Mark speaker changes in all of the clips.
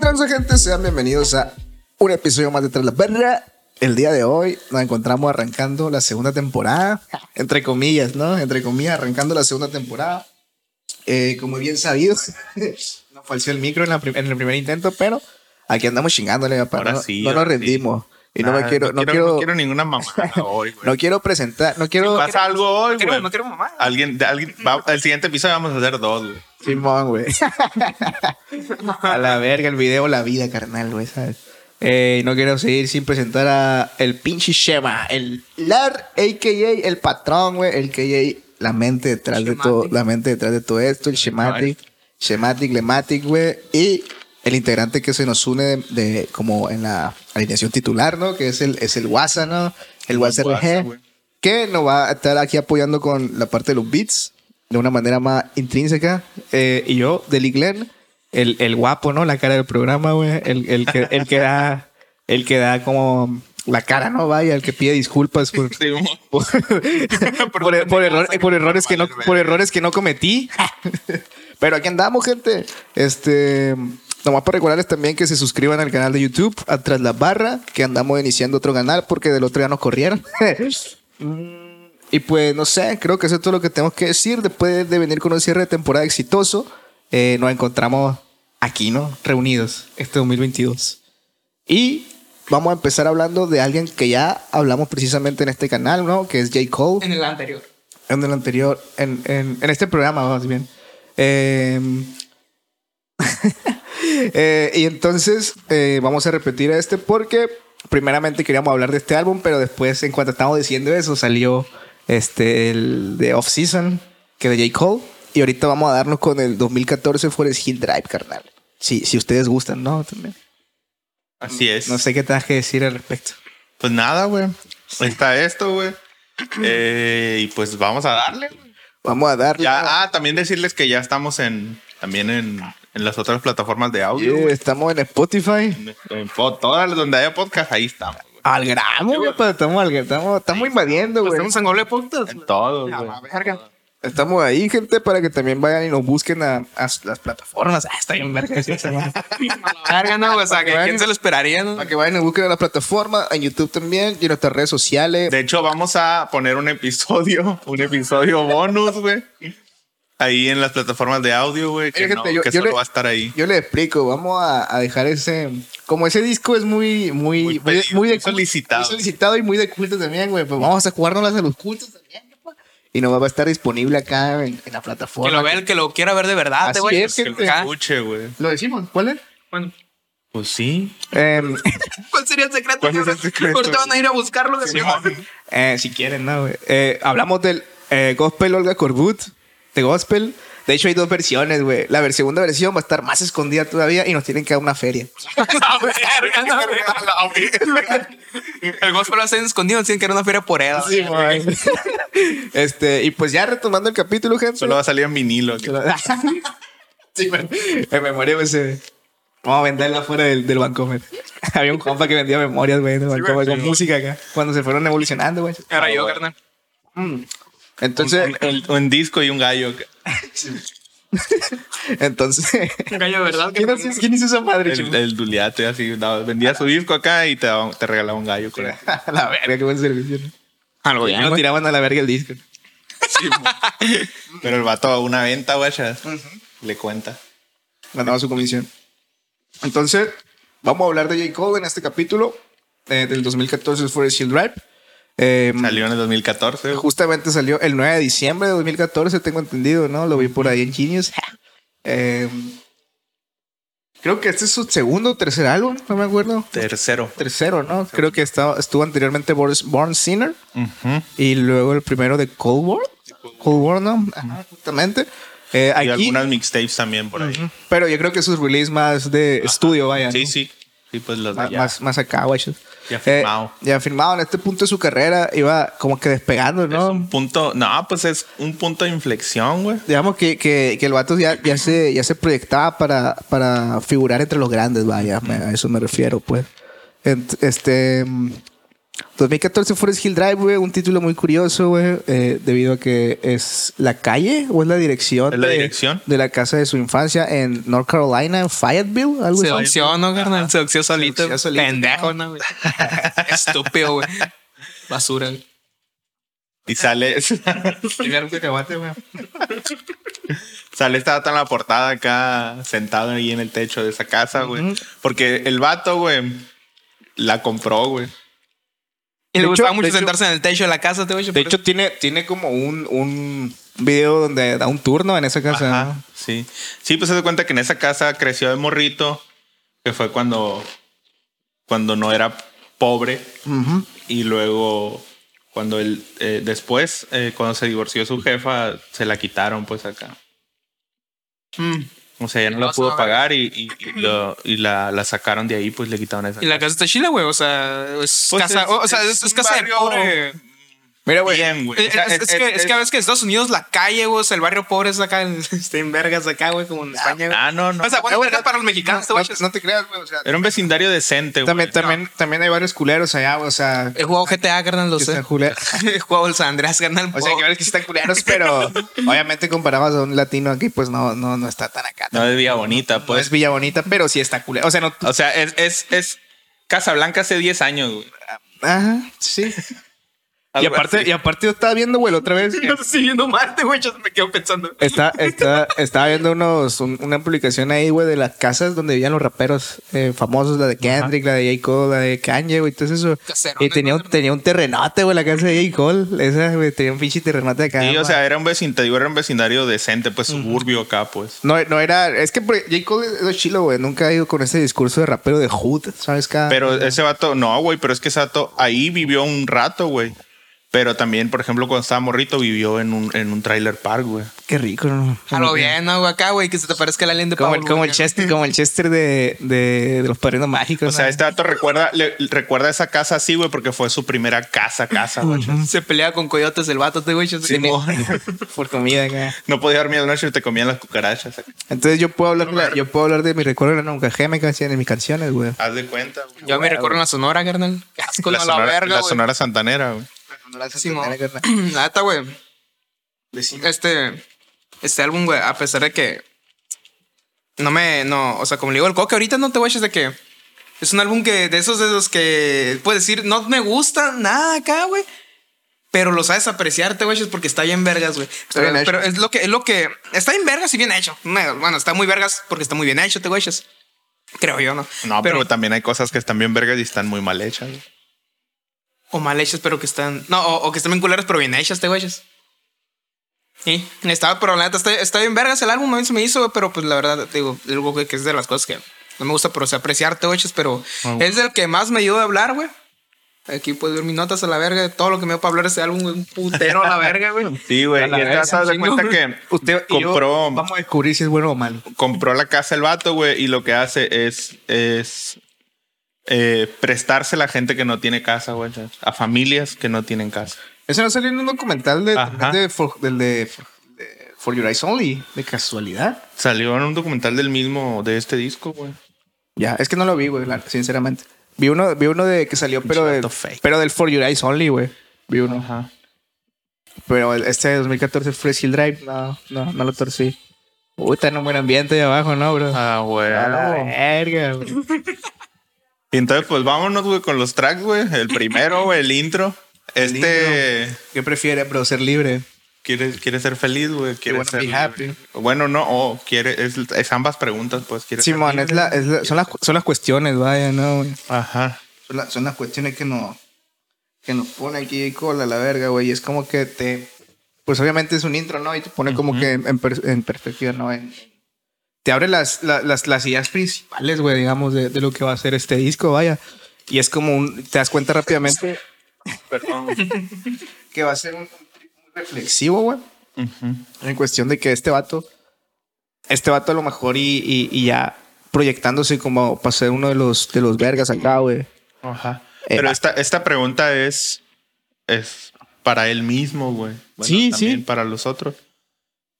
Speaker 1: pasa, gente? Sean bienvenidos a un episodio más de Tras la Perra. El día de hoy nos encontramos arrancando la segunda temporada, entre comillas, ¿no? Entre comillas, arrancando la segunda temporada. Eh, como bien sabido, nos falció el micro en, la prim- en el primer intento, pero aquí andamos chingándole, papá.
Speaker 2: Ahora
Speaker 1: no,
Speaker 2: sí,
Speaker 1: no nos
Speaker 2: ahora sí.
Speaker 1: rendimos. Y no
Speaker 2: Nah,
Speaker 1: me quiero, no quiero,
Speaker 2: no quiero ninguna mamada hoy, güey.
Speaker 1: no quiero presentar, no
Speaker 2: Si
Speaker 1: quiero.
Speaker 2: pasa algo hoy,
Speaker 3: Quiero-
Speaker 2: güey.
Speaker 3: no quiero mamá.
Speaker 2: Alguien, alguien, va- el siguiente episodio vamos a hacer dos, güey.
Speaker 1: Simón, güey. a la verga, el video La Vida, carnal, güey, ¿sabes? Eh, no quiero seguir sin presentar a el pinche Shema, el Lar, a.k.a. el patrón, güey, el a.k.a. la mente detrás de
Speaker 3: Shematic.
Speaker 1: todo, la mente detrás de todo esto, el Shematic, Shematic, Lematic, güey, y el integrante que se nos une de, de- como en la alineación titular, ¿no? Que es el, es el Waza, ¿no? El Waza
Speaker 2: Waza,
Speaker 1: RG
Speaker 2: güey.
Speaker 1: que nos va a estar aquí apoyando con la parte de los beats de una manera más intrínseca. Eh, y yo, Deli Glenn, el, el guapo, ¿no? La cara del programa, güey. El, el que, el que da, el que da como la cara, ¿no? Vaya, el que pide disculpas por,
Speaker 2: Sí, güey.
Speaker 1: por, por- por error- por errores que no, por errores que no cometí. Pero aquí andamos, gente. Este, nomás para recordarles también que se suscriban al canal de YouTube, Atrás la Barra, que andamos iniciando otro canal porque del otro ya nos corrieron. Mm, y pues, no sé, creo que eso es todo lo que tenemos que decir. Después de venir con un cierre de temporada exitoso, eh, nos encontramos aquí, ¿no? Reunidos este 2022. Y vamos a empezar hablando de alguien que ya hablamos precisamente en este canal, ¿no? Que es J. Cole.
Speaker 3: En el anterior.
Speaker 1: En el anterior, en, en- en este programa, más bien. Eh, eh, y entonces eh, vamos a repetir este porque primeramente queríamos hablar de este álbum, pero después, en cuanto estábamos diciendo eso, salió este, el de Off Season, que de J. Cole. Y ahorita vamos a darnos con el 2014 Forest Hill Drive, carnal. Si, si ustedes gustan, ¿no? También.
Speaker 2: Así es.
Speaker 1: No sé qué tengas que decir al respecto.
Speaker 2: Pues nada, güey. Está esto, güey. Eh, y pues vamos a darle, güey.
Speaker 1: Vamos a darle.
Speaker 2: Ya, ah, también decirles que ya estamos en, también en, en las otras plataformas de audio,
Speaker 1: Yeah,
Speaker 2: güey.
Speaker 1: estamos en Spotify.
Speaker 2: En- en po- todas las donde haya podcast, ahí estamos, güey.
Speaker 1: Al gramo, güey, pero estamos, al- estamos, Pues estamos invadiendo, güey.
Speaker 3: Estamos en Google Podcast.
Speaker 2: En todos,
Speaker 1: Ah,
Speaker 3: La
Speaker 2: güey.
Speaker 3: verga.
Speaker 1: Estamos ahí, gente, para que también vayan y nos busquen a, a las plataformas. Ah, está bien, verga. sí, sí, sí.
Speaker 3: La verga, no, o sea, que quién se lo esperaría, ¿no?
Speaker 1: para que vayan y busquen a las plataformas, en YouTube también, y en nuestras redes sociales.
Speaker 2: De hecho, vamos a poner un episodio, un episodio bonus, güey. Ahí en las plataformas de audio, güey. Que,
Speaker 1: Oye,
Speaker 2: no,
Speaker 1: gente, yo-
Speaker 2: que
Speaker 1: yo
Speaker 2: solo
Speaker 1: le-
Speaker 2: va a estar ahí.
Speaker 1: Yo les explico, vamos a, a dejar ese. Como ese disco es muy, muy, muy,
Speaker 2: Muy pedido,
Speaker 1: de- muy de
Speaker 2: muy solicitado.
Speaker 1: muy solicitado y muy de culto también, güey. Pues vamos a jugárnoslas a los cultos también, pa. Y nos va a estar disponible acá en, en la plataforma.
Speaker 3: Que lo vea el que lo quiera ver de verdad,
Speaker 1: Así
Speaker 3: güey.
Speaker 1: es,
Speaker 2: Que lo
Speaker 1: gente.
Speaker 3: Acá.
Speaker 2: escuche, güey.
Speaker 1: ¿Lo decimos, ¿cuál es?
Speaker 3: Bueno,
Speaker 2: Pues sí.
Speaker 1: Em,
Speaker 3: ¿Cuál sería el secreto?
Speaker 2: ¿Cuál es el secreto?
Speaker 3: Ahorita van a ir a buscarlo. de seguro.
Speaker 1: Eh, si quieren, ¿no? güey? Eh, hablamos del eh, Gospel Olga Corbut, de Gospel. De hecho, hay dos versiones, güey. La ver- segunda versión va a estar más escondida todavía y nos tienen que dar una feria.
Speaker 3: La verga, no, güey. El gospel lo hacen escondido, tienen que era una feria por él.
Speaker 1: este, y pues ya retomando el capítulo, gente.
Speaker 2: Solo va a salir en vinilo.
Speaker 1: Solo- sí, pero en memoria USB. Vamos a venderla fuera del, del Bancomer. Había un compa que vendía memorias, güey, en el Bancomer
Speaker 3: güey,
Speaker 1: con
Speaker 3: sí, güey.
Speaker 1: música acá. Cuando se fueron evolucionando, güey.
Speaker 3: Era yo, carnal.
Speaker 1: Entonces,
Speaker 2: un, un- un disco y un gallo.
Speaker 1: entonces.
Speaker 3: Un gallo de verdad.
Speaker 1: ¿Quién
Speaker 3: carnal.
Speaker 1: hizo, quién hizo esa madre,
Speaker 2: El,
Speaker 1: chico?
Speaker 2: el Duliate, así. daba- vendía su disco acá y te, daba- te regalaba un gallo. Con él.
Speaker 1: A la verga, qué buen servicio. ¿no?
Speaker 2: Algo
Speaker 1: Ya
Speaker 2: bien,
Speaker 1: no
Speaker 2: güey.
Speaker 1: tiraban a la verga el disco.
Speaker 2: Pero el vato a una venta, güey. ya. Le cuenta.
Speaker 1: Ganaba su comisión. Entonces, vamos a hablar de J. Cole en este capítulo eh, del 2014 Forest Hill Drive. Eh,
Speaker 2: Salió en el 2014. güey.
Speaker 1: Justamente salió el 9 de diciembre de 2014, tengo entendido, ¿no? Lo vi por ahí en Genius. Eh, creo que este es su segundo o tercer álbum, no me acuerdo.
Speaker 2: Tercero.
Speaker 1: Tercero, ¿no? Creo que estaba, estuvo anteriormente Boris- Born Sinner.
Speaker 2: Ujú.
Speaker 1: Y luego el primero de Cold War. Cold War, ¿no? Ajá, justamente. Eh,
Speaker 2: Y
Speaker 1: aquí,
Speaker 2: algunas mixtapes también por ahí.
Speaker 1: pero yo creo que sus release más de estudio, vaya.
Speaker 2: Sí,
Speaker 1: ¿no?
Speaker 2: sí. Sí, pues los
Speaker 1: Más,
Speaker 2: de ya.
Speaker 1: más, más acá, güey.
Speaker 2: Ya firmado.
Speaker 1: Eh, ya firmado. En este punto de su carrera iba como que despegando,
Speaker 2: Es
Speaker 1: ¿no?
Speaker 2: un punto. No, pues es un punto de inflexión, güey.
Speaker 1: Digamos que, que, que el vato ya, ya, se, ya se proyectaba para, para figurar entre los grandes, vaya, me- a eso me refiero, pues. Ent- este, mm, 2014 Forest Hill Drive, güey, un título muy curioso, güey, eh, debido a que es la calle o es la dirección,
Speaker 2: Es la
Speaker 1: de,
Speaker 2: dirección.
Speaker 1: de la casa de su infancia en North Carolina, en Fayetteville, algo
Speaker 3: Se
Speaker 1: así.
Speaker 3: oxió, ¿no, carnal? Se oxió solito.
Speaker 1: oxió solito.
Speaker 3: Pendejo, ¿no, güey? Estúpido, güey. Basura, güey.
Speaker 2: Y sale,
Speaker 3: Primero un cacahuate, güey.
Speaker 2: sale esta data en la portada acá, sentado ahí en el techo de esa casa, güey.
Speaker 1: Ujú.
Speaker 2: Porque el vato, güey, la compró, güey.
Speaker 3: Y
Speaker 1: De
Speaker 3: le
Speaker 1: hecho-
Speaker 3: gustaba
Speaker 1: de
Speaker 3: mucho
Speaker 1: hecho-
Speaker 3: sentarse en el techo de la casa, te güey.
Speaker 1: De hecho, tiene, tiene como un, un video donde da un turno en esa casa.
Speaker 2: Ajá, sí. Sí, pues se da cuenta que en esa casa creció de morrito, que fue cuando, cuando no era pobre.
Speaker 1: Ujú.
Speaker 2: Y luego, cuando él, eh, después, eh, cuando se divorció de su jefa, se la quitaron, pues acá.
Speaker 1: Mm.
Speaker 2: O sea, ya no la
Speaker 3: Vas a
Speaker 2: pudo
Speaker 3: ver.
Speaker 2: pagar y, y- y lo- y la, la sacaron de ahí, pues le quitaron esa.
Speaker 3: Y la casa está chila, güey. O sea, es
Speaker 2: Pues
Speaker 3: casa,
Speaker 2: es-
Speaker 3: o sea, es,
Speaker 2: es
Speaker 3: es
Speaker 2: un
Speaker 3: casa de
Speaker 2: barrio-
Speaker 3: pobre.
Speaker 1: Mira, güey.
Speaker 2: Bien, güey.
Speaker 3: Eh,
Speaker 2: O sea,
Speaker 3: es, es que, es, que a veces que en Estados Unidos la calle, güey, o sea, el barrio pobre es acá, en- está en vergas acá, güey, como en España, güey.
Speaker 2: Ah, no, no.
Speaker 3: o sea,
Speaker 1: Eh,
Speaker 3: ¿cuánto
Speaker 1: güey,
Speaker 3: vergas
Speaker 1: no-
Speaker 3: para los mexicanos, te
Speaker 1: No,
Speaker 3: güey?
Speaker 1: no te creas, güey. O sea,
Speaker 2: Era un vecindario decente, Eh, güey. Eh,
Speaker 1: también, también, también hay varios culeros allá, güey. O sea,
Speaker 3: He jugado GTA, carnal, lo
Speaker 1: que
Speaker 3: sé.
Speaker 1: están culeros.
Speaker 3: He jugado el San Andreas, carnal.
Speaker 1: O sea, hay que ver que sí están culeros, pero obviamente comparabas a un latino aquí, pues no, no, no está tan acá.
Speaker 2: No es Villa Bonita,
Speaker 1: No es
Speaker 2: pues.
Speaker 1: Villa Bonita, pero sí está culero. O sea, no.
Speaker 2: O sea, es, es, es Casablanca hace 10 años, güey. Ah,
Speaker 1: Ajá, sí. Y
Speaker 2: Algo
Speaker 1: aparte,
Speaker 2: así.
Speaker 1: y aparte yo estaba viendo, güey, la otra vez.
Speaker 3: No estoy viendo Marte, güey, yo me quedo pensando.
Speaker 1: Está, está, estaba viendo unos, un- una publicación ahí, güey, de las casas donde vivían los raperos eh, famosos, la de Kendrick, la de J. Cole, la de Kanye, güey, todo eso.
Speaker 3: Caserona,
Speaker 1: Y tenía, un-
Speaker 3: ¿no?
Speaker 1: tenía un terrenote, güey, la casa de J. Cole. Esa, güey, tenía un pinche terrenote acá.
Speaker 2: Sí, o
Speaker 1: güey.
Speaker 2: sea, era un vecindario, era un vecindario decente, pues suburbio acá, pues.
Speaker 1: no, no era. Es que por- J. Cole es lo chilo, güey. Nunca ha ido con ese discurso de rapero de Hood, ¿sabes? Cada,
Speaker 2: Pero eh, ese vato, no, güey, pero es que ese vato ahí vivió un rato, güey. Pero también, por ejemplo, cuando estaba morrito, vivió en un, en un trailer park, güey.
Speaker 1: Qué rico, ¿no?
Speaker 3: A Ah, lo bien, ¿no, güey? Acá, güey, que se te parezca el alien de
Speaker 1: Como
Speaker 3: Paul,
Speaker 1: el, como
Speaker 3: güey.
Speaker 1: el Chester, como el Chester de, de, de los padrinos mágicos.
Speaker 2: O sea,
Speaker 1: ¿no?
Speaker 2: este vato recuerda, le- recuerda esa casa así, güey, porque fue su primera casa, casa, güey.
Speaker 3: Se pelea con coyotes el vato, te güey. yo sé que-
Speaker 2: Simón.
Speaker 1: por comida acá.
Speaker 2: No podía dormir la noche y te comían las cucarachas.
Speaker 1: Entonces yo puedo hablar, mira, yo puedo hablar de mi recuerdo de la nunca me canción en mis canciones, güey.
Speaker 2: Haz de cuenta, güey.
Speaker 3: Yo me recuerdo en la Sonora, carnal. Qué Asco
Speaker 2: La
Speaker 3: no, la
Speaker 2: sonora,
Speaker 3: verga,
Speaker 2: la
Speaker 3: güey.
Speaker 2: Sonora santanera, güey.
Speaker 3: Simón. La neta, güey. Este, este álbum, güey, a pesar de que no me, no, o sea, como le digo al coque, ahorita no te vayas de que es un álbum que de esos de esos que puedes decir no me gusta nada acá, güey. Pero lo sabes apreciarte, güey, porque está bien vergas, güey.
Speaker 1: Está
Speaker 3: Pero,
Speaker 1: bien hecho.
Speaker 3: pero es lo que es lo que está bien vergas y bien hecho. No, Bueno, está muy vergas porque está muy bien hecho, te güeyes. Creo yo, ¿no?
Speaker 2: No, pero, también hay cosas que están bien vergas y están muy mal hechas. güey.
Speaker 3: O mal hechas, pero que están. No, o, o que están bien culeras, pero bien hechas, te güeyes. Sí, estaba, pero la neta está, está bien vergas el álbum, a mí se me hizo, güey, pero pues la verdad, digo, algo que, que es de las cosas que no me gusta, pero o sea, apreciarte, güeyes, pero
Speaker 2: Ah,
Speaker 3: es del que más me ayuda a hablar, güey. Aquí puedes ver mis notas a la verga, de todo lo que me dio para hablar de ese álbum, güey, un putero a la verga, güey.
Speaker 2: Sí, güey.
Speaker 3: A la
Speaker 2: Y
Speaker 3: verga,
Speaker 2: esta se da
Speaker 3: chingo,
Speaker 2: cuenta
Speaker 3: güey.
Speaker 2: que
Speaker 1: Usted y yo
Speaker 2: compró.
Speaker 1: vamos a descubrir si es bueno o malo.
Speaker 2: compró la casa el vato, güey, y lo que hace es, es eh, prestarse a la gente que no tiene casa, güey, a familias que no tienen casa.
Speaker 1: Eso no salió en un documental de,
Speaker 2: Ajá.
Speaker 1: también de, for, del de, for, de For Your Eyes Only, de casualidad.
Speaker 2: Salió en un documental del mismo, de este disco, güey.
Speaker 1: Ya, es que no lo vi, güey, la- sinceramente. Vi uno, vi uno de que salió, pero, del-
Speaker 2: vato fake.
Speaker 1: pero del For Your Eyes Only, güey. Vi uno.
Speaker 2: Ajá.
Speaker 1: Pero el- este de 2014 Fresh Hill Drive, no, no, no lo torcí. Uy, está en un buen ambiente ahí abajo, ¿no, bro?
Speaker 2: Ah, güey.
Speaker 1: A la verga, güey.
Speaker 2: Y entonces, pues vámonos, güey, con los tracks, güey. El primero, güey, el intro. Este
Speaker 1: ¿Qué prefiere, bro? Ser libre.
Speaker 2: quiere, quiere ser feliz, güey. Quiere
Speaker 1: wanna
Speaker 2: ser
Speaker 1: be happy.
Speaker 2: Bueno, no, o quiere, es, es ambas preguntas, pues. Quiere ser
Speaker 1: Simón,
Speaker 2: libre.
Speaker 1: es la, es la- son, las, son las cuestiones, vaya, ¿no? güey?
Speaker 2: Ajá.
Speaker 1: Son, la- son las cuestiones que nos, que nos pone aquí cola la verga, güey. Y es como que te... Pues obviamente es un intro, ¿no? Y te pone como que en, per- en perspectiva, ¿no? En- te abre las, la- las, las ideas principales, güey, digamos, de, de lo que va a ser este disco, vaya. Y es como un... Te das cuenta rápidamente
Speaker 2: Perdón.
Speaker 1: que va a ser un, un trip muy reflexivo, güey. En cuestión de que este vato, este vato a lo mejor y, y- y ya proyectándose como para ser uno de los, de los vergas acá, güey.
Speaker 2: Ajá.
Speaker 1: Eh,
Speaker 2: Pero
Speaker 1: ah.
Speaker 2: esta, esta pregunta es, es para él mismo, güey. Bueno,
Speaker 1: Sí,
Speaker 2: también
Speaker 1: sí.
Speaker 2: Para los otros.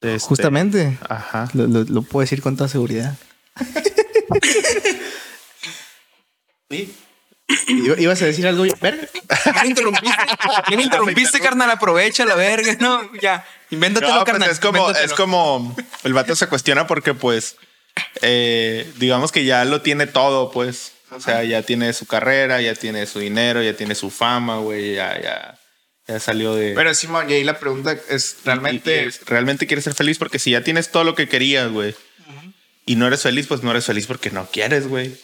Speaker 2: Este,
Speaker 1: Justamente.
Speaker 2: Ajá.
Speaker 1: Lo, lo- lo puedo decir con toda seguridad. I- ¿Ibas a decir algo? bien verga?
Speaker 3: Ya me interrumpiste, ya me interrumpiste, carnal. Aprovecha la verga. No, ya. Invéntatelo,
Speaker 2: No, pues
Speaker 3: carnal.
Speaker 2: es como,
Speaker 3: invéntatelo.
Speaker 2: es como el vato se cuestiona porque, pues, eh, digamos que ya lo tiene todo, pues. O sea, ya tiene su carrera, ya tiene su dinero, ya tiene su fama, güey, ya, ya, ya salió de.
Speaker 1: Pero Simón, y ahí la pregunta es
Speaker 2: y- y
Speaker 1: realmente.
Speaker 2: es- realmente quieres ser feliz porque si ya tienes todo lo que querías, güey, y no eres feliz, pues no eres feliz porque no quieres, güey.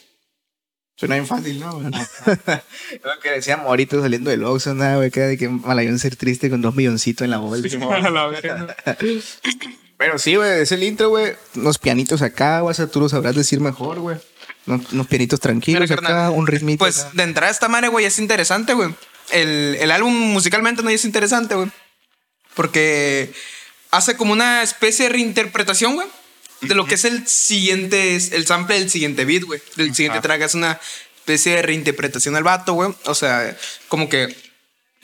Speaker 1: Suena bien fácil, ¿no? güey? Lo que decíamos ahorita saliendo del Oxxo, nada, güey, que era de que malayón ser triste con dos milloncitos en la bolsa.
Speaker 3: A la verga.
Speaker 1: Pero sí, güey, es el intro, güey. Unos pianitos acá, güey, o sea, tú lo sabrás decir mejor, güey. Unos, unos pianitos tranquilos
Speaker 3: Mira,
Speaker 1: acá,
Speaker 3: carnal,
Speaker 1: un ritmito.
Speaker 3: Pues
Speaker 1: acá.
Speaker 3: de entrada esta madre, güey, es interesante, güey. El, el álbum musicalmente no es interesante, güey. Porque hace como una especie de reinterpretación, güey. De lo que es el siguiente, el sample del siguiente beat, güey. Del siguiente
Speaker 2: Ajá.
Speaker 3: track. Es una especie de reinterpretación al vato, güey. O sea, como que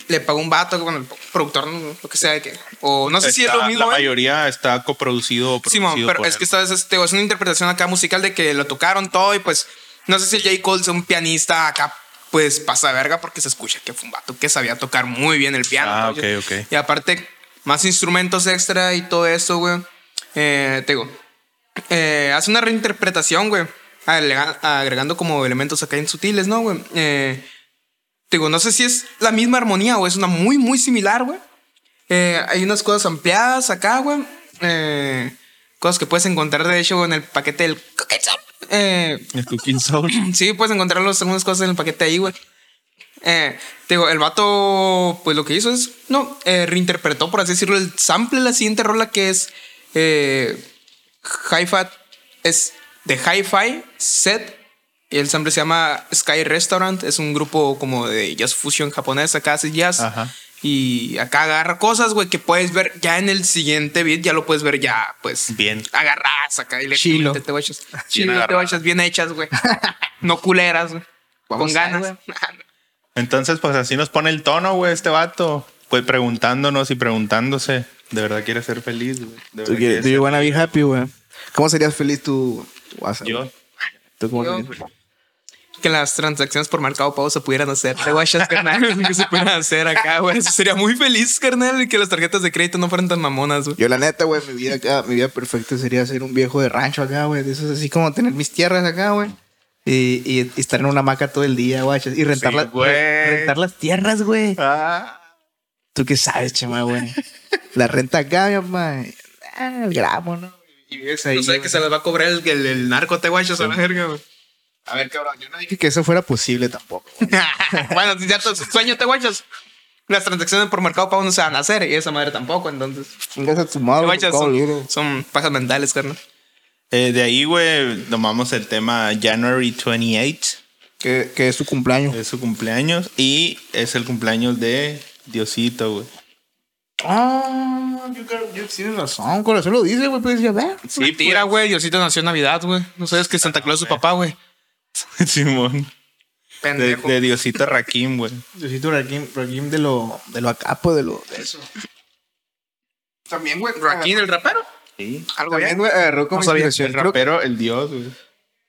Speaker 3: le pagó un vato, bueno, el productor, ¿no? lo que sea. de que- o no sé si es lo
Speaker 2: Está-
Speaker 3: mismo, ¿eh?
Speaker 2: la
Speaker 3: güey.
Speaker 2: mayoría está coproducido o
Speaker 3: Simón,
Speaker 2: producido
Speaker 3: pero
Speaker 2: por
Speaker 3: es
Speaker 2: él.
Speaker 3: que esta vez este, es una interpretación acá musical de que lo tocaron todo y pues no sé si el J. Cole es un pianista acá, pues pasa verga porque se escucha que fue un vato que sabía tocar muy bien el piano.
Speaker 2: Ah,
Speaker 3: ¿no? pues, Yo-
Speaker 2: ok, ok.
Speaker 3: Y aparte, más instrumentos extra y todo eso, güey. Eh, te digo, eh, hace una reinterpretación, güey. agrega- Agregando como elementos acá en sutiles, ¿no, güey? Eh, te digo, no sé si es la misma armonía o es una muy, muy similar, güey. Eh, hay unas cosas ampliadas acá, güey. Eh, cosas que puedes encontrar, de hecho, en el paquete del Cooking Soul. Eh,
Speaker 2: El Cooking Soul.
Speaker 3: sí, puedes encontrar los- algunas cosas en el paquete ahí, güey. Eh, te digo, el vato, pues lo que hizo es, no, eh, reinterpretó, por así decirlo, el sample de la siguiente rola que es eh, Hi-Fi, es de Hi-Fi Set. Y el sample se llama Sky Restaurant. Es un grupo como de jazz fusion japonés. Acá hace jazz.
Speaker 2: Ajá.
Speaker 3: Y acá agarra cosas, güey, que puedes ver ya en el siguiente beat. Ya lo puedes ver ya, pues.
Speaker 2: Bien.
Speaker 3: Agarras acá y le
Speaker 1: Chilo.
Speaker 3: te guachas. Chilo, te
Speaker 2: agarrado.
Speaker 3: guachas, bien hechas, güey. No culeras, güey. Con
Speaker 1: Vamos a ver,
Speaker 3: ganas.
Speaker 2: Entonces, pues así nos pone el tono, güey, este vato. Pues preguntándonos y preguntándose. De verdad quiere ser feliz, güey.
Speaker 1: Do
Speaker 2: De verdad
Speaker 1: you,
Speaker 2: quiere
Speaker 1: do you wanna be happy, güey? ¿Cómo serías feliz tú,
Speaker 2: ser-
Speaker 1: WhatsApp?
Speaker 2: Yo.
Speaker 1: ¿Tú cómo
Speaker 3: Yo- pues.
Speaker 1: serías?
Speaker 3: que las transacciones por mercado pago se pudieran hacer. Te guachas, carnal. que se pudieran hacer acá, güey. Eso sería muy feliz, carnal. Y que las tarjetas de crédito no fueran tan mamonas, güey.
Speaker 1: Yo, la neta, güey, mi vida acá, mi vida perfecta sería ser un viejo de rancho acá, güey. De esos así como tener mis tierras acá, güey. Y, y- y estar en una hamaca todo el día, güey. Y rentar,
Speaker 2: Sí,
Speaker 1: las-
Speaker 2: güey.
Speaker 1: rentar las tierras, güey.
Speaker 2: Ah.
Speaker 1: ¿Tú qué sabes, chema, güey? La renta acá, mi mamá. Ah, el gramo, ¿no? Y vives ahí.
Speaker 3: No sé
Speaker 1: güey.
Speaker 3: que se las va a cobrar el, el, el narco, te guachas a la verga, güey.
Speaker 1: A ver, cabrón, yo no dije que eso fuera posible tampoco. güey.
Speaker 3: bueno, si ya tu sueño te guachas. Las transacciones por mercado pago no se van a hacer y esa madre tampoco, entonces.
Speaker 1: Chingas a tu
Speaker 3: Te
Speaker 1: madre.
Speaker 3: guachas,
Speaker 1: por favor,
Speaker 3: son,
Speaker 1: güey.
Speaker 3: son pajas mentales, carnal.
Speaker 2: Eh, de ahí, güey, tomamos el tema January 28.
Speaker 1: Que, que es tu cumpleaños.
Speaker 2: Es su cumpleaños. Y es el cumpleaños de Diosito, güey.
Speaker 1: Ah, yo creo yo tienes razón, corazón lo dice, güey, pues, pero decía, ver.
Speaker 2: Sí,
Speaker 3: Mentira, güey. Diosito nació en Navidad, güey. No sabes que Santa Claus es su papá, güey.
Speaker 2: Simón. De,
Speaker 3: Pendejo.
Speaker 2: de Diosito Rakim, güey.
Speaker 1: Diosito Rakim, Rakim de lo, de lo acá, pues, de lo, de eso.
Speaker 3: También, güey. Raquín, el rapero.
Speaker 2: Sí.
Speaker 3: Algo
Speaker 1: También,
Speaker 3: bien.
Speaker 1: güey, agarró como
Speaker 2: No sabía que
Speaker 1: inspiración.
Speaker 2: el
Speaker 1: Creo,
Speaker 2: rapero, el dios, güey.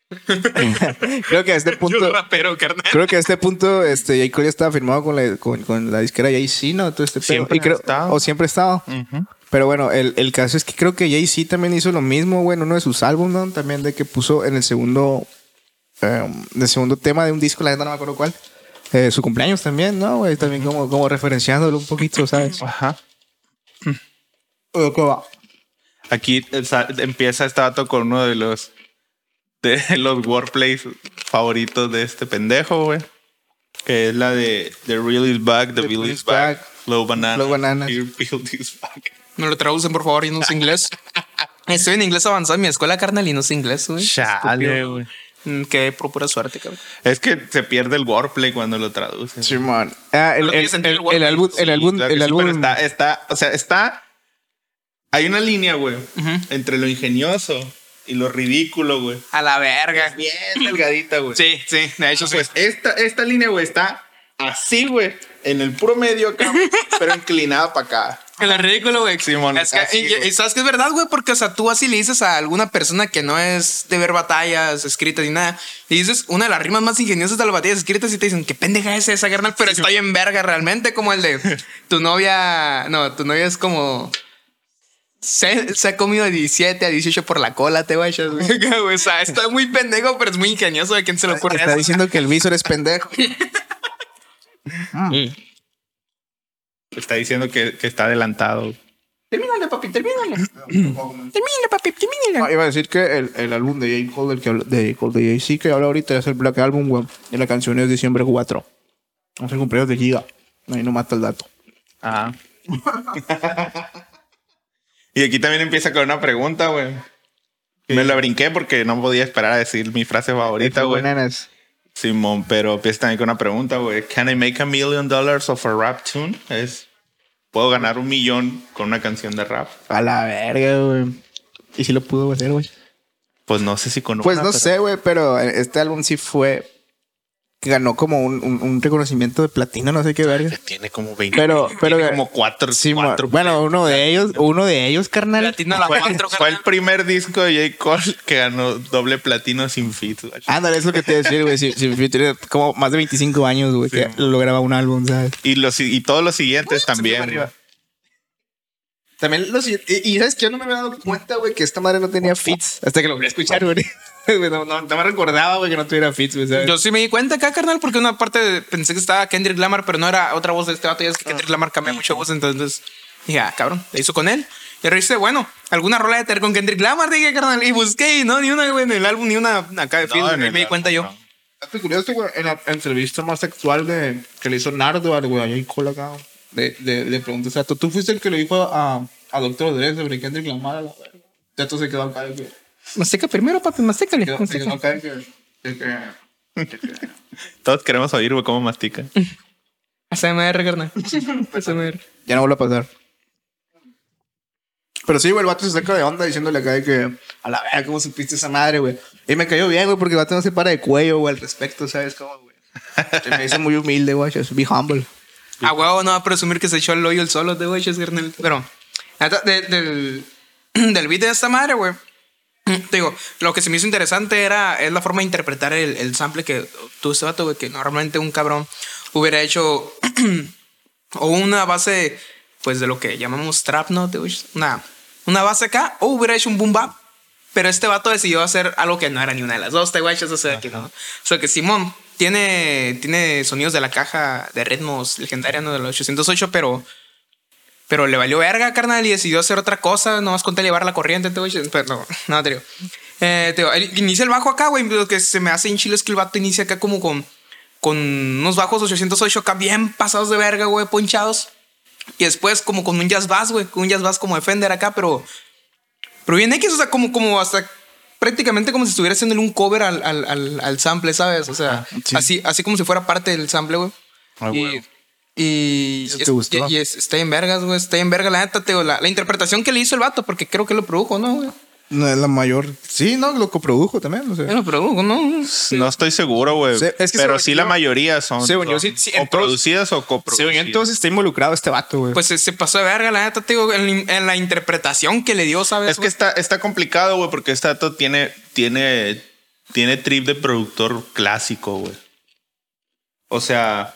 Speaker 1: creo que a este
Speaker 3: Yo
Speaker 1: punto,
Speaker 3: rapero, carnal.
Speaker 1: creo que a este punto, este, J. Cole ya estaba firmado con la, con, con la disquera Jay-Z, ¿no? Todo este pedo.
Speaker 2: Siempre
Speaker 1: Y creo-
Speaker 2: ha estado.
Speaker 1: O siempre ha estado. Pero bueno, el, el caso es que creo que Jay-Z también hizo lo mismo, güey, en uno de sus álbumes, ¿no? También de que puso en el segundo, em, el segundo tema de un disco, la neta no me acuerdo cuál, eh, su cumpleaños también, ¿no? Güey, también como, como referenciándolo un poquito, ¿sabes?
Speaker 2: Ajá.
Speaker 1: Eh, ¿cómo va?
Speaker 2: Aquí el sa- empieza este vato con uno de los de los workplays favoritos de este pendejo, güey. Que es la de The Real is Back, The,
Speaker 1: The
Speaker 2: Bill
Speaker 1: Bill
Speaker 2: is
Speaker 1: is
Speaker 2: Back,
Speaker 1: Back,
Speaker 2: Low Banana.
Speaker 1: Low Bananas.
Speaker 2: Here Bill is Back.
Speaker 3: Me lo traducen, por favor, yo no sé inglés. Estoy en inglés avanzado en mi escuela, carnal, y no sé inglés, güey.
Speaker 2: Chale, güey.
Speaker 3: Mm, Qué por pura suerte, cabrón.
Speaker 2: Es que se pierde el wordplay cuando lo traducen.
Speaker 1: Simón. Ah, el,
Speaker 3: No tiene
Speaker 1: el-
Speaker 3: sentido
Speaker 1: el-
Speaker 3: el
Speaker 1: el álbum, el
Speaker 2: Sí,
Speaker 1: álbum,
Speaker 2: claro que
Speaker 1: el
Speaker 2: sí, pero
Speaker 1: álbum.
Speaker 2: está, está, o sea, está. Hay una línea, güey, entre lo ingenioso y lo ridículo, güey.
Speaker 3: A la verga. Ah,
Speaker 2: Bien delgadita, güey.
Speaker 3: Sí, sí, de hecho sí.
Speaker 2: Pues esta, esta línea, güey, está así, güey. En el puro medio acá, güey, pero inclinada para acá.
Speaker 3: En la ridícula, güey.
Speaker 2: Simón,
Speaker 3: Es
Speaker 1: Ah,
Speaker 3: que-
Speaker 2: así,
Speaker 3: y- y,
Speaker 2: güey.
Speaker 3: sabes que es verdad, güey, porque, o sea, tú así le dices a alguna persona que no es de ver batallas escritas ni nada, le dices una de las rimas más ingeniosas de las batallas escritas y te dicen, qué pendeja es esa, carnal, pero estoy en verga realmente, como el de tu novia, no, tu novia es como... Se, se ha comido de 17 a 18 por la cola, te vayas, güey. O sea, está muy pendejo, pero es muy ingenioso. ¿A quién se le ocurre
Speaker 1: Está
Speaker 3: eso?
Speaker 1: diciendo que el visor es pendejo.
Speaker 2: Está diciendo que, que está adelantado.
Speaker 3: Termínale, papi, termínale. Termínale, papi, termínale.
Speaker 1: Ah, iba a decir que el, el álbum de J. Cole, del que habla- de J. Cole, de Jay-Z que habla ahorita es el Black Album, güey. Y la canción es Diciembre 4. No el cumpleaños de Giga. Ahí no mata el dato.
Speaker 2: Ah. y aquí también empieza con una pregunta, güey. Me la brinqué porque no podía esperar a decir mi frase favorita, güey.
Speaker 1: Bananas.
Speaker 2: Simón, pero empieza también con una pregunta, güey. ¿Can I make a million dollars of a rap tune? Es, ¿puedo ganar un millón con una canción de rap?
Speaker 1: A la verga, güey. ¿Y si lo pudo hacer, güey?
Speaker 2: Pues no sé si con
Speaker 1: Pues
Speaker 2: una,
Speaker 1: no
Speaker 2: pero-
Speaker 1: sé, güey, pero este álbum sí fue. Ganó como un, un- un reconocimiento de platino, no sé qué verga.
Speaker 2: Tiene como 20.
Speaker 1: Pero, pero.
Speaker 2: tiene como cuatro.
Speaker 1: Sí, mo-
Speaker 2: cuatro-
Speaker 1: bueno, uno de ellos, uno de ellos, carnal.
Speaker 3: Platino a la
Speaker 2: fue,
Speaker 3: cuatro,
Speaker 2: fue el
Speaker 3: carnal.
Speaker 2: primer disco de J. Cole que ganó doble platino sin fit. güey.
Speaker 1: Ándale, es lo que te iba a decir, güey. Si, si- si tiene como más de 25 años, güey, que lo graba un álbum, ¿sabes?
Speaker 2: Y, los, y todos los siguientes también.
Speaker 1: fue
Speaker 2: güey.
Speaker 1: arriba. También los. Y, y sabes que yo no me había dado cuenta, güey, que esta madre no tenía fits hasta que lo volví a escuchar, güey. Güey, no, no, no me recordaba, güey, que no tuviera fits, güey, ¿sabes?
Speaker 3: Yo sí me di cuenta acá, carnal, porque una parte de- pensé que estaba Kendrick Lamar, pero no era otra voz de este vato. Ya es que Kendrick Lamar cambia mucho voz, entonces dije, ah, cabrón, le hizo con él. Y ahora dice, bueno, alguna rola de tener con Kendrick Lamar, dije, carnal, y busqué, y no, ni una, güey, en el álbum, ni una acá de
Speaker 2: No,
Speaker 3: film.
Speaker 2: en
Speaker 3: Ahí
Speaker 2: el
Speaker 3: me di cuenta yo.
Speaker 2: álbum,
Speaker 1: Estoy curioso, güey, en la entrevista más actual de, que le hizo Nardo al güey, ahí cola acá, güey, le, le, le pregunté, o sea, ¿tú, tú fuiste el que le dijo a, a Doctor Dre sobre Kendrick Lamar a la verga. Ya tú se quedó acá, güey.
Speaker 3: Masteca primero, papi, mastécale.
Speaker 1: Quedó- Se quedó acá, güey. que- que- que- que-
Speaker 2: Todos queremos oír, güey, cómo mastica.
Speaker 3: ASMR, carnal. ASMR.
Speaker 1: Ya no vuelve a pasar. Pero sí, güey, el vato se saca de onda diciéndole acá de que a la verga, ¿cómo supiste esa madre, güey? Y me cayó bien, güey, porque el vato no se para de cuello, güey, al respecto, ¿sabes cómo, güey? Se me hizo muy humilde, güey, just be humble.
Speaker 3: A huevo no va a presumir que se echó el hoyo el solo de güey, es carnal. Pero, neta, de- del, del beat de esta madre, güey. Te digo, lo que se me hizo interesante era es la forma de interpretar el, el sample que tú este vato, güey, que normalmente un cabrón hubiera hecho o una base, pues de lo que llamamos trap, ¿no? Te digo, Una, una base acá, o hubiera hecho un boom bap. Pero este vato decidió hacer algo que no era ni una de las dos, te guachas, o sea, que no. O sea, que Simón tiene, tiene sonidos de la caja de ritmos legendaria, ¿no? Del 808, pero. Pero le valió verga, carnal, y decidió hacer otra cosa, nomás con tal llevar la corriente, te guachas, Pero no, no, te digo. Eh, te digo, él inicia el bajo acá, güey. Lo que se me hace en Chile es que el vato inicia acá como con, con unos bajos 808 acá bien pasados de verga, güey, ponchados. Y después como con un jazz bass, güey, con un jazz bass como Defender acá, pero... Pero bien X, o sea, como, como hasta prácticamente como si estuviera haciéndole un cover al, al, al, al sample, ¿sabes? O sea, así, así como si fuera parte del sample, güey.
Speaker 2: Ah,
Speaker 3: Y-
Speaker 2: huevo.
Speaker 3: y,
Speaker 1: Eso
Speaker 3: y-
Speaker 1: te gustó.
Speaker 3: y- y es- está en vergas, güey. Está en verga la neta, te digo, la, la interpretación que le hizo el vato, porque creo que lo produjo, ¿no, güey?
Speaker 1: No es la mayor. Sí, no, lo coprodujo también, o sea.
Speaker 3: Él Lo produjo, ¿no?
Speaker 2: No estoy seguro, güey.
Speaker 1: Se- es que según
Speaker 2: pero sí la
Speaker 1: yo-
Speaker 2: mayoría son.
Speaker 1: según yo,
Speaker 2: son
Speaker 1: sí- sí,
Speaker 2: o
Speaker 1: en todos-
Speaker 2: producidas o coproducidas.
Speaker 1: entonces está involucrado este vato, güey.
Speaker 3: Pues se, se pasó de verga, la neta, te digo, en, en la interpretación que le dio, ¿sabes?
Speaker 2: Es que está, está complicado, güey, porque este dato tiene, tiene, tiene trip de productor clásico, güey. O sea,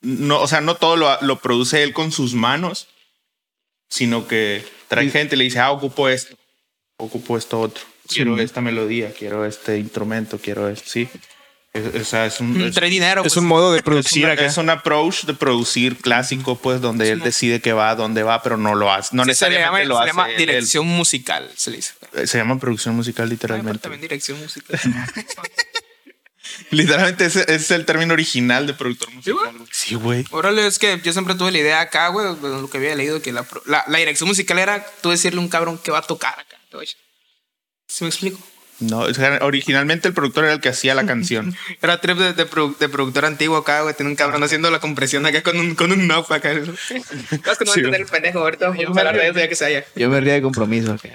Speaker 2: no, o sea, no todo lo, lo produce él con sus manos, sino que trae gente y le dice, ah, ocupo esto, ocupo esto otro, quiero esta melodía, quiero este instrumento, quiero esto, sí. Es- o sea, es un,
Speaker 3: güey.
Speaker 2: es-
Speaker 3: trae dinero.
Speaker 1: es
Speaker 3: pues.
Speaker 1: un modo de
Speaker 2: es
Speaker 1: producir
Speaker 2: una-
Speaker 1: acá.
Speaker 2: es un approach de producir clásico, pues, donde él decide que va, a dónde va, pero no lo hace. No
Speaker 3: Sí, se le
Speaker 2: necesariamente
Speaker 3: llama,
Speaker 2: lo
Speaker 3: se
Speaker 2: hace.
Speaker 3: llama
Speaker 2: él.
Speaker 3: dirección musical, se le dice.
Speaker 2: Eh, Se llama producción musical
Speaker 3: Ah, pero
Speaker 2: literalmente.
Speaker 3: También dirección musical.
Speaker 2: literalmente ese, ese es el término original de productor musical. güey. Sí, güey.
Speaker 3: Órale, es que yo siempre tuve la idea acá, güey, bueno, lo que había leído, que la, pro- la, la dirección musical era tú decirle a un cabrón que va a tocar acá. te voy a- ¿Sí me explico?
Speaker 2: No, o sea, originalmente el productor era el que hacía la canción.
Speaker 3: Era trip de, de produ- de productor antiguo acá, güey. Tiene un cabrón haciendo la compresión acá con un, con un knob acá. Sabes que no va a
Speaker 2: Sí,
Speaker 3: entender
Speaker 2: güey.
Speaker 3: el pendejo ahorita. Vamos a hablar de eso ya que se haya.
Speaker 1: Yo me ría de compromiso. ok.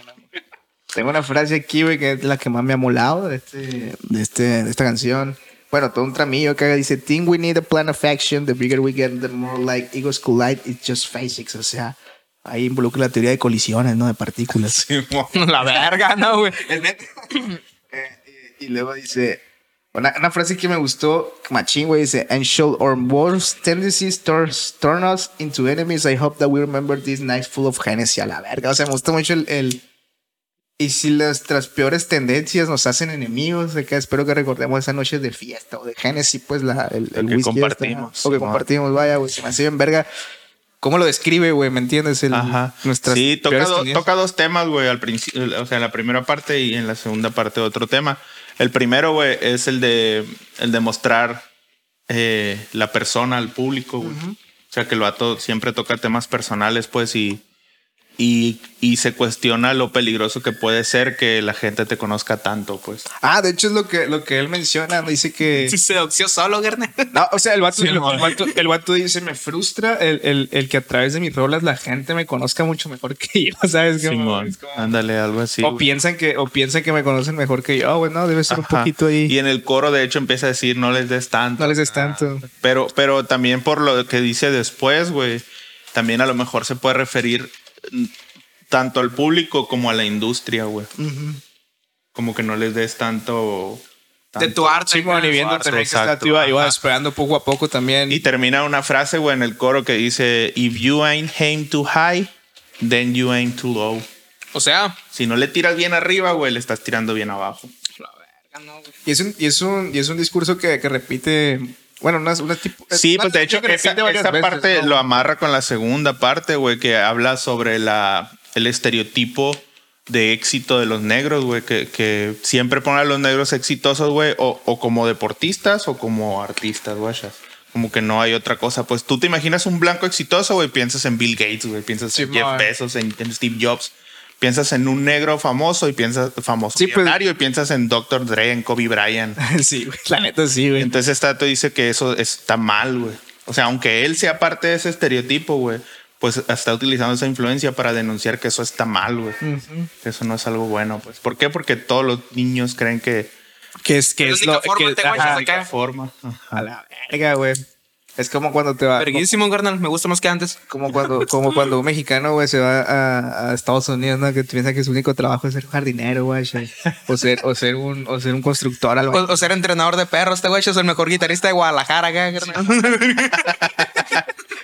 Speaker 1: Tengo una frase aquí, güey, que es la que más me ha molado de, este, de, este, de esta canción. Bueno, todo un tramillo que dice: Think we need a plan of action. The bigger we get, the more like egos collide. It's just basics. O sea, Ahí involucra la teoría de colisiones, ¿no? De partículas.
Speaker 2: Simón.
Speaker 3: La verga, no, güey.
Speaker 1: Es neta. Eh, y, y luego dice una, una frase que me gustó, machín, güey, dice, and should our worst tendencies turn, turn us into enemies, I hope that we remember this night full of Hennessy a la verga. O sea, me gusta mucho el, el- y si nuestras peores tendencias nos hacen enemigos, acá espero que recordemos esa noche de fiesta o de Hennessy, pues la, el, el
Speaker 2: Lo que
Speaker 1: whisky este,
Speaker 2: compartimos,
Speaker 1: ajá. o que
Speaker 2: Simón.
Speaker 1: compartimos, vaya, güey, se me hace bien verga. ¿Cómo lo describe, güey? ¿Me entiendes? El,
Speaker 2: Ajá.
Speaker 1: nuestras
Speaker 2: sí, toca,
Speaker 1: peores
Speaker 2: do-
Speaker 1: tendencias.
Speaker 2: toca dos temas, güey, al principio, o sea, en la primera parte y en la segunda parte otro tema. El primero, güey, es el de, el de mostrar eh, la persona al público, güey. O sea, que el vato siempre toca temas personales, pues, y, y, y se cuestiona lo peligroso que puede ser que la gente te conozca tanto, pues.
Speaker 1: Ah, de hecho es lo que, lo que él menciona, dice que...
Speaker 3: Sí, Se doxió solo, Gernel.
Speaker 1: No, o sea, el vato,
Speaker 2: Sí,
Speaker 1: el,
Speaker 2: mon.
Speaker 1: vato- el vato dice, me frustra el, el- el que a través de mis rolas la gente me conozca mucho mejor que yo, ¿sabes? Como-
Speaker 2: Simón,
Speaker 1: es como-
Speaker 2: ándale, algo así.
Speaker 1: o
Speaker 2: güey.
Speaker 1: piensan que o piensan que me conocen mejor que yo. Ah, bueno, debe ser un
Speaker 2: Ajá.
Speaker 1: poquito ahí.
Speaker 2: Y Ah, en el coro, de hecho, empieza a decir, no les des tanto.
Speaker 1: No les des tanto.
Speaker 2: Pero, pero también por lo que dice después, güey, también a lo mejor se puede referir mm, tanto al público como a la industria, güey. Como que no les des tanto...
Speaker 3: De
Speaker 2: tanto.
Speaker 3: tu arte.
Speaker 1: Sí, bueno, y viendo
Speaker 2: Exacto,
Speaker 1: también que está
Speaker 2: exacto,
Speaker 1: activa, iba
Speaker 2: ajá.
Speaker 1: esperando poco a poco también.
Speaker 2: Y termina una frase, güey, en el coro que dice, If you ain't aim too high, then you aim too low.
Speaker 3: O sea,
Speaker 2: Si no le tiras bien arriba, güey, le estás tirando bien abajo.
Speaker 3: la verga, no, güey.
Speaker 1: Y es un, y es un, y es un discurso que, que repite, bueno, unas, unas tipo. eh,
Speaker 2: Sí,
Speaker 1: unas-
Speaker 2: pues de hecho,
Speaker 1: que repite
Speaker 2: esa,
Speaker 1: varias
Speaker 2: esa
Speaker 1: veces,
Speaker 2: parte
Speaker 1: ¿no?
Speaker 2: lo amarra con la segunda parte, güey, que habla sobre la, el estereotipo de éxito de los negros, güey, que, que siempre ponen a los negros exitosos, güey, o, o como deportistas o como artistas, güey. Como que no hay otra cosa. Pues tú te imaginas un blanco exitoso, güey, piensas en Bill Gates, güey, piensas en
Speaker 1: Simón.
Speaker 2: Jeff Bezos, en, en Steve Jobs. Piensas en un negro famoso y piensas famoso
Speaker 1: Sí, pues-
Speaker 2: millonario y piensas en Dr. Dre, en Kobe Bryant.
Speaker 1: sí, güey, la neta sí, güey.
Speaker 2: Entonces este dato dice que eso está mal, güey. O sea, aunque él sea parte de ese estereotipo, güey, pues está utilizando esa influencia para denunciar que eso está mal, güey. Que eso no es algo bueno, pues. ¿Por qué? Porque todos los niños creen que...
Speaker 1: Que es que
Speaker 3: La
Speaker 1: es
Speaker 3: única
Speaker 1: lo
Speaker 3: forma
Speaker 1: que
Speaker 3: te guachas
Speaker 1: ajá,
Speaker 3: acá.
Speaker 2: de forma.
Speaker 1: a la verga, güey. Es como cuando te va
Speaker 3: Verguísimo, Gernel. Me gusta más que antes.
Speaker 1: Como cuando, como cuando un mexicano, güey, se va a, a Estados Unidos, ¿no? Que piensa que su único trabajo es ser jardinero, güey. sí. O ser, o ser un, o ser un constructor,
Speaker 3: O,
Speaker 1: algo
Speaker 3: o ser entrenador de perros, este güey es el mejor guitarrista de Guadalajara, acá, Gernel.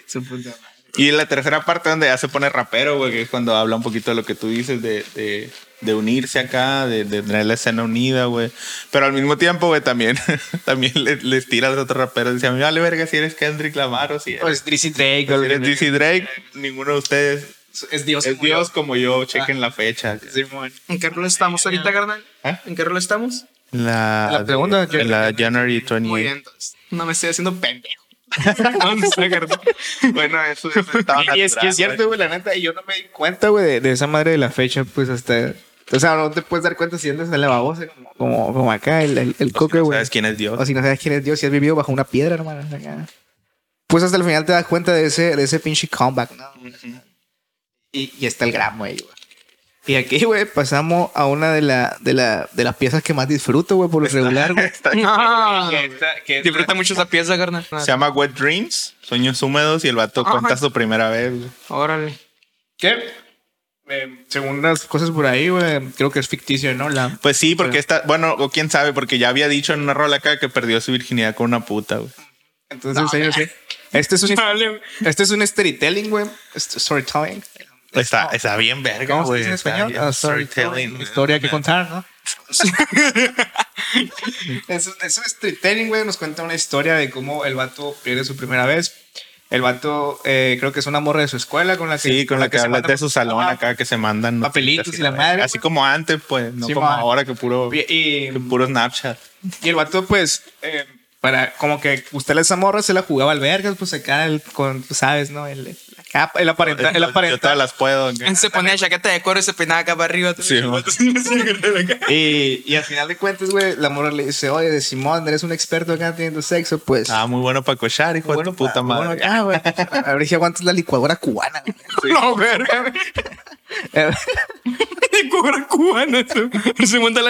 Speaker 1: Su puta madre.
Speaker 2: Y la tercera parte donde ya se pone rapero, güey, que es cuando habla un poquito de lo que tú dices, de, de- de unirse acá, de, de tener la escena unida, güey. Pero al mismo tiempo, güey, también, también le- les, tira a los otros raperos. Dice, a mí me vale verga si eres Kendrick Lamar o si eres...
Speaker 1: O es Drizzy Drake,
Speaker 2: Si
Speaker 1: o
Speaker 2: eres DC Drake, ninguno de ustedes
Speaker 1: es Dios.
Speaker 2: es Dios como yo. Chequen la fecha.
Speaker 1: Simón.
Speaker 3: ¿En qué rol estamos ahorita, Gernel?
Speaker 2: ¿Eh?
Speaker 3: ¿En qué rol estamos?
Speaker 2: La,
Speaker 1: La pregunta,
Speaker 2: de- la January 28.
Speaker 3: Muy bien, entonces. No me estoy haciendo pendejo. no, no sé, Gernel.
Speaker 2: Bueno, eso, eso estaba
Speaker 1: Y es que
Speaker 2: natural,
Speaker 1: es cierto, güey, la neta, y yo no me di cuenta, güey, de, de esa madre de la fecha, pues hasta. O sea, no te puedes dar cuenta si andas en la babosa, como, como, como acá, el, el, el
Speaker 2: güey.
Speaker 1: coque,
Speaker 2: No
Speaker 1: güey.
Speaker 2: ¿Sabes quién es Dios?
Speaker 1: O si no Pues, sabes quién es Dios, si has vivido bajo una piedra, hermano. acá. Pues hasta el final te das cuenta de ese, de ese pinche comeback, ¿no? y, y está el gramo ahí, güey. Y aquí, güey, pasamos a una de, la, de, la, de las piezas que más disfruto, güey, por lo regular, güey.
Speaker 2: Está-
Speaker 3: No.
Speaker 1: que-
Speaker 3: Disfruta mucho esa pieza, Gernel.
Speaker 2: Se llama Wet Dreams, Sueños Húmedos, y el vato
Speaker 3: Ajá.
Speaker 2: cuenta su primera vez. güey.
Speaker 3: Órale.
Speaker 1: ¿Qué? Eh, según las cosas por ahí, güey, creo que es ficticio, ¿no? La...
Speaker 2: Pues sí, porque está, bueno, o quién sabe, porque ya había dicho en una rola acá que perdió su virginidad con una puta, güey.
Speaker 1: Entonces, ellos, sí. Este es un, este es un storytelling, güey. Este- Storytelling.
Speaker 2: Está, está bien verga,
Speaker 1: ¿Cómo se
Speaker 2: güey.
Speaker 1: dice en
Speaker 2: está
Speaker 1: español?
Speaker 2: bien
Speaker 1: Ah,
Speaker 2: storytelling,
Speaker 1: Una
Speaker 2: güey.
Speaker 1: historia que contar, ¿no? es, un- es un storytelling, güey. Nos cuenta una historia de cómo el vato pierde su primera vez. El vato, eh, creo que es una morra de su escuela con la que.
Speaker 2: Sí, con la que,
Speaker 1: se
Speaker 2: hablas
Speaker 1: manda-
Speaker 2: de su salón
Speaker 1: Ajá.
Speaker 2: acá que se mandan
Speaker 1: Papelitos
Speaker 2: noticias
Speaker 1: y la madre,
Speaker 2: Así
Speaker 1: güey.
Speaker 2: como antes, pues, no
Speaker 1: Sí,
Speaker 2: como
Speaker 1: man.
Speaker 2: ahora que puro,
Speaker 1: Y, y-
Speaker 2: que puro Snapchat.
Speaker 1: y el vato, pues, eh, para como que gustarle a esa morra, se la jugaba al vergas, pues acá, el, con, tú sabes, ¿no? El, el, acá, el aparentar. El
Speaker 2: Yo- Yo todas
Speaker 1: aparentar.
Speaker 2: las puedo. ¿no?
Speaker 3: Se ponía chaqueta de cuero y se peinaba acá para arriba.
Speaker 2: Sí, mo.
Speaker 1: Y, y al final de cuentas, güey, la morra le dice, oye, de Simón, eres un experto acá teniendo sexo, pues.
Speaker 2: Ah, muy bueno para cochar, hijo de
Speaker 1: Bueno,
Speaker 2: tu puta
Speaker 1: pa-
Speaker 2: madre.
Speaker 1: bueno, ah, güey. A ver si aguantas la licuadora cubana. güey.
Speaker 3: No, verga.
Speaker 1: Eh,
Speaker 3: licuadora cubana. Se, se monta la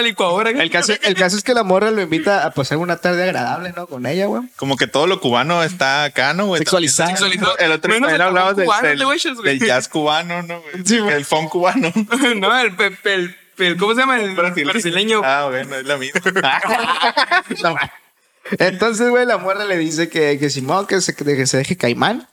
Speaker 3: licuadora.
Speaker 1: El caso, el caso es que la morra lo invita a pasar una tarde agradable, ¿no? Con ella, güey.
Speaker 2: Como que todo lo cubano está acá, ¿no, güey?
Speaker 1: Sexualizado.
Speaker 3: Sexualizado.
Speaker 2: El otro
Speaker 3: Menos
Speaker 2: día
Speaker 3: el
Speaker 2: hablamos del,
Speaker 3: cubano,
Speaker 2: del-
Speaker 3: le güeyes, güey.
Speaker 2: del jazz cubano, ¿no? güey? el funk cubano.
Speaker 3: No, el, pe- pe- el- el- ¿Cómo se llama? El brasileño.
Speaker 2: Ah, bueno, es la misma.
Speaker 1: No, ma. Entonces, güey, la morra le dice que, que Simón, que se, que se deje caimán.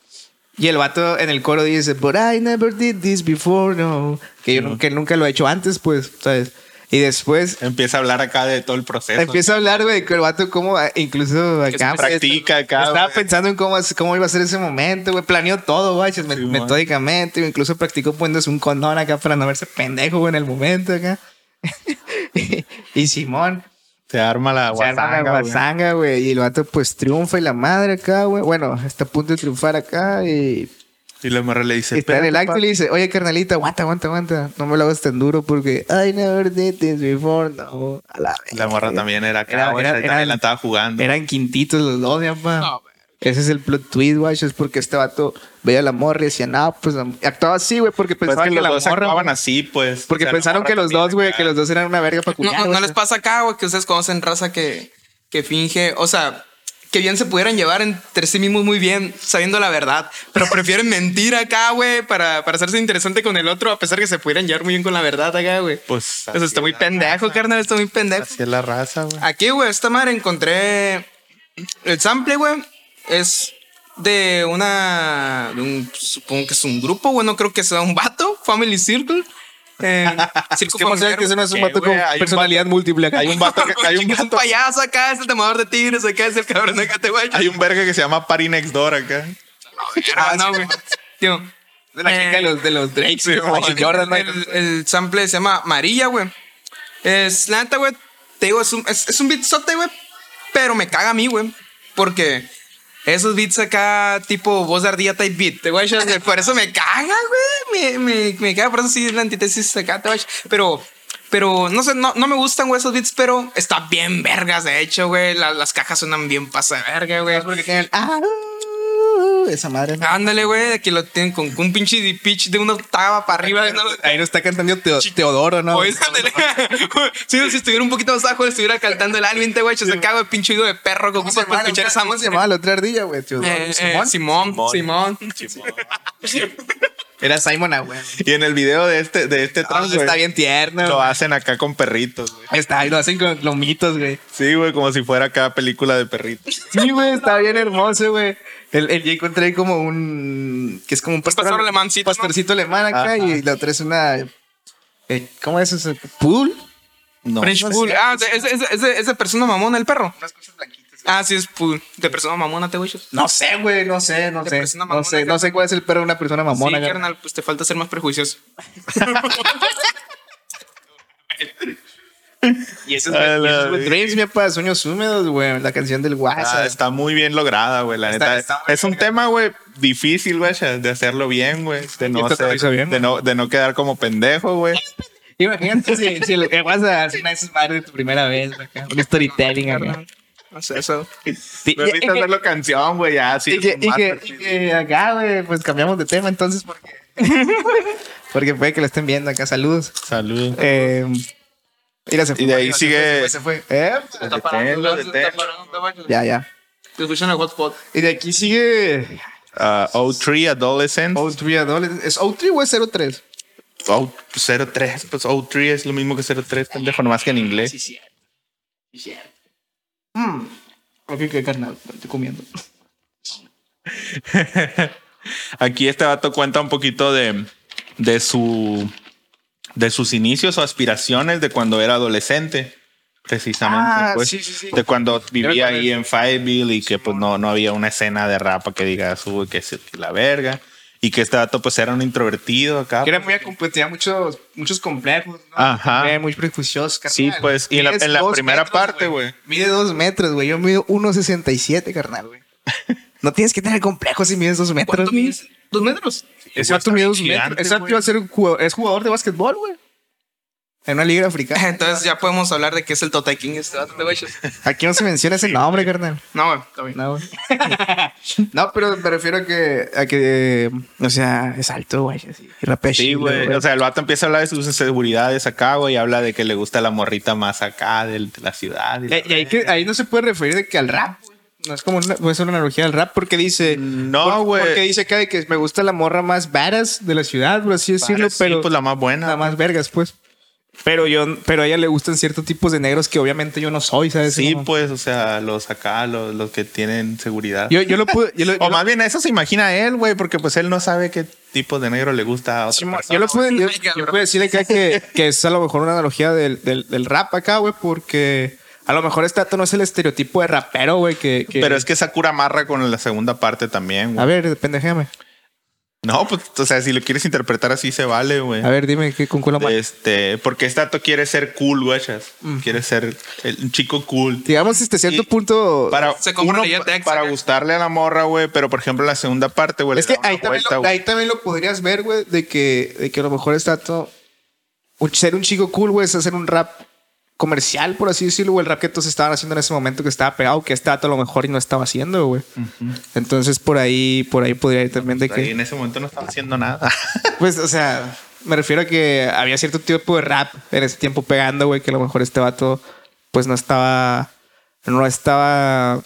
Speaker 1: Y el vato en el coro dice, But I never did this before, no. Que yo nu- que nunca lo he hecho antes, pues, ¿sabes? Y después
Speaker 2: Empieza a hablar acá de todo el proceso.
Speaker 1: empieza a hablar, güey, que el vato como ah, incluso acá... pues,
Speaker 3: Es-
Speaker 2: practica acá,
Speaker 1: Estaba
Speaker 2: güey.
Speaker 1: pensando en cómo, hace- cómo iba a ser ese momento, güey. Planeó todo, güey, chis, me-
Speaker 2: Sí, güey.
Speaker 1: metódicamente. Incluso practicó poniéndose un condón acá para no verse pendejo, güey, en el momento acá. y Simón...
Speaker 2: Se arma la
Speaker 1: Se arma la
Speaker 2: guasanga, güey.
Speaker 1: guasanga, güey. Y el vato, pues triunfa y la madre acá, güey. Bueno, está a punto de triunfar acá y
Speaker 2: Y la morra le dice,
Speaker 1: está en el
Speaker 2: "Espérate,
Speaker 1: acto y le dice: Oye, carnalita, aguanta, aguanta, aguanta. No me lo hagas tan duro porque I never did this before. No, a la
Speaker 2: pa". La morra
Speaker 1: verga.
Speaker 2: también era acá,
Speaker 1: Era-
Speaker 2: güey,
Speaker 1: era-
Speaker 2: también
Speaker 1: eran-
Speaker 2: la estaba jugando.
Speaker 1: Eran quintitos los dos, mi papá.
Speaker 3: No, güey.
Speaker 1: Ese es el plot twist, güey. Es porque este vato veía a la morra y decía, no, pues la- actuaba así, güey, porque
Speaker 2: Pues
Speaker 1: pensaba
Speaker 2: que
Speaker 1: que,
Speaker 2: los
Speaker 1: la
Speaker 2: dos
Speaker 1: morra.
Speaker 2: actuaban así, pues.
Speaker 1: Porque
Speaker 2: O sea, la
Speaker 1: pensaron
Speaker 2: morra
Speaker 1: que los
Speaker 2: también
Speaker 1: dos, güey,
Speaker 2: acá.
Speaker 1: que los dos eran una verga para
Speaker 3: No,
Speaker 1: culiar.
Speaker 3: no, no
Speaker 1: güey.
Speaker 3: les pasa acá, güey, que ustedes conocen raza que, que finge, o sea, que bien se pudieran llevar entre sí mismos muy bien, sabiendo la verdad, pero prefieren mentir acá, güey, para, para hacerse interesante con el otro, a pesar que se pudieran llevar muy bien con la verdad acá, güey.
Speaker 2: Pues,
Speaker 3: Eso
Speaker 2: así
Speaker 3: está muy
Speaker 2: es la
Speaker 3: pendejo, carnal, está muy pendejo.
Speaker 2: Así es la raza, güey.
Speaker 3: Aquí, güey, esta madre encontré el sample, güey, es de una, de un- supongo que es un grupo, güey, no creo que sea un vato, Family Circle. Eh, circo
Speaker 1: ¿Qué más
Speaker 3: familiar,
Speaker 1: que ese no es un
Speaker 2: ¿Qué,
Speaker 1: vato
Speaker 2: güey?
Speaker 1: con
Speaker 2: Hay un
Speaker 1: personalidad múltiple acá?
Speaker 2: Hay un vato que, hay un
Speaker 3: es un
Speaker 2: vato-
Speaker 3: payaso acá, es el temador de tigres acá, es el cabrón acá, te voy
Speaker 2: hay un verga que se llama Party Next Door acá.
Speaker 3: Ah, no, güey. Tío.
Speaker 1: De la chica de los, de los Drakes, de Michael Jordan, ¿no?
Speaker 3: el, el sample se llama Amarilla, güey. Es, la neta, güey, te digo, es un, es, es un beat sote, güey, pero me caga a mí, güey, porque esos beats acá, tipo voz de ardilla type beat, te voy a echar, güey, por eso me caga, güey, me, me, me caga, por eso sí, la antítesis acá, te voy a echar, pero... Pero no sé, no, no me gustan, güey, esos beats, pero está bien vergas, de hecho, güey. la- las cajas suenan bien pasa de verga, güey.
Speaker 1: porque tienen. Ah, uh, esa madre. ¿no?
Speaker 3: Ándale, güey, aquí lo tienen con con un pinche de pitch de una octava para arriba. ¿no?
Speaker 1: Ahí no está cantando Teo- Teodoro, ¿no?
Speaker 3: Oye, ándale. Sí, si estuviera un poquito más abajo, estuviera cantando el Alvin, te güey, se cago el pinche oído de perro que ocupas para escuchar esa
Speaker 1: ¿Cómo se
Speaker 3: madre.
Speaker 1: llamaba la otra ardilla, güey? Teodoro.
Speaker 3: Eh, eh,
Speaker 1: Simón.
Speaker 3: Simón, Simón.
Speaker 1: Era Simon, ah, güey.
Speaker 2: Y en el video de este, de este
Speaker 1: Ah,
Speaker 2: trans, güey,
Speaker 1: está bien tierno.
Speaker 2: lo
Speaker 1: güey.
Speaker 2: hacen acá con perritos, güey.
Speaker 1: Está, lo hacen con lomitos, güey.
Speaker 2: Sí, güey, como si fuera acá película de perritos.
Speaker 1: Sí, güey, está bien hermoso, güey. El, el Jake trae como un. que es como un pastor,
Speaker 3: pastor alemancito,
Speaker 1: pastorcito alemán acá
Speaker 2: Ajá.
Speaker 1: y la otra es una. eh, ¿Cómo es eso? ¿Pool?
Speaker 2: No.
Speaker 3: French
Speaker 1: no
Speaker 3: Pool.
Speaker 1: sé.
Speaker 3: Ah, es, es- es de- es de persona mamona el perro.
Speaker 1: Unas cosas blanquitas.
Speaker 3: Ah, sí, es Pool. De persona mamona, te güey. Sí,
Speaker 1: No sé, güey, no sé, no
Speaker 3: De
Speaker 1: sé.
Speaker 3: persona
Speaker 1: No
Speaker 3: mamona,
Speaker 1: sé, no
Speaker 3: carnal.
Speaker 1: sé cuál es el perro de una persona mamona. güey.
Speaker 3: carnal, pues te falta ser más prejuicioso.
Speaker 1: Y eso
Speaker 2: A Ah, la
Speaker 1: es
Speaker 2: vez.
Speaker 1: With Dreams, mi papá, sueños húmedos, güey. La canción del
Speaker 2: Ah,
Speaker 1: WhatsApp.
Speaker 2: está muy bien lograda, güey, la
Speaker 1: Está-
Speaker 2: neta.
Speaker 1: está muy
Speaker 2: es un tema, güey, difícil, güey, de hacerlo bien, güey. De no,
Speaker 1: Esto te lo
Speaker 2: ser-
Speaker 1: hizo bien,
Speaker 2: de,
Speaker 1: güey.
Speaker 2: no, de no quedar como pendejo, güey.
Speaker 1: Imagínate si, si el WhatsApp hace una de esas madres de tu primera vez, güey, acá. Un storytelling, acá.
Speaker 3: Carnal. No sé, eso.
Speaker 1: Sí,
Speaker 2: Me
Speaker 1: y- y
Speaker 2: ahorita
Speaker 1: que-
Speaker 2: hacerlo canción, güey, ya así.
Speaker 1: y que-
Speaker 2: con
Speaker 1: y
Speaker 2: más
Speaker 1: que-
Speaker 2: perfil.
Speaker 1: y que acá, güey, pues cambiamos de tema entonces porque. porque puede que lo estén viendo acá. Saludos.
Speaker 2: Salud.
Speaker 1: Eh, mira, se fue,
Speaker 2: Y de ahí
Speaker 1: se fue,
Speaker 2: sigue-
Speaker 1: se fue, se fue. Eh,
Speaker 3: Está
Speaker 2: Deténlo,
Speaker 3: parando, está
Speaker 2: deténlo.
Speaker 3: parando, te voy
Speaker 1: ya,
Speaker 3: a-
Speaker 1: ya.
Speaker 3: Te escuchan el hotspot.
Speaker 1: Y de aquí sigue
Speaker 2: Ah, O3 Adolescent.
Speaker 1: O3 Adolescent. ¿Es O3 o es 03?
Speaker 2: O- 03, oh, pues O3 es lo mismo que 03,
Speaker 1: Eh,
Speaker 2: pendejo, nomás que en inglés.
Speaker 1: cierto. Sí, cierto. Mmm. Creo que qué carnal, estoy comiendo.
Speaker 2: Aquí este vato cuenta un poquito de, de, su, de sus inicios o aspiraciones de cuando era adolescente, precisamente.
Speaker 1: Ah,
Speaker 2: pues,
Speaker 1: sí, sí, sí.
Speaker 2: De cuando vivía
Speaker 1: con
Speaker 2: ahí en Fayetteville y que pues no, no había una escena de rapa que digas, uy, que es la verga. Y que este vato pues era un introvertido acá.
Speaker 1: Que era
Speaker 2: pues.
Speaker 1: muy, acom- pues, tenía muchos, muchos complejos, ¿no?
Speaker 2: Ajá.
Speaker 1: Eh, muy prejuiciosos, carnal.
Speaker 2: Sí, pues, y en la-
Speaker 1: Mides
Speaker 2: en la
Speaker 1: dos
Speaker 2: primera
Speaker 1: metros,
Speaker 2: parte, güey.
Speaker 1: Mide dos metros, güey. Yo mido 1.67, carnal, güey. No tienes que tener complejos si mides dos metros.
Speaker 3: ¿Cuánto
Speaker 1: güey.
Speaker 3: mides? ¿Dos metros?
Speaker 1: Exacto,
Speaker 2: Está
Speaker 1: mide dos
Speaker 2: gigante,
Speaker 1: metros. Exacto,
Speaker 2: güey.
Speaker 1: iba a ser un jugador, es jugador de básquetbol, güey. En una liga africana.
Speaker 3: Entonces ya podemos hablar de qué es el Total King este vato, güey.
Speaker 1: Aquí no se menciona ese nombre, carnal.
Speaker 3: No, güey, está bien.
Speaker 1: No, güey. No, pero me refiero a que, a que o sea, es alto, güey. así, Y rapea
Speaker 2: Sí,
Speaker 1: chido,
Speaker 2: güey. O sea, el vato empieza a hablar de sus inseguridades acá, güey. y Habla de que le gusta la morrita más acá del- de la ciudad. y la-
Speaker 1: Y, y ahí, que- ahí no se puede referir de que al rap. güey. No es como una, puede ser una analogía al rap porque dice.
Speaker 2: No,
Speaker 1: por-
Speaker 2: güey.
Speaker 1: Porque dice acá de que me gusta la morra más varas de la ciudad, por así decirlo,
Speaker 2: Sí,
Speaker 1: pero.
Speaker 2: pues la más buena.
Speaker 1: nada más vergas, pues. Pero yo, pero a ella le gustan ciertos tipos de negros que obviamente yo no soy, ¿sabes?
Speaker 2: Sí,
Speaker 1: Como-
Speaker 2: pues, o sea, los acá, los, los que tienen seguridad.
Speaker 1: Yo, yo lo pude. Yo lo, yo lo-
Speaker 2: o más bien, eso se imagina él, güey, porque pues él no sabe qué tipo de negro le gusta a otra
Speaker 1: Simón,
Speaker 2: persona.
Speaker 1: yo lo pude, yo,
Speaker 3: Ay, cabrón.
Speaker 1: yo pude decirle acá que, que es a lo mejor una analogía del, del, del rap acá, güey, porque a lo mejor este dato no es el estereotipo de rapero, güey, que, que-
Speaker 2: Pero es que Sakura amarra con la segunda parte también,
Speaker 1: A
Speaker 2: güey.
Speaker 1: ver, pendejame.
Speaker 2: No, pues, o sea, si lo quieres interpretar así, se vale, güey.
Speaker 1: A ver, dime ¿qué- con cuál lo ma-
Speaker 2: Este, porque este dato quiere ser cool, güey. chas.
Speaker 1: Mm.
Speaker 2: Quiere ser el- un chico cool.
Speaker 1: Digamos, este cierto
Speaker 2: Y-
Speaker 1: punto.
Speaker 2: Para,
Speaker 3: Se compra
Speaker 2: uno,
Speaker 3: la idea de Tex,
Speaker 2: para
Speaker 3: acá.
Speaker 2: gustarle a la morra, güey. Pero por ejemplo, la segunda parte, güey.
Speaker 1: es
Speaker 2: le
Speaker 1: que
Speaker 2: da una
Speaker 1: ahí también,
Speaker 2: vuelta,
Speaker 1: lo,
Speaker 2: güey.
Speaker 1: ahí también lo podrías ver, güey, de que, de que a lo mejor este dato. un- ser un chico cool, güey, es hacer un rap comercial, por así decirlo, güey, el rap que todos estaban haciendo en ese momento que estaba pegado, que este dato a lo mejor y no estaba haciendo, güey. Entonces, por ahí, por ahí podría ir también de que.
Speaker 2: Ahí en ese momento no estaba haciendo nada.
Speaker 1: Pues, o sea, me refiero a que había cierto tipo de rap en ese tiempo pegando, güey, que a lo mejor este vato, pues no estaba. No estaba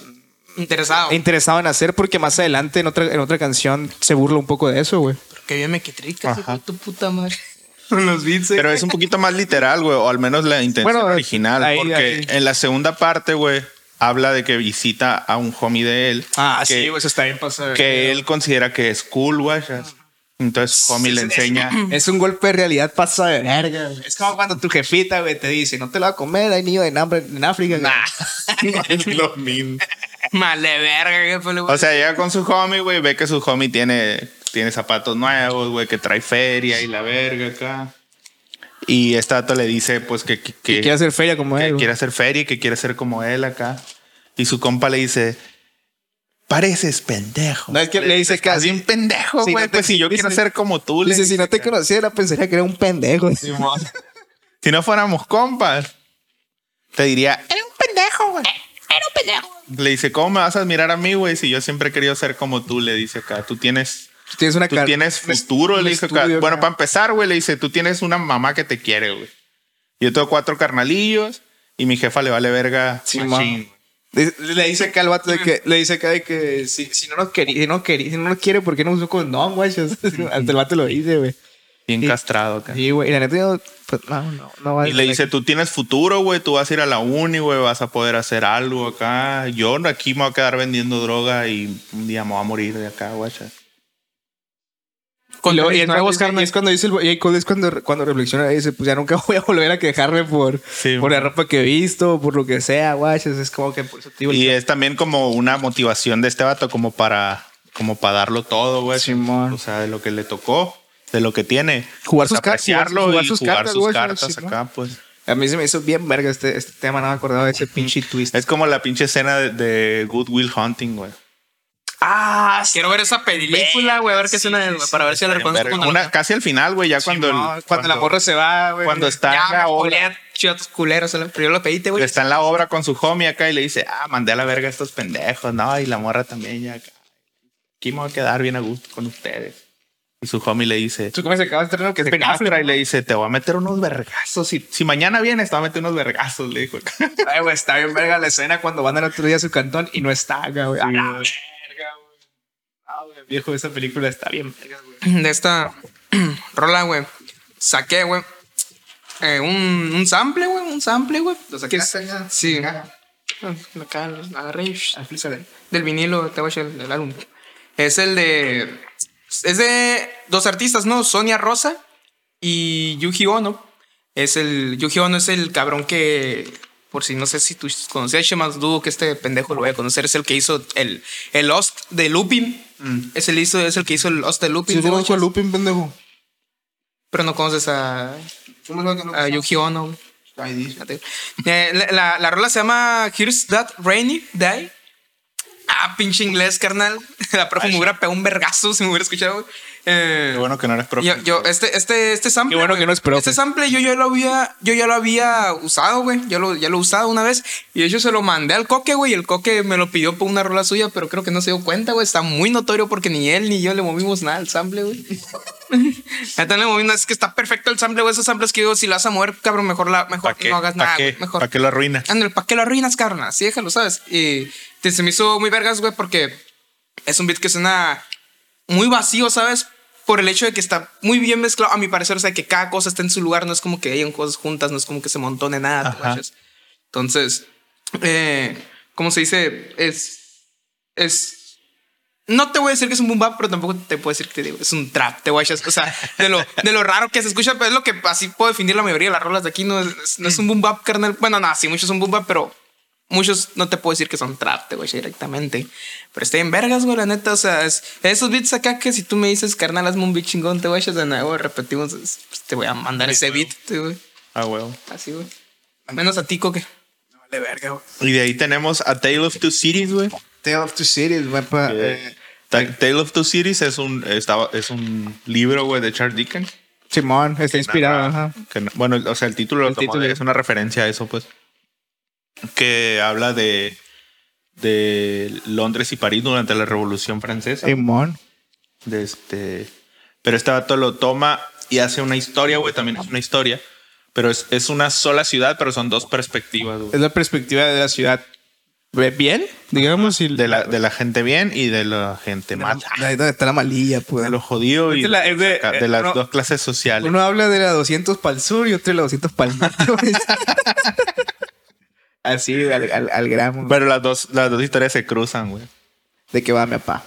Speaker 3: Interesado.
Speaker 1: interesado en hacer, porque más adelante en otra, en otra canción se burla un poco de eso, güey.
Speaker 3: Qué bien me quitricas, hijo de tu puta madre. Los beats, eh.
Speaker 2: Pero es un poquito más literal, güey, o al menos la intención
Speaker 1: Bueno,
Speaker 2: original.
Speaker 1: ahí,
Speaker 2: porque
Speaker 1: ahí.
Speaker 2: en la segunda parte, güey, habla de que visita a un homie de él. que,
Speaker 1: Ah, eso está bien pasado.
Speaker 2: Que él considera que es cool, güey. chas. Entonces, su homie le enseña.
Speaker 1: Es un golpe de realidad pasado de verga, güey. Es como cuando tu jefita, güey, te dice, no te lo va a comer, hay niño en hambre en África. güey".
Speaker 2: lo mismo.
Speaker 3: Male verga, que fue lo
Speaker 2: O sea, llega con su homie, güey, ve que su homie tiene, tiene zapatos nuevos, güey, que trae feria y la verga acá. Y este dato le dice, pues, que, que,
Speaker 1: Y
Speaker 2: que-
Speaker 1: quiere hacer feria como
Speaker 2: que
Speaker 1: él. güey.
Speaker 2: quiere hacer feria y que quiere ser como él acá. Y su compa le dice, pareces pendejo.
Speaker 1: No, es que le dice
Speaker 2: estás
Speaker 1: casi-
Speaker 2: bien pendejo,
Speaker 1: Si
Speaker 2: güey.
Speaker 1: no te-
Speaker 2: pues si yo
Speaker 1: dice-
Speaker 2: quiero ser como tú. le
Speaker 1: Dice, si no te
Speaker 2: acá.
Speaker 1: conociera, pensaría que era un pendejo.
Speaker 2: Si no fuéramos compas, te diría, eres un pendejo, güey. Le dice, ¿cómo me vas a admirar a mí, güey? Si yo siempre he querido ser como tú, le dice acá. Tú tienes
Speaker 1: Tienes una
Speaker 2: Tú
Speaker 1: cara-
Speaker 2: tienes
Speaker 1: un
Speaker 2: futuro,
Speaker 1: un
Speaker 2: le dice.
Speaker 1: estudio,
Speaker 2: ca- Bueno,
Speaker 1: cara.
Speaker 2: para empezar, güey, le dice, tú tienes una mamá que te quiere, güey. Yo tengo cuatro carnalillos y mi jefa le vale verga.
Speaker 1: Sí,
Speaker 2: machín,
Speaker 1: ma.
Speaker 2: güey.
Speaker 1: Le, le dice acá al vato de que le dice acá de que si, si no nos quería, si no nos querí- si no nos quiere, ¿por qué no usó condón, güey? Hasta el vato lo dice, güey.
Speaker 2: Bien
Speaker 1: Y-
Speaker 2: castrado acá.
Speaker 1: Sí, güey. Y la neta yo, pues, no, no, no va a-
Speaker 2: Y le dice, tú tienes futuro, güey, tú vas a ir a la uni, güey, vas a poder hacer algo acá. Yo aquí me voy a quedar vendiendo droga y un día me voy a morir de acá, guacha.
Speaker 1: Y,
Speaker 3: Con
Speaker 1: luego- y
Speaker 3: tenis
Speaker 1: es cuando-
Speaker 3: nuevos,
Speaker 1: y
Speaker 3: carnal.
Speaker 1: es cuando dice el y Cole es cuando, cuando reflexiona y dice, pues ya nunca voy a volver a quejarme por,
Speaker 2: Sí,
Speaker 1: por
Speaker 2: güey.
Speaker 1: la ropa que he visto, por lo que sea, güey. Es como que por eso te digo,
Speaker 2: Y es también como una motivación de este vato como para, como para darlo todo, güey.
Speaker 1: Simón.
Speaker 2: O sea, de lo que le tocó, de lo que tiene.
Speaker 1: Jugar sus car-
Speaker 2: Apreciarlo
Speaker 1: jugar- jugar
Speaker 2: y
Speaker 1: sus
Speaker 2: jugar
Speaker 1: cartas,
Speaker 2: sus
Speaker 1: güey,
Speaker 2: cartas
Speaker 1: Simón.
Speaker 2: acá, pues.
Speaker 1: a mí se me hizo bien verga este, este tema, no me acordaba de ese pinche twist.
Speaker 2: Es como la pinche escena de, de Good Will Hunting, güey.
Speaker 1: Ah,
Speaker 3: Quiero ver esa película, güey, a ver qué escena es, güey, para ver si la reconozco
Speaker 2: Verga.
Speaker 3: cuando
Speaker 2: Una-
Speaker 3: la-
Speaker 2: casi al final, güey, ya cuando, el-
Speaker 1: cuando, la morra se va, güey.
Speaker 2: cuando está
Speaker 3: Ya,
Speaker 2: en la
Speaker 3: me
Speaker 2: obra,
Speaker 3: culean chotos culeros, pero yo lo pediste, güey.
Speaker 2: está en la obra con su homie acá y le dice, ah, mandé a la verga a estos pendejos, no, y la morra también ya acá. Aquí me voy a quedar bien a gusto con ustedes. Y su homie le dice,
Speaker 1: Tú cómo se este acabas de entrenar que es
Speaker 2: se
Speaker 1: Ben Affleck,
Speaker 2: castra y le dice, te voy a meter unos vergazos. Si, si mañana vienes, te voy a meter unos vergazos, le dijo.
Speaker 1: Ay, güey, está bien verga la escena cuando van al otro día a su cantón y no está, güey. A la verga, güey. Ah, güey, viejo, esa película está bien verga, güey.
Speaker 3: de esta rola, güey. Saqué, güey. eh, un, un sample, güey. Un sample, güey. Lo saqué. Sí. Ah, Acá lo agarré y sh- del vinilo, te voy a echar el, el álbum. Es el de. Es de dos artistas, ¿no? Sonia Rosa y Yuji Ono. Es el. Yuji Ono es el cabrón que. Por si no sé si tú conocías, yo más dudo que este pendejo lo voy a conocer. Es el que hizo el, el host de Lupin. Es, el hizo, es el que hizo el host de Lupin.
Speaker 1: Sí,
Speaker 3: de
Speaker 1: conozco a
Speaker 3: Wachas.
Speaker 1: Lupin, pendejo.
Speaker 3: Pero no conoces a,
Speaker 1: ¿Cómo es que no?
Speaker 3: a Yuji Ono. güey. Eh, la, la, la rola se llama Here's That Rainy Day. Ah, pinche inglés, carnal. La profe me hubiera pegado un vergazo si me hubiera escuchado. güey. Eh,
Speaker 2: Qué bueno que no eres profe.
Speaker 3: yo, yo, este, este, este sample.
Speaker 1: Qué bueno
Speaker 3: güey,
Speaker 1: que no es profe.
Speaker 3: Este sample yo ya lo había, yo ya lo había usado, güey. Yo lo, ya lo he usado una vez. Y de hecho se lo mandé al coque, güey. Y el coque me lo pidió por una rola suya, pero creo que no se dio cuenta, güey. Está muy notorio porque ni él ni yo le movimos nada al sample, güey. Neta, no le movimos nada. Es que está perfecto el sample, güey. Esos samples que digo, si lo vas a mover, cabrón, mejor la,
Speaker 2: ¿Para
Speaker 3: mejor
Speaker 2: qué?
Speaker 3: no hagas
Speaker 2: ¿Para
Speaker 3: nada,
Speaker 2: qué?
Speaker 3: güey. Mejor.
Speaker 2: ¿Para qué lo arruinas?
Speaker 3: Ándale, ¿para qué lo arruinas, cabrón? Así déjalo, ¿sabes? Y te- se me hizo muy vergas, güey, porque es un beat que suena muy vacío, ¿sabes? Por el hecho de que está muy bien mezclado, a mi parecer, o sea, que cada cosa está en su lugar, no es como que hayan cosas juntas, no es como que se montone nada,
Speaker 2: Ajá.
Speaker 3: ¿sabes? Entonces, eh, ¿cómo se dice? Es. Es. No te voy a decir que es un boom bap, pero tampoco te puedo decir que te digo, es un trap, te guachas. O sea, de lo, de lo raro que se escucha, pero es lo que así puedo definir la mayoría de las rolas de aquí. No es, es- no es un boom bap, carnal. Bueno, nada, sí, muchos son boom bap, pero muchos no te puedo decir que son trap, te guachas directamente. Pero estoy en vergas, güey, la neta. O sea, es- esos beats acá que si tú me dices, carnal, hazme un beat chingón, te guachas de nuevo, repetimos, es- pues, te voy a mandar
Speaker 2: Sí,
Speaker 3: ese
Speaker 2: huevo.
Speaker 3: beat, te- güey.
Speaker 2: Ah, huevo.
Speaker 3: Así, güey. Menos a ti, Coque.
Speaker 1: Vale, verga, güey.
Speaker 2: Y de ahí tenemos a Tale of Two Cities, güey.
Speaker 1: Tale of Two Cities, mapa.
Speaker 2: Eh, Ta- Tale of Two Cities es un, estaba, es un libro, güey, de Charles Dickens.
Speaker 1: Simón, está inspirado,
Speaker 2: narra-
Speaker 1: ajá.
Speaker 2: que na- bueno, o sea, el título, lo
Speaker 1: El
Speaker 2: tomó
Speaker 1: título.
Speaker 2: de- es una referencia a eso, pues. Que habla de, de Londres y París durante la Revolución Francesa.
Speaker 1: Simón.
Speaker 2: De este, pero este vato lo toma y hace una historia, güey, también es una historia. Pero es, es una sola ciudad, pero son dos perspectivas, güey.
Speaker 1: Es la perspectiva de la ciudad. ¿Ve bien? Digamos, y
Speaker 2: De la, de la gente bien y de la gente mala.
Speaker 1: Ahí donde está la malilla, pues.
Speaker 2: De lo jodido y
Speaker 1: Es de la- es de- eh,
Speaker 2: de las
Speaker 1: uno-
Speaker 2: dos clases sociales.
Speaker 1: Uno habla de la 200 para el sur y otro de la 200 para el norte. güey. Así, al, al- al gramo.
Speaker 2: Pero las dos, las dos historias se cruzan, güey.
Speaker 1: ¿De qué va mi papá?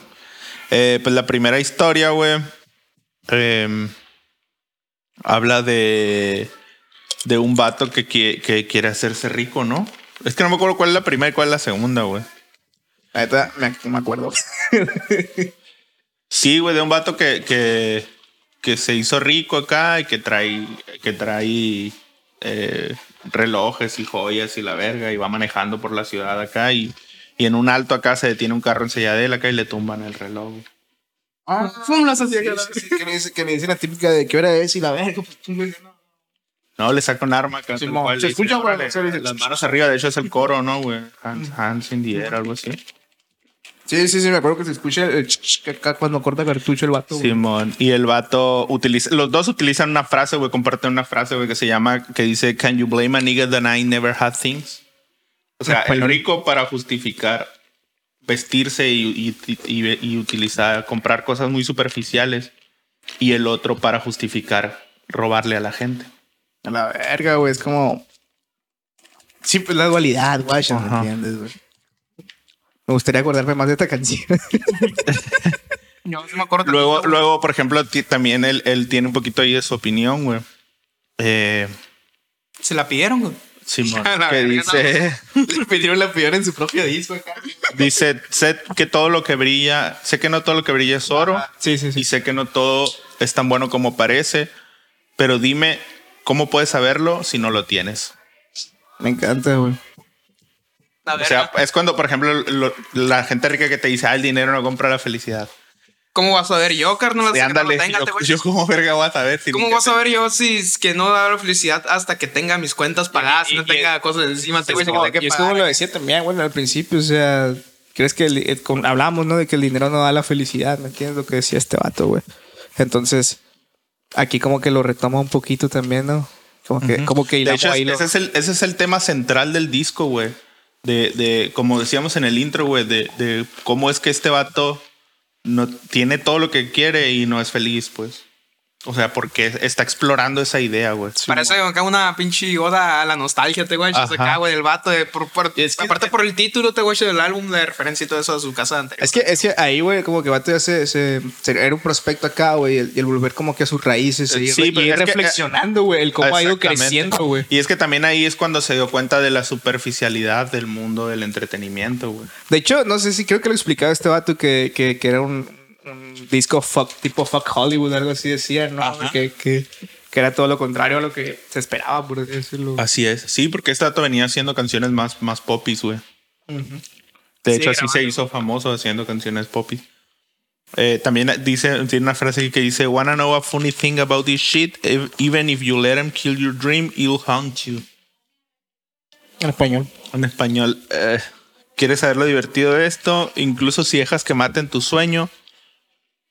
Speaker 2: Eh, pues la primera historia, güey. em, habla de. De un vato que, qui- que quiere hacerse rico, ¿no? Es que no me acuerdo cuál es la primera y cuál es la segunda, güey.
Speaker 1: La neta, me, me acuerdo.
Speaker 2: Sí, güey, de un vato que, que, que se hizo rico acá y que trae, que trae eh, relojes y joyas y la verga y va manejando por la ciudad acá y, y en un alto acá se detiene un carro enseguida de él acá y le tumban el reloj. güey.
Speaker 3: Fúmlas así, acá,
Speaker 1: Sí, sí, que, me dice, que me dice la típica de qué hora es y la verga. Pues, tú, güey, no.
Speaker 2: No, le saca un arma acá.
Speaker 1: Sí,
Speaker 2: tal
Speaker 1: mo,
Speaker 2: cual,
Speaker 1: se
Speaker 2: le dice,
Speaker 1: escucha, güey,
Speaker 2: "Órale",
Speaker 1: se dice.
Speaker 2: Las manos arriba, de hecho es el coro, ¿no, güey? Hans, Hans in the air, algo así.
Speaker 1: sí, sí, sí, me acuerdo que se escucha el ch- ch- que acá cuando corta cartucho el vato. güey.
Speaker 2: Simón. Y el vato utiliza, los dos utilizan una frase, güey, comparten una frase, güey, que se llama, que dice, Can you blame a nigga that I never had things? O sea, el rico para justificar vestirse y, y- y- y utilizar, comprar cosas muy superficiales. Y el otro para justificar robarle a la gente.
Speaker 1: A la verga, güey, es como. Sí, pues la dualidad, güey, ¿me
Speaker 2: Ajá.
Speaker 1: entiendes, güey? Me gustaría acordarme más de esta canción.
Speaker 3: Yo sí me acuerdo.
Speaker 2: Luego,
Speaker 3: tantito, güey.
Speaker 2: luego por ejemplo, ti- también él, él tiene un poquito ahí de su opinión, güey. Eh,
Speaker 3: Se la pidieron, güey.
Speaker 2: Simón,
Speaker 3: A la
Speaker 2: que
Speaker 3: verga,
Speaker 2: dice,
Speaker 1: Le pidieron la peor en su propio disco acá.
Speaker 2: dice, sé que todo lo que brilla, sé que no todo lo que brilla es oro
Speaker 1: Sí, sí, sí.
Speaker 2: y sé que no todo es tan bueno como parece, pero dime, ¿cómo puedes saberlo si no lo tienes?
Speaker 1: Me encanta, güey.
Speaker 3: La
Speaker 2: O sea,
Speaker 3: verga.
Speaker 2: es cuando, por ejemplo, lo- la gente rica que te dice, ah, el dinero no compra la felicidad.
Speaker 3: ¿Cómo vas a ver yo, carnal?
Speaker 2: Sí,
Speaker 3: hasta que no lo
Speaker 2: ándale,
Speaker 3: tenga,
Speaker 2: yo, pues,
Speaker 3: te voy a-
Speaker 2: yo como verga voy a saber. si
Speaker 3: ¿Cómo
Speaker 2: nunca
Speaker 3: vas a ver yo si es que no da la felicidad hasta que tenga mis cuentas pagadas,
Speaker 2: y-
Speaker 3: no
Speaker 2: y-
Speaker 3: tenga cosas encima? te
Speaker 2: Este
Speaker 3: voy a tener que
Speaker 1: y es Pues como
Speaker 3: pagar?
Speaker 1: lo decía también, bueno, al principio, o sea, crees que el- eh, con- hablamos, ¿no? De que el dinero no da la felicidad, ¿me entiendes? Lo que decía este vato, güey. Entonces, aquí como que lo retoma un poquito también, ¿no? Como que, como que
Speaker 2: De
Speaker 1: hilamos
Speaker 2: hecho,
Speaker 1: ahí
Speaker 2: es-
Speaker 1: lo-
Speaker 2: ese, es el, ese es el tema central del disco, güey. De, de, como decíamos en el intro, güey, de, de cómo es que este vato no tiene todo lo que quiere y no es feliz, pues. O sea, porque está explorando esa idea, güey.
Speaker 3: Parece acá una pinche oda a la nostalgia, te guachas
Speaker 2: Ajá.
Speaker 3: acá, güey, del vato. De, por, por-
Speaker 2: Es que-
Speaker 3: aparte por el título, te guachas del álbum de referencia y todo eso a su casa anterior.
Speaker 1: Es que, es que ahí, güey, como que vato ya se, se- se- era un prospecto acá, güey, y el, y el volver como que a sus raíces,
Speaker 2: Eh,
Speaker 1: y,
Speaker 2: sí, pero
Speaker 1: y
Speaker 2: es que-
Speaker 1: reflexionando, güey, el cómo ha ido
Speaker 2: Exactamente.
Speaker 1: creciendo, güey.
Speaker 2: Y es que también ahí es cuando se dio cuenta de la superficialidad del mundo del entretenimiento, güey.
Speaker 1: De hecho, no sé si creo que lo explicaba este vato que, que, que era un, un disco fuck, tipo fuck Hollywood, algo así decía, ¿no? Que, que, que era todo lo contrario a lo que se esperaba, por así decirlo.
Speaker 2: Así es. Sí, porque este vato venía haciendo canciones más, más popis, güey. De
Speaker 3: Sí,
Speaker 2: hecho, así se
Speaker 3: grabando.
Speaker 2: hizo famoso haciendo canciones popis. Eh, también dice, tiene una frase aquí que dice, Wanna know a funny thing about this shit? If- even if you let him kill your dream, he'll haunt you.
Speaker 4: En español.
Speaker 2: En español, eh, ¿quieres saber lo divertido de esto? Incluso si dejas que maten tu sueño,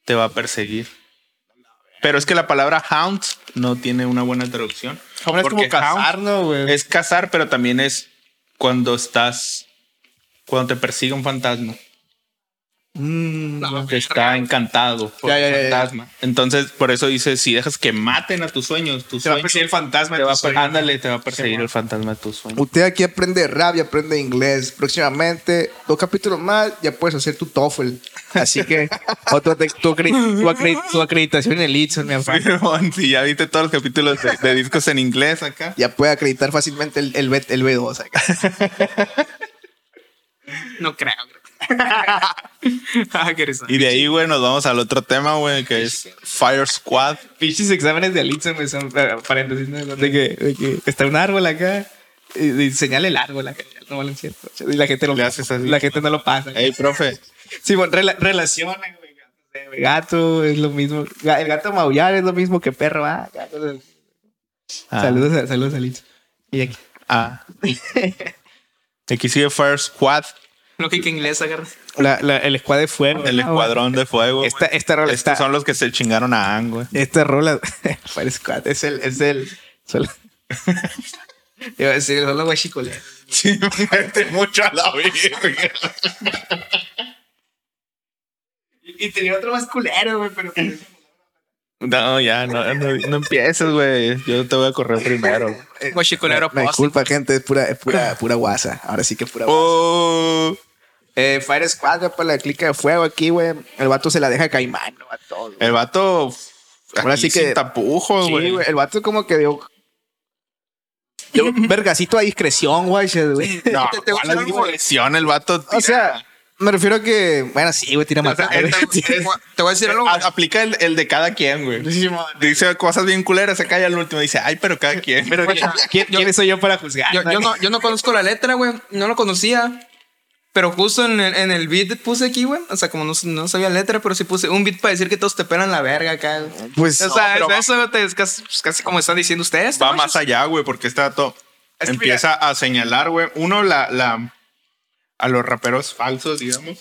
Speaker 2: te va a perseguir. Pero es que la palabra haunt no tiene una buena traducción.
Speaker 4: Ahora es como
Speaker 2: Porque
Speaker 4: cazar,
Speaker 2: hound
Speaker 4: ¿no, güey?
Speaker 2: Es cazar, pero también es cuando estás, cuando te persigue un fantasma.
Speaker 4: Mm,
Speaker 2: que está encantado por
Speaker 4: Ya, ya,
Speaker 2: el
Speaker 4: ya, ya.
Speaker 2: fantasma. Entonces, por eso dice, si dejas que maten a tus sueños, tus
Speaker 4: Te va a
Speaker 2: sueños-
Speaker 4: perseguir el fantasma.
Speaker 2: te va a per-
Speaker 4: entonces, oye,
Speaker 2: ándale, te va a perseguir el fantasma de tus sueños.
Speaker 1: Usted aquí aprende rap y aprende inglés. Próximamente, dos capítulos más, ya puedes hacer tu TOEFL. Así que, otra tu, acre- tu acre- tu acreditación en el ITSO, mi afán.
Speaker 2: Si ya viste todos los capítulos de, de discos en inglés acá.
Speaker 1: Ya puede acreditar fácilmente el, el, B, el B2. acá.
Speaker 3: No creo. ah, qué risa.
Speaker 2: Y de ahí, güey, nos vamos al otro tema, güey, que es Fire Squad.
Speaker 1: Pinches exámenes de ITSO, güey, son eh, paréntesis, ¿no? de, que, de que está un árbol acá. Y, y señala el árbol acá. No valen cierto. Y la gente, lo,
Speaker 2: Le haces así.
Speaker 1: la gente no lo pasa.
Speaker 2: Ey, profe.
Speaker 1: Sí, bueno, rela- relacionan, güey. no sé, güey, Gato es lo mismo. Ga- El gato maullar es lo mismo que perro. ah, ya, cosas así.
Speaker 2: Ah.
Speaker 1: Saludos, a- saludos a Liz. Y aquí.
Speaker 2: Ah. Aquí sigue Fire Squad,
Speaker 3: Lo que que inglés agarra.
Speaker 1: La- la- el squad de fuego. Ah,
Speaker 2: el
Speaker 1: ¿no, güey?
Speaker 2: escuadrón de fuego. güey.
Speaker 1: Esta, esta rola
Speaker 2: Estos
Speaker 1: está.
Speaker 2: son los que se chingaron a Ang, güey.
Speaker 1: Esta rola. Fire Squad. Es el. Es el. Solo. Iba a decir, solo guachicolero.
Speaker 2: Sí, mete mucho a la virgen.
Speaker 1: Y tenía otro más culero, güey, pero. pues,
Speaker 2: No, ya, no, no, no empieces, güey. Yo te voy a correr primero.
Speaker 3: Guachicolero
Speaker 1: Eh, Me
Speaker 2: pues,
Speaker 3: post.
Speaker 1: disculpa, gente, es pura, es pura, pura guasa. Ahora sí que es pura guasa.
Speaker 2: Oh,
Speaker 1: Eh, Fire Squad, güey, para la clica de fuego aquí, güey. El vato se la deja caimán, ¿no? a todo. güey.
Speaker 2: el vato.
Speaker 1: Ahora
Speaker 2: Ahora sí
Speaker 1: sí
Speaker 2: que.
Speaker 1: que-
Speaker 2: Sin tapujos,
Speaker 1: Sí,
Speaker 2: güey.
Speaker 1: güey, el vato como que dio. Yo, vergacito a discreción, güey. ese, güey.
Speaker 2: No,
Speaker 3: Te-
Speaker 2: ¿cuál
Speaker 3: te gusta
Speaker 2: es
Speaker 3: algo?
Speaker 2: discreción? El vato.
Speaker 1: O
Speaker 2: tira-
Speaker 1: sea, me refiero a que. Bueno, sí, Ah, güey, tira a matar. güey.
Speaker 3: Te voy a decir algo.
Speaker 2: A- aplica el, el de cada quien, güey. Dice cosas bien culeras, se calla el último. Dice, ay, pero cada quien.
Speaker 1: Pero,
Speaker 3: Guacha,
Speaker 1: ¿quién,
Speaker 3: yo-
Speaker 1: quién soy yo para juzgar?
Speaker 3: Yo, yo no, yo no conozco la letra, güey. No lo conocía. Pero justo en el, en el beat puse aquí, güey. O sea, como no, no sabía la letra, pero sí puse un beat para decir que todos te pelan la verga acá. güey.
Speaker 1: Pues.
Speaker 3: o sea,
Speaker 2: pero
Speaker 3: eso-
Speaker 2: va-
Speaker 3: eso te- es casi, pues, casi como están diciendo ustedes.
Speaker 2: va
Speaker 3: ¿no?
Speaker 2: más allá, güey, porque este dato
Speaker 3: Es que
Speaker 2: empieza a señalar, güey. Uno, la, la, a los raperos falsos, digamos.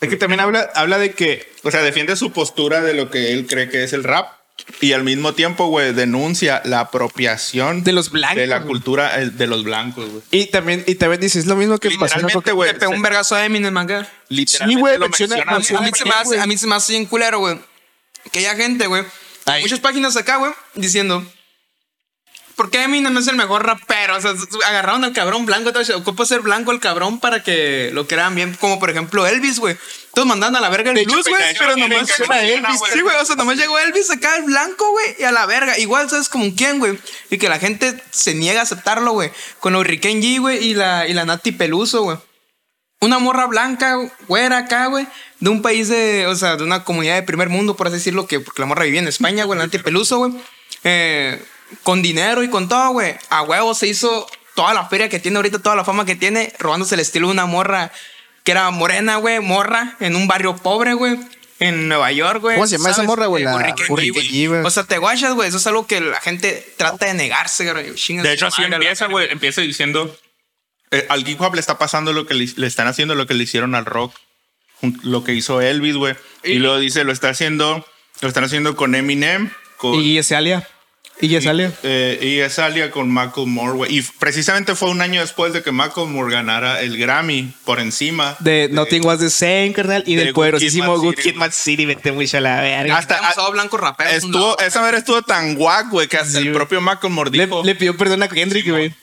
Speaker 1: es que también habla, habla de que.
Speaker 2: O sea, defiende su postura de lo que él cree que es el rap. Y al mismo tiempo, güey, denuncia la apropiación
Speaker 3: De los blancos,
Speaker 2: De la
Speaker 3: güey.
Speaker 2: cultura eh, de los blancos, güey.
Speaker 1: Y también, y también dice, es lo mismo que pasó en la
Speaker 2: Literalmente, güey.
Speaker 3: Le pegó un vergazo a Eminem acá.
Speaker 2: Literalmente
Speaker 1: güey,
Speaker 2: lo
Speaker 1: menciona-
Speaker 2: menciona,
Speaker 3: A
Speaker 1: Ah,
Speaker 3: mí,
Speaker 1: sí,
Speaker 3: a mí
Speaker 1: ah,
Speaker 3: se
Speaker 1: sí,
Speaker 3: me hace,
Speaker 1: güey.
Speaker 3: a mí se me hace bien culero, güey. Que haya gente, güey.
Speaker 1: Ay.
Speaker 3: Muchas páginas acá, güey, diciendo. ¿Por qué Eminem es el mejor rapero? O sea, s- agarraron al cabrón blanco, todo eso. Ocupa ser blanco el cabrón para que lo crean bien. Como por ejemplo Elvis, güey. Todos mandando a la verga el
Speaker 1: pues,
Speaker 3: blues, güey. Pero nomás
Speaker 2: menciona
Speaker 3: Elvis.
Speaker 2: güey.
Speaker 3: Sí, güey. O sea, nomás llegó Elvis acá, el blanco, güey. Y a la verga. Igual, ¿sabes como quién, güey? Y que la gente se niega a aceptarlo, güey. Con Hurricane G, güey. Y la, y la Nati Peluso, güey una morra blanca, güera acá, güey, de un país de, o sea, de una comunidad de primer mundo, por así decirlo, que porque la morra vivía en España, güey, la antipeluso, güey, eh, con dinero y con todo, güey, a huevo se hizo toda la feria que tiene ahorita, toda la fama que tiene, robándose el estilo de una morra que era morena, güey, morra, en un barrio pobre, güey. En Nueva York, güey.
Speaker 1: ¿Cómo se llama esa
Speaker 3: ¿sabes?
Speaker 1: morra, güey?
Speaker 3: Eh,
Speaker 1: La
Speaker 3: Hurricane G,
Speaker 1: Hurricane G, güey.
Speaker 3: O sea, te guachas, güey. Eso es algo que la gente trata de negarse, güey. Chinga
Speaker 2: De
Speaker 3: su
Speaker 2: hecho, así
Speaker 3: madre, la
Speaker 2: empieza,
Speaker 3: verga.
Speaker 2: güey. Empieza diciendo. eh, al hip hop le está pasando lo que le, le están haciendo, lo que le hicieron al rock, jun- lo que hizo Elvis, güey. Y, luego dice, lo está haciendo, lo están haciendo con Eminem, con.
Speaker 1: Y Yesalia. Y Yesalia.
Speaker 2: eh, y Azalea con Macklemore, güey. Y precisamente fue un año después de que Macklemore ganara el Grammy por encima.
Speaker 1: De Nothing Was the Same, carnal. Y
Speaker 2: de
Speaker 1: del
Speaker 2: Good
Speaker 1: poderosísimo
Speaker 2: Kid, Mad
Speaker 1: Good
Speaker 2: City.
Speaker 1: Kid Mad City. Vete mucho a la verga.
Speaker 2: Hasta-
Speaker 3: Hemos
Speaker 2: ah,
Speaker 3: estado blancos raperos,
Speaker 2: estuvo,
Speaker 3: no.
Speaker 2: esa vez estuvo tan guac, güey, que hasta
Speaker 1: Sí,
Speaker 2: el
Speaker 1: güey.
Speaker 2: propio Macklemore
Speaker 1: Le,
Speaker 2: dijo,
Speaker 1: le pidió perdón a Kendrick, güey.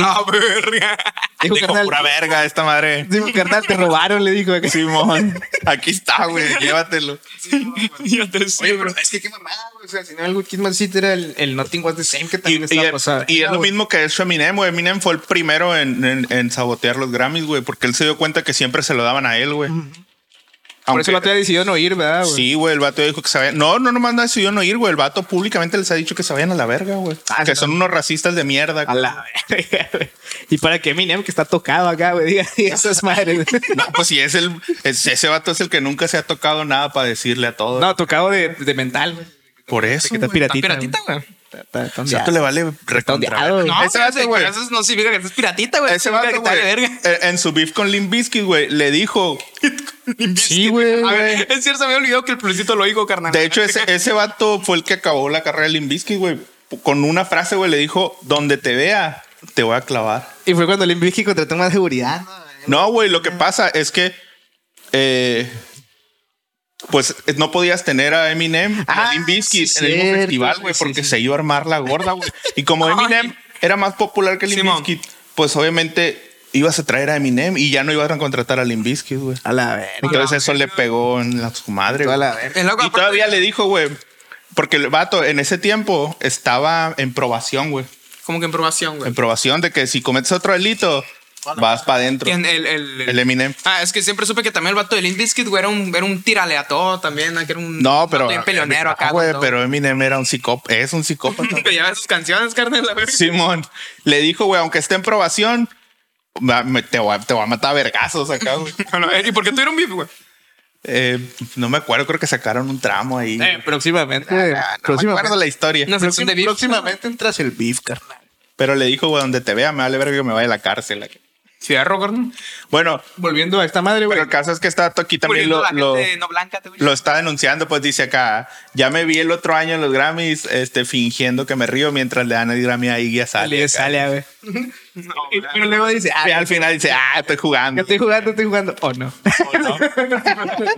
Speaker 3: la verga.
Speaker 1: Dijo,
Speaker 2: dijo,
Speaker 1: carnal,
Speaker 2: pura verga esta madre.
Speaker 1: dijo, carnal, te robaron, le dijo.
Speaker 2: Simón, aquí está, güey, llévatelo.
Speaker 1: Oye, pero es que qué mamada, güey. O sea, si no, el Good Kid Mad City era el, el Nothing Was the Same que
Speaker 2: Y,
Speaker 1: también estaba
Speaker 2: y-
Speaker 1: pasado.
Speaker 2: y es lo mismo que eso Eminem, güey. Eminem fue el primero en, en- en sabotear los Grammys, güey, porque él se dio cuenta que siempre se lo daban a él, güey.
Speaker 1: Por eso
Speaker 2: Aunque-
Speaker 1: el vato ya decidió no ir, ¿verdad? güey?
Speaker 2: Sí, güey, el vato dijo que se vayan. No, no, nomás no decidió no ir, güey. El vato públicamente les ha dicho que se vayan a la verga, güey.
Speaker 1: Ah,
Speaker 2: que
Speaker 1: sí,
Speaker 2: son unos racistas de mierda.
Speaker 1: A la verga, güey. Y para que Eminem, que está tocado acá, güey, diga diga esas madres.
Speaker 2: No, pues si es el. es- ese vato es el que nunca se ha tocado nada para decirle a todos.
Speaker 1: No, tocado de, de mental, güey.
Speaker 2: Por eso.
Speaker 1: Que está
Speaker 2: güey.
Speaker 1: piratita.
Speaker 3: piratita, güey.
Speaker 1: güey. Está- está-
Speaker 2: O sea, tú le vale recontra.
Speaker 1: ondeado, güey.
Speaker 3: No,
Speaker 2: Ese
Speaker 3: güey,
Speaker 2: vato,
Speaker 3: ese-
Speaker 2: güey.
Speaker 3: Eso no significa que es piratita, güey.
Speaker 2: Ese
Speaker 3: Significa
Speaker 2: vato,
Speaker 3: que te vale
Speaker 2: güey,
Speaker 3: verga.
Speaker 2: eh, en su beef con Limp Bizkit, güey, le dijo.
Speaker 1: Sí, güey.
Speaker 3: A ver, es cierto, me había olvidado que el plucito lo dijo,
Speaker 1: Ah,
Speaker 3: carnal.
Speaker 2: De hecho, ese, ese vato fue el que acabó la carrera de Limp Bizkit, güey. Con una frase, güey, le dijo: Donde te vea, te voy a clavar.
Speaker 1: Y fue cuando Limp Bizkit contrató más seguridad. ¿no?
Speaker 2: No, güey, lo que pasa es que. eh, pues eh, no podías tener a Eminem y
Speaker 1: Ah,
Speaker 2: a Limp Bizkit
Speaker 1: sí,
Speaker 2: en el mismo
Speaker 1: cierto,
Speaker 2: festival,
Speaker 1: güey,
Speaker 2: güey,
Speaker 1: sí,
Speaker 2: porque
Speaker 1: sí.
Speaker 2: se iba a armar la gorda, güey. Y como
Speaker 3: Ay.
Speaker 2: Eminem era más popular que Limp
Speaker 3: Simón.
Speaker 2: Bizkit, pues obviamente ibas a traer a Eminem y ya no ibas a contratar a Limp Bizkit, güey.
Speaker 1: A la verga.
Speaker 2: Entonces eso le pegó en la, su madre,
Speaker 1: A
Speaker 2: güey.
Speaker 1: la verga.
Speaker 3: El loco,
Speaker 2: Y
Speaker 3: aparte-
Speaker 2: todavía le dijo, güey, porque el vato en ese tiempo estaba en probación, güey.
Speaker 3: Como que en probación, güey.
Speaker 2: En probación de que si cometes otro delito, vas para adentro.
Speaker 3: ¿Quién? El, el,
Speaker 2: El Eminem.
Speaker 3: Ah, es que siempre supe que también el vato de Limp Bizkit, güey, era un, era un tírale a todo también. ah, Que era un
Speaker 2: No,
Speaker 3: vato
Speaker 2: pero.
Speaker 3: bien peleonero acá.
Speaker 2: Ah, güey,
Speaker 3: con todo.
Speaker 2: pero Eminem era un psicópata. Es un psicópata.
Speaker 3: Que lleva sus canciones, carnal. la verga.
Speaker 2: Simón le dijo, güey, aunque esté en probación, va- me- te, voy a, te voy a matar a vergazos acá, güey.
Speaker 3: A la verga, ¿Y por qué tuvieron beef, güey?
Speaker 2: Eh, no me acuerdo, creo que sacaron un tramo ahí. Ah,
Speaker 1: Eh, próximamente.
Speaker 2: no me
Speaker 1: próximamente.
Speaker 2: acuerdo la historia.
Speaker 3: Una sección de beef.
Speaker 1: próximamente entras el beef, carnal.
Speaker 2: Pero le dijo, güey, donde te vea, me vale verga que me vaya a la cárcel. acá.
Speaker 3: Fierro, carnal.
Speaker 2: Bueno,
Speaker 1: Volviendo a esta madre, güey.
Speaker 2: pero el caso es que está aquí también
Speaker 3: Volviendo
Speaker 2: lo,
Speaker 3: a la
Speaker 2: lo-
Speaker 3: gente no blanca, te güey.
Speaker 2: lo está denunciando, pues dice acá, ya me vi el otro año en los Grammys, este, fingiendo que me río mientras le dan el Grammy a Iggy Azalea.
Speaker 1: Sale, sale,
Speaker 2: acá.
Speaker 1: a ver.
Speaker 3: No,
Speaker 1: Y-
Speaker 3: güey.
Speaker 1: Pero luego dice,
Speaker 2: Y
Speaker 1: ah,
Speaker 2: al final dice, ah, estoy
Speaker 1: yo
Speaker 2: jugando.
Speaker 1: estoy jugando, estoy jugando. Oh, no.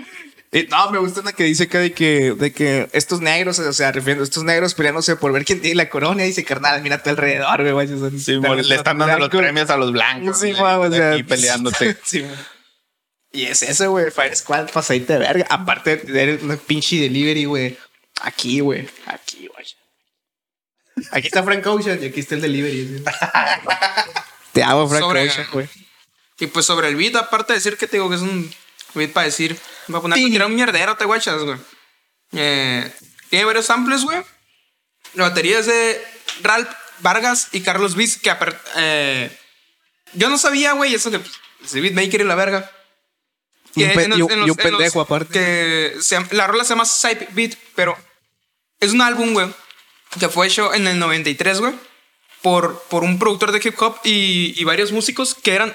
Speaker 1: Y no, me gusta una que dice acá de que, de que estos negros, o sea, refiriendo estos negros peleándose por ver quién tiene la corona. Y dice, carnal, mira a tu alrededor, güey. guacho, son-
Speaker 2: Sí, mo- le están dando los premios a los blancos.
Speaker 1: Sí,
Speaker 2: güey,
Speaker 1: mo, o sea, pues,
Speaker 2: aquí peleándote.
Speaker 1: sí, mo. y es eso, güey. Fire Squad, pues, pasadita de verga. Aparte de tener una pinche delivery, güey. Aquí, güey. Aquí, güey. Aquí está Frank Ocean y aquí está el delivery. sí. Te amo, Frank
Speaker 3: Sobre-
Speaker 1: Ocean, güey.
Speaker 3: Y pues sobre el beat, aparte de decir que te digo que es un beat para decir, va a poner que era un mierdero, te guachas, güey. Eh, tiene varios samples, güey. La batería es de Ralph Vargas y Carlos Viz, que aper- eh, yo no sabía, güey, eso que pues, ese beatmaker y la verga.
Speaker 1: Y un
Speaker 3: Que
Speaker 1: pe-
Speaker 3: en los-
Speaker 1: y un-
Speaker 3: en
Speaker 1: y
Speaker 3: los-
Speaker 1: un
Speaker 3: en los-
Speaker 1: pendejo aparte.
Speaker 3: que se llama- la rola se llama Side Beat, pero es un álbum, güey, que fue hecho en el 93, güey, por, por un productor de hip hop y, y varios músicos que eran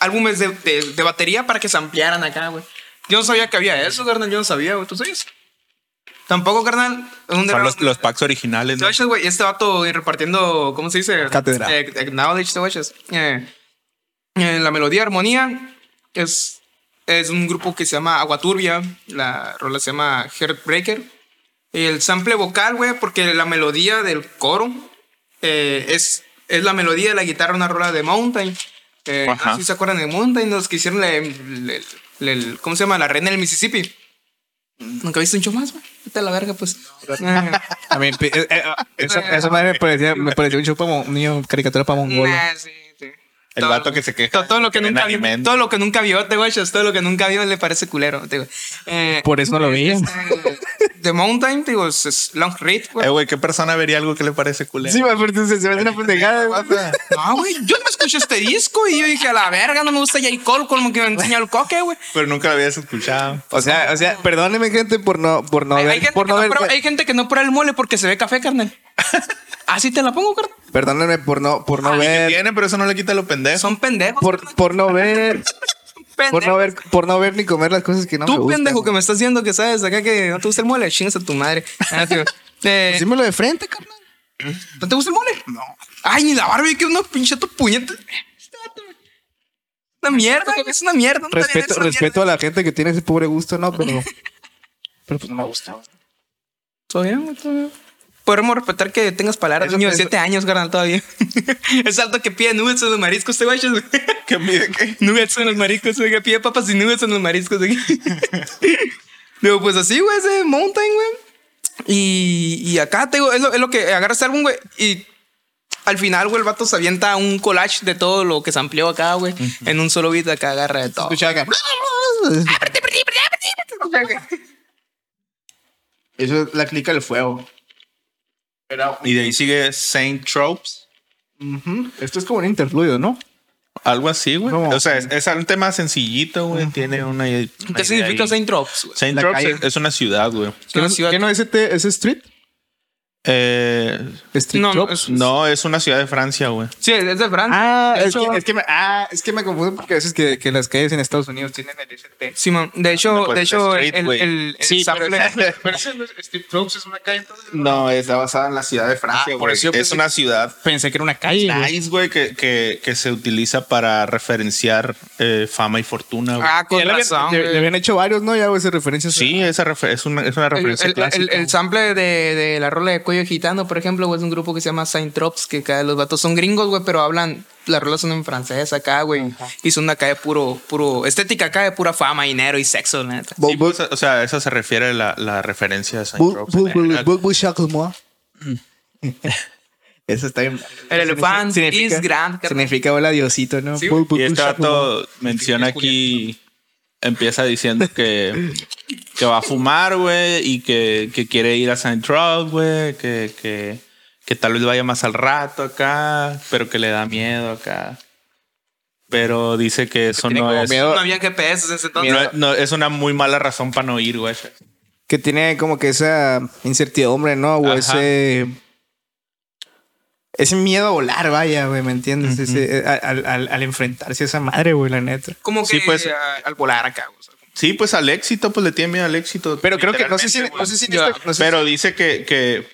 Speaker 3: álbumes de, de- de batería para que se ampliaran acá, güey. Yo no sabía que había eso, carnal, yo no sabía, güey, ¿tú sabías? Tampoco, carnal. es un
Speaker 2: Son
Speaker 3: derrame-
Speaker 2: los, los packs originales.
Speaker 3: te
Speaker 2: ¿no?
Speaker 3: guachas, güey, este vato eh, repartiendo, ¿cómo se dice?
Speaker 1: Cátedra.
Speaker 3: Eh, eh, knowledge, te guachas. Eh, eh, la melodía, armonía, es, es un grupo que se llama Aguaturbia, la rola se llama Heartbreaker. El sample vocal, güey, porque la melodía del coro eh, es, es la melodía de la guitarra, una rola de Mountain. Eh, no
Speaker 2: Ajá.
Speaker 3: sé si se acuerdan de Mountain, los que hicieron la- el- el- el- ¿cómo se llama? La reina del Mississippi. Nunca viste un show más, güey. Vete a la verga, pues. Eh.
Speaker 1: A mí, pi- eh, eh, esa, esa madre me parecía, me parecía un show para mon- un niño, caricatura para mongolo.
Speaker 3: Nah, sí, sí.
Speaker 2: El
Speaker 3: Todo-
Speaker 2: vato que se queja
Speaker 3: to- Todo lo que
Speaker 2: en
Speaker 3: nunca vio.
Speaker 2: anime.
Speaker 3: Todo lo que nunca vio, te guachas. Todo lo que nunca vio le parece culero. Te digo. Eh,
Speaker 1: Por eso no lo vi.
Speaker 3: eh, The Mountain, te digo, es, es Long Read, güey.
Speaker 2: Eh, güey, ¿qué persona vería algo que le parece culero?
Speaker 1: Sí, me parece se me hace una pendejada. güey.
Speaker 3: No, güey, yo no me escuché este disco y yo dije, a la verga, no me gusta J. Cole como que me enseña el coque, güey.
Speaker 2: Pero nunca lo habías escuchado.
Speaker 1: O sea, o sea, perdóneme, gente, por no, por no
Speaker 3: Hay,
Speaker 1: ver.
Speaker 3: hay gente
Speaker 1: por
Speaker 3: que
Speaker 1: no
Speaker 3: no
Speaker 1: ver
Speaker 3: prueba- hay gente que no prueba el mole porque se ve café, carnal. Así te la pongo, carnal.
Speaker 1: Perdónenme por no, por
Speaker 3: Ah,
Speaker 1: no ver.
Speaker 2: Tiene, pero eso no le quita lo pendejo.
Speaker 3: Son pendejos.
Speaker 1: Por, por no ver.
Speaker 3: pendejos.
Speaker 1: Por no ver, por no ver ni comer las cosas que no me
Speaker 3: Tú,
Speaker 1: gustan.
Speaker 3: pendejo, que me estás diciendo que sabes acá que no te gusta el mole, chingas a tu madre. Ah, tío.
Speaker 1: Pues
Speaker 3: Eh,
Speaker 1: Dímelo de frente, carnal.
Speaker 3: ¿No te gusta el mole? No. Ay, ni la Barbie, que una pinche tu puñeta. Este vato, güey. Una mierda, güey, es una mierda. no te
Speaker 1: Respeto,
Speaker 3: mereces esa
Speaker 1: respeto
Speaker 3: mierda.
Speaker 1: a la gente que tiene ese pobre gusto, no, pero. Pero pues no me gusta. güey.
Speaker 3: Todo bien, güey, todo bien. Podemos respetar que tengas palabras de
Speaker 1: Eso-
Speaker 3: niño de
Speaker 1: eso-
Speaker 3: 7 años, carnal, todavía. es alto que pide nuggets en los mariscos, te guayas, güey.
Speaker 2: ¿Qué mide qué?
Speaker 3: Nuggets en los mariscos, güey, que pide papas y nuggets en los mariscos. güey. Digo, pues así, güey, ese Mountain, güey. Y, y acá, te digo, es lo, es lo que agarra este álbum, güey. Y al final, güey, el vato se avienta un collage de todo lo que se amplió acá, güey. En un solo beat acá agarra de todo.
Speaker 1: Escucha acá. Eso es la clica del fuego. Pero,
Speaker 2: Y de ahí sigue Saint Tropes.
Speaker 1: ujú, Esto es como un interludio, ¿no?
Speaker 2: Algo así, güey.
Speaker 1: No.
Speaker 2: O sea, es, es un tema sencillito, güey. Tiene una.
Speaker 3: ¿Qué significa Saint Drops? güey?
Speaker 2: Saint
Speaker 1: La
Speaker 2: Tropes
Speaker 1: calle.
Speaker 2: es- es una ciudad, güey.
Speaker 3: Es
Speaker 1: ¿Qué
Speaker 3: una
Speaker 1: no,
Speaker 3: ciudad-
Speaker 1: qué no es este, ese street?
Speaker 2: Eh,
Speaker 1: Street
Speaker 3: No, no,
Speaker 1: Drop.
Speaker 3: es-
Speaker 2: no, es una ciudad de Francia, güey.
Speaker 3: Sí, es de Francia.
Speaker 1: Ah,
Speaker 3: De
Speaker 1: es
Speaker 3: hecho-
Speaker 1: que, es que me, ah, es que me confundo porque a veces que, que las calles en Estados Unidos tienen el ST.
Speaker 3: Simón, de hecho,
Speaker 2: No, pues,
Speaker 3: de hecho,
Speaker 2: Street,
Speaker 3: el,
Speaker 2: güey.
Speaker 3: el, el- el
Speaker 4: Sí,
Speaker 3: sample-
Speaker 1: Pero ese no es- Street Drops es una calle entonces.
Speaker 2: No, está basada en la ciudad de Francia,
Speaker 4: por
Speaker 2: güey.
Speaker 4: eso yo
Speaker 2: Es
Speaker 4: pensé-
Speaker 2: una ciudad
Speaker 4: Pensé que era una calle. güey.
Speaker 2: nice, güey, que, que, que se utiliza para referenciar eh, fama y fortuna, güey.
Speaker 3: Ah, con
Speaker 1: Ya le habían,
Speaker 3: razón.
Speaker 1: le-
Speaker 3: güey.
Speaker 1: le habían hecho varios, ¿no? Ya güey, esas referencias.
Speaker 2: Sí, esa refe- es, una, es una
Speaker 3: El,
Speaker 2: referencia
Speaker 3: el-
Speaker 2: clásica.
Speaker 3: el- el sample de, de la rola de Cuello Gitano, por ejemplo, güey, es un grupo que se llama Saint Drops, que cada los vatos son gringos, güey, pero hablan, las rolas son en francés acá, güey. Y son acá de puro, puro, estética acá de pura fama, dinero y sexo, la neta.
Speaker 2: Sí, pues, o sea, a eso se refiere la, la referencia de Saint Tropez en general.
Speaker 1: Eso está bien.
Speaker 3: El elefante is grand.
Speaker 1: Significa hola Diosito, ¿no?
Speaker 3: Sí,
Speaker 1: Bul-
Speaker 2: Y
Speaker 1: bul-
Speaker 2: este
Speaker 1: bushak, mo.
Speaker 2: vato menciona aquí, empieza diciendo que, que va a fumar, güey, y que, que quiere ir a Saint Tropez, güey, que, que, que tal vez vaya más al rato acá, pero que le da miedo acá. Pero dice que eso
Speaker 1: tiene
Speaker 2: no
Speaker 1: como
Speaker 2: es,
Speaker 1: miedo.
Speaker 3: No había GPS en ese entonces.
Speaker 2: no es- no, es una muy mala razón para no ir, güey.
Speaker 1: Que tiene como que esa incertidumbre, ¿no? O
Speaker 2: Ajá.
Speaker 1: ese. Ese miedo a volar, vaya, güey, ¿me entiendes? Ese- a- al, al- al enfrentarse a esa madre, güey, la neta.
Speaker 3: Como que
Speaker 2: Sí, pues.
Speaker 3: a- al volar acá, güey. o sea,
Speaker 2: Sí, pues al éxito, pues le tiene miedo al éxito.
Speaker 1: Pero creo que. No sé si.
Speaker 2: literalmente,
Speaker 1: No sé si en
Speaker 3: Ya,
Speaker 1: esta- no sé
Speaker 2: Pero dice que, que,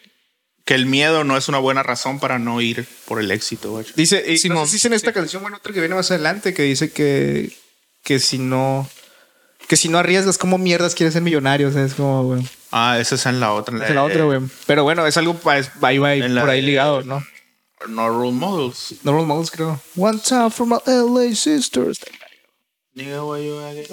Speaker 2: que el miedo no es una buena razón para no ir por el éxito, güey.
Speaker 1: Dice, y no
Speaker 3: Simón,
Speaker 1: sé si es en esta canción bueno otra que viene más adelante que dice que, que si no que si no arriesgas cómo mierdas quieres ser millonario, o sea, es como güey,
Speaker 2: Ah, esa es en la otra. en
Speaker 1: esa es la
Speaker 2: de-
Speaker 1: otra, güey. Pero bueno, es algo pa- es- ahí va ahí-
Speaker 2: Eh. En la
Speaker 1: por ahí
Speaker 2: de-
Speaker 1: ligado, ¿no?
Speaker 2: No role models.
Speaker 1: Normal Models creo. One time for my LA sisters.
Speaker 2: Nigga, why you at it?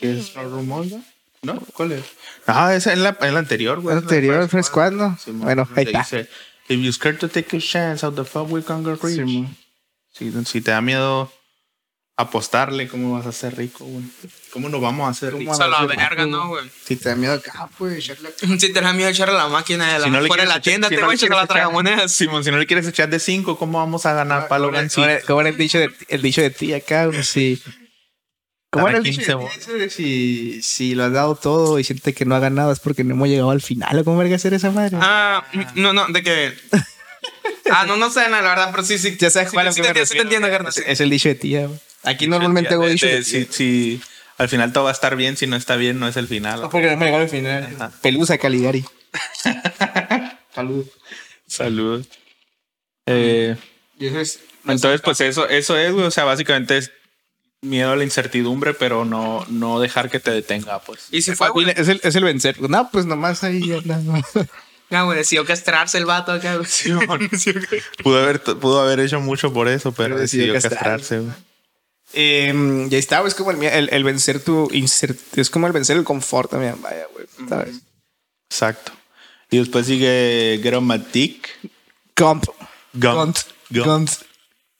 Speaker 1: ¿Es No Rule Models?
Speaker 2: ¿No?
Speaker 1: ¿Cuál es?
Speaker 2: Ah, esa es la, en la anterior, güey.
Speaker 1: El anterior, ¿es cuándo?
Speaker 2: Sí, mo-
Speaker 1: pues, Bueno, pues, ahí
Speaker 2: donde
Speaker 1: está.
Speaker 2: dice, If you're scared to take a chance, how the fuck we can get rich?
Speaker 1: Sí, mo.
Speaker 2: si, si te da miedo apostarle, ¿cómo vas a ser rico, güey? ¿Cómo nos vamos a hacer ricos?
Speaker 3: a la verga, no, güey.
Speaker 1: Si te da miedo acá, pues, echarle acá.
Speaker 3: Si te da miedo echar a la máquina de la,
Speaker 2: Si no le
Speaker 3: fuera
Speaker 2: quieres
Speaker 3: de la
Speaker 2: echar-
Speaker 3: tienda,
Speaker 2: si
Speaker 3: te
Speaker 2: no
Speaker 3: voy a
Speaker 2: le
Speaker 3: echar a la
Speaker 2: quieres echar-
Speaker 3: tragamonedas.
Speaker 2: Simón, si no le quieres echar de 5, ¿cómo vamos a ganar palo
Speaker 1: ¿Cómo era-
Speaker 2: gancito?
Speaker 1: cómo era- ¿Cómo era Ah, el dicho de, ti- el dicho de ti acá? güey? Sí. ¿Cómo era
Speaker 2: Cada
Speaker 1: el dicho
Speaker 2: 15
Speaker 1: de ti
Speaker 2: bo-
Speaker 1: ese de si, si lo has dado todo y siente que no ha ganado es porque no hemos llegado al final? ¿o ¿Cómo verga hacer esa madre?
Speaker 3: Ah, no, no, de que. Ah, no, no sé, no, la verdad, pero sí, sí.
Speaker 1: ya sabes
Speaker 3: sí,
Speaker 1: cuál es
Speaker 3: sí, te entiendo, sí te entiendo, carnal.
Speaker 1: Es,
Speaker 3: sí.
Speaker 1: es el dicho de tía. güey. Aquí normalmente hago
Speaker 2: De-
Speaker 1: dicho
Speaker 2: de-
Speaker 1: de
Speaker 2: si,
Speaker 1: tía.
Speaker 2: si al final todo va a estar bien, si no está bien, no es el final.
Speaker 1: porque no hemos llegado al final.
Speaker 2: Ajá.
Speaker 1: Pelusa Caligari. Salud.
Speaker 2: Salud. Eh,
Speaker 1: Y eso es...
Speaker 2: entonces, pues eso, eso es, güey. O sea, básicamente es miedo a la incertidumbre, pero no, no dejar que te detenga, pues.
Speaker 3: Y se fue, güey.
Speaker 1: Es el, es el vencer. No, pues nomás ahí ya nada.
Speaker 3: No, güey, decidió castrarse el vato acá, güey.
Speaker 2: Pudo haber, pudo haber hecho mucho por eso, pero,
Speaker 1: Pero decidió
Speaker 2: decidió
Speaker 1: castrarse.
Speaker 2: castrarse, güey.
Speaker 1: Eh, y ahí está, güey, es como el, mie- el, el vencer tu incertidumbre. Es como el vencer el confort también. Vaya, güey. ¿Sabes?
Speaker 2: Exacto. Y después sigue Gromatic.
Speaker 1: Gump.
Speaker 2: Gump.
Speaker 1: Gunt.
Speaker 2: Gunt.
Speaker 1: Gunt.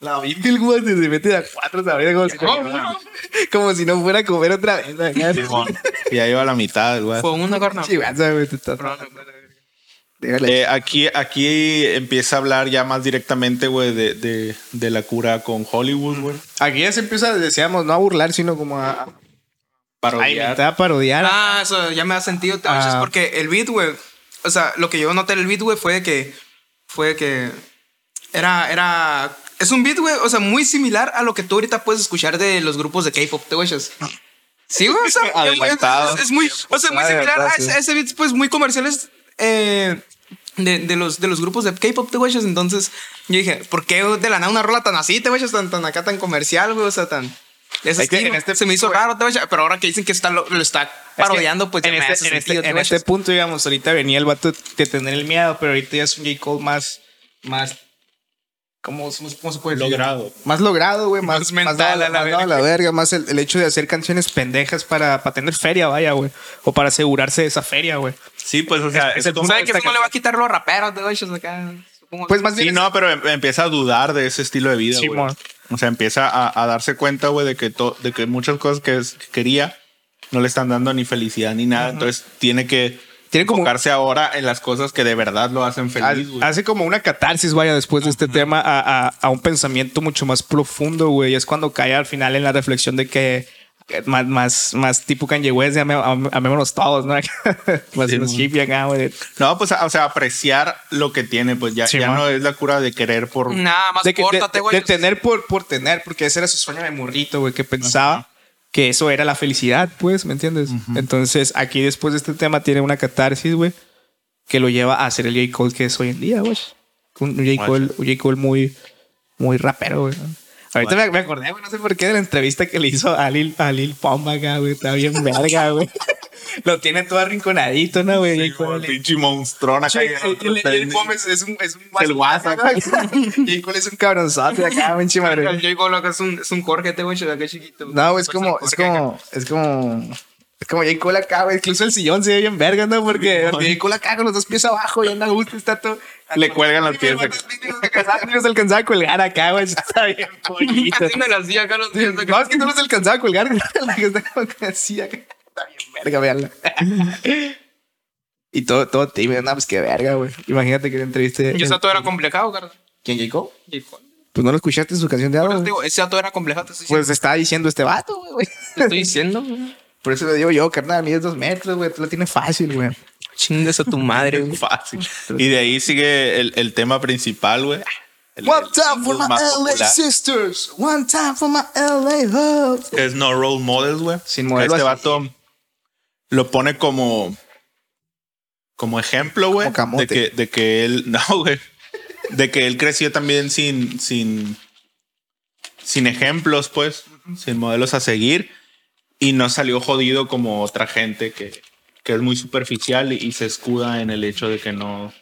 Speaker 1: La virgen, güey, se mete de a cuatro, ¿sabes? Como, si, como si no fuera a comer otra vez. ¿sabes?
Speaker 2: Y ahí va la mitad, güey.
Speaker 3: Fue una corna.
Speaker 1: Chivaza, güey, te estás- Déjale.
Speaker 2: Eh, aquí, aquí empieza a hablar ya más directamente, güey, de, de, de la cura con Hollywood, güey.
Speaker 1: Aquí ya se empieza, decíamos, no a burlar, sino como a, a- a
Speaker 2: Parodiar.
Speaker 1: inventar, a parodiar.
Speaker 3: Ah, eso ya me ha sentido, te oyes,
Speaker 1: Ah.
Speaker 3: porque el beat, güey. O sea, lo que yo noté del beat, güey, fue de que. Fue de que. Era. era es un beat, güey, o sea, muy similar a lo que tú ahorita puedes escuchar de los grupos de K-pop, te oyes. Sí, güey, o sea, es-
Speaker 2: Adelantado.
Speaker 3: es, es muy, o sea, muy similar
Speaker 1: Adelantado,
Speaker 3: a
Speaker 1: sí.
Speaker 3: ese, a ese beat, pues muy comerciales eh, de, de los, de los grupos de K-pop, te güeyes. Entonces, yo dije, ¿por qué de la nada una rola tan así, te güeyes? Tan, tan acá, tan comercial, güey, o sea, tan. de ese
Speaker 1: Es que en
Speaker 3: estilo?
Speaker 1: este
Speaker 3: se me hizo
Speaker 1: punto, güey.
Speaker 3: raro, te güeyes, pero ahora que dicen que está, lo, lo está
Speaker 1: Es que
Speaker 3: parodiando, pues ya
Speaker 1: en,
Speaker 3: me
Speaker 1: este,
Speaker 3: hace
Speaker 1: en este-
Speaker 3: sentido,
Speaker 1: en
Speaker 3: te
Speaker 1: este
Speaker 3: güeyes.
Speaker 1: punto, digamos, ahorita venía el vato de tener el miedo, pero ahorita ya es un J. Cole más, más, ¿cómo, somos- cómo se puede decir?
Speaker 2: Logrado.
Speaker 1: Más logrado, güey, más,
Speaker 3: Más
Speaker 1: más
Speaker 3: mental
Speaker 1: dado-
Speaker 3: a la
Speaker 1: más dado
Speaker 3: verga.
Speaker 1: a la verga, más el, el hecho de hacer canciones pendejas para, para tener feria, vaya, güey, o para asegurarse de esa feria, güey.
Speaker 2: Sí, pues, o sea,
Speaker 1: Es- es
Speaker 2: es,
Speaker 1: el
Speaker 2: como-
Speaker 1: punto
Speaker 3: ¿Sabe
Speaker 1: de
Speaker 3: que
Speaker 1: esta
Speaker 3: eso no le va a quitar los raperos, te güeyes? Acá, supongo.
Speaker 1: Pues más bien
Speaker 2: Sí,
Speaker 1: es-
Speaker 2: no, pero em- empieza a dudar de ese estilo de vida, güey.
Speaker 1: Simón.
Speaker 2: o sea, empieza a, a darse cuenta, güey, de que to- de que muchas cosas que, es- que quería no le están dando ni felicidad ni nada. Entonces tiene que
Speaker 1: Tiene como-
Speaker 2: enfocarse ahora en las cosas que de verdad lo hacen feliz,
Speaker 1: Ha-
Speaker 2: güey.
Speaker 1: Hace como una catarsis, vaya, después de este tema a, a- a un pensamiento mucho más profundo, güey. Es cuando cae al final en la reflexión de que eh, más, más, más tipo Kanye West, ya me- am- amémonos todos, ¿no? más
Speaker 2: Sí,
Speaker 1: más
Speaker 2: man.
Speaker 1: hippie acá, güey.
Speaker 2: No, pues, o sea, apreciar lo que tiene, pues ya,
Speaker 1: Sí,
Speaker 2: ya
Speaker 1: man.
Speaker 2: no es la cura de querer por.
Speaker 3: Nada más
Speaker 1: De, que- de-
Speaker 3: pórtate, güey.
Speaker 1: de tener por, por tener, porque ese era su sueño de morrito, güey, que pensaba que eso era la felicidad, pues, ¿me entiendes? Entonces, aquí después de este tema tiene una catarsis, güey, que lo lleva a ser el J. Cole que es hoy en día, güey. Un J. Cole, un J. Cole muy, muy rapero, güey. Ahorita me, me acordé, güey, no sé por qué, de la entrevista que le hizo a Lil, a Lil Pump acá, güey. Está bien verga, güey. Lo tiene todo arrinconadito, ¿no, güey? J. Cole
Speaker 2: Como
Speaker 1: le-
Speaker 2: pinche monstrón acá.
Speaker 1: Sí,
Speaker 2: y-
Speaker 1: el- el- el Pom es, es un es un
Speaker 2: El guasa.
Speaker 1: y cuál es un cabronzote acá, pinche
Speaker 3: Yo
Speaker 1: madre.
Speaker 3: digo, loco, es un, es un Jorge, este güey, de acá chiquito. güey.
Speaker 1: No, güey, es como es
Speaker 3: Pues Jorge acá.
Speaker 1: como es como es como J. Cole acá, güey. Incluso el sillón se ve bien verga, ¿no? Porque J. Cole acá con los dos pies abajo y anda a gusto, está todo.
Speaker 2: Le cuelgan los pies acá.
Speaker 1: acá. No los alcanzaba a colgar acá, güey. Está bien pollito.
Speaker 3: Así me las di acá los días.
Speaker 1: No, es que no los alcanzaba a colgar. La que está como que así acá. Está bien verga, veanla. Y todo, todo tímido, no, pues qué verga, güey. Imagínate que le entreviste.
Speaker 3: Yo ese dato era complicado, cara.
Speaker 1: ¿Quién llegó?
Speaker 3: Y con-
Speaker 1: Pues no lo escuchaste en su canción de
Speaker 3: Por eso
Speaker 1: algo.
Speaker 3: te digo, ese dato era complicado, te estoy diciendo.
Speaker 1: Pues está diciendo este vato, güey, güey.
Speaker 3: Te estoy diciendo, güey.
Speaker 1: Por eso le digo yo, carnal, mides dos metros, güey. Tú la tienes fácil, güey.
Speaker 3: Chingues a tu madre, güey.
Speaker 2: Fácil. Y de ahí sigue el, el tema principal, güey. El-
Speaker 1: One
Speaker 2: el
Speaker 1: time for
Speaker 2: single
Speaker 1: my
Speaker 2: más
Speaker 1: LA
Speaker 2: popular,
Speaker 1: sisters. One time for my LA love.
Speaker 2: que Es No Role Models, güey.
Speaker 1: Sin modelo así.
Speaker 2: Este vato lo pone como. Como ejemplo, güey.
Speaker 1: Como camote.
Speaker 2: De que, de que él. No, güey. De que él creció también sin. Sin, sin ejemplos, pues. Sin modelos a seguir. Y no salió jodido como otra gente que, que es muy superficial y, y se escuda en el hecho de que no.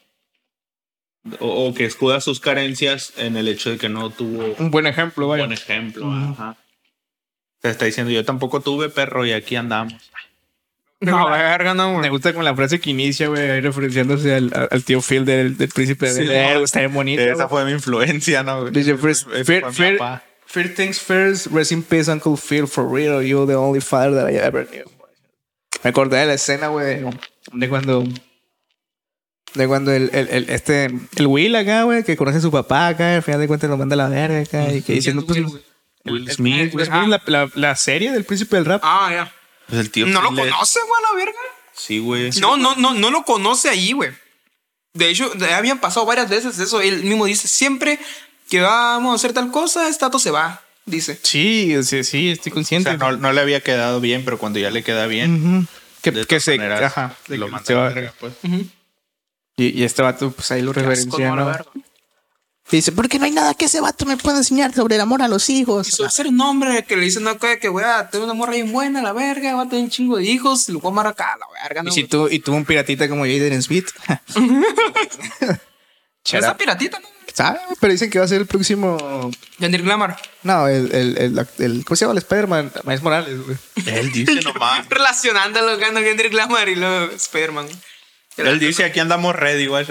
Speaker 2: O, o que escuda sus carencias en el hecho de que no tuvo
Speaker 1: Un buen ejemplo,
Speaker 2: buen ejemplo. Ajá. Te está diciendo, yo tampoco tuve perro y aquí andamos.
Speaker 3: No, verga, no,
Speaker 1: Me
Speaker 3: güey.
Speaker 1: gusta con la frase que inicia, güey, ahí referenciándose al, al- al tío Phil del, del príncipe de
Speaker 2: Sí,
Speaker 1: Bel Air,
Speaker 2: no.
Speaker 1: güey, Está bien bonito.
Speaker 2: Esa
Speaker 1: güey.
Speaker 2: fue mi influencia, ¿no? güey?
Speaker 1: Dice, first,
Speaker 2: Ese
Speaker 1: fir-
Speaker 2: fue mi
Speaker 1: fir-
Speaker 2: papá.
Speaker 1: first things first, rest in peace, Uncle Phil, for real. You're the only father that I ever knew. Me acordé de la escena, güey, de cuando. De cuando el, el, el- este, el Will acá, güey, que conoce a su papá acá, al final de cuentas lo manda a la verga acá, y que dice, no, pues.
Speaker 2: Will Smith.
Speaker 1: ¿ves, güey, la, la, la serie del príncipe del rap.
Speaker 3: Ah, ya.
Speaker 2: Pues el tío
Speaker 3: No lo
Speaker 2: Phil es-
Speaker 3: conoce, güey, a la verga.
Speaker 2: Sí, güey.
Speaker 3: No, no, no, no lo conoce ahí, güey. De hecho, de- habían pasado varias veces eso. Él mismo dice, siempre que vamos a hacer tal cosa, este dato se va, dice.
Speaker 1: Sí, sí, sí, estoy
Speaker 2: O
Speaker 1: consciente.
Speaker 2: sea, no, no le había quedado bien, pero cuando ya le queda bien,
Speaker 1: Ujú. Mm, que,
Speaker 2: de
Speaker 1: que
Speaker 2: todas
Speaker 1: se.
Speaker 2: maneras,
Speaker 1: Ajá, de
Speaker 2: lo
Speaker 1: que
Speaker 2: manda
Speaker 1: se
Speaker 2: a
Speaker 1: va.
Speaker 2: la verga, pues.
Speaker 1: Y, y este vato, pues ahí lo
Speaker 3: Asco, no,
Speaker 1: referencia,
Speaker 3: a la
Speaker 1: ¿no?
Speaker 3: verga.
Speaker 1: Dice, porque no hay nada que ese vato me pueda enseñar sobre el amor a los
Speaker 3: Y
Speaker 1: hijos.
Speaker 3: su ser nombre que le dicen acá que voy a tener una morra bien buena, la verga, va a tener un chingo de hijos, y lo voy a amar acá, la verga, no.
Speaker 1: Y si
Speaker 3: güey.
Speaker 1: tú, y tuvo un piratita como Jaden Smith.
Speaker 3: Esa piratita, ¿no?
Speaker 1: ¿Sabe? Ah, Pero dicen que va a ser el próximo.
Speaker 3: Yandir Glamour.
Speaker 1: No, el, el, el, el- ¿cómo se llama el Spider-Man? Miles Morales, güey.
Speaker 2: Él dice nomás.
Speaker 3: Relacionándolo con Yandir Glamour y luego Spider-Man.
Speaker 2: Él dice, aquí andamos ready, güey.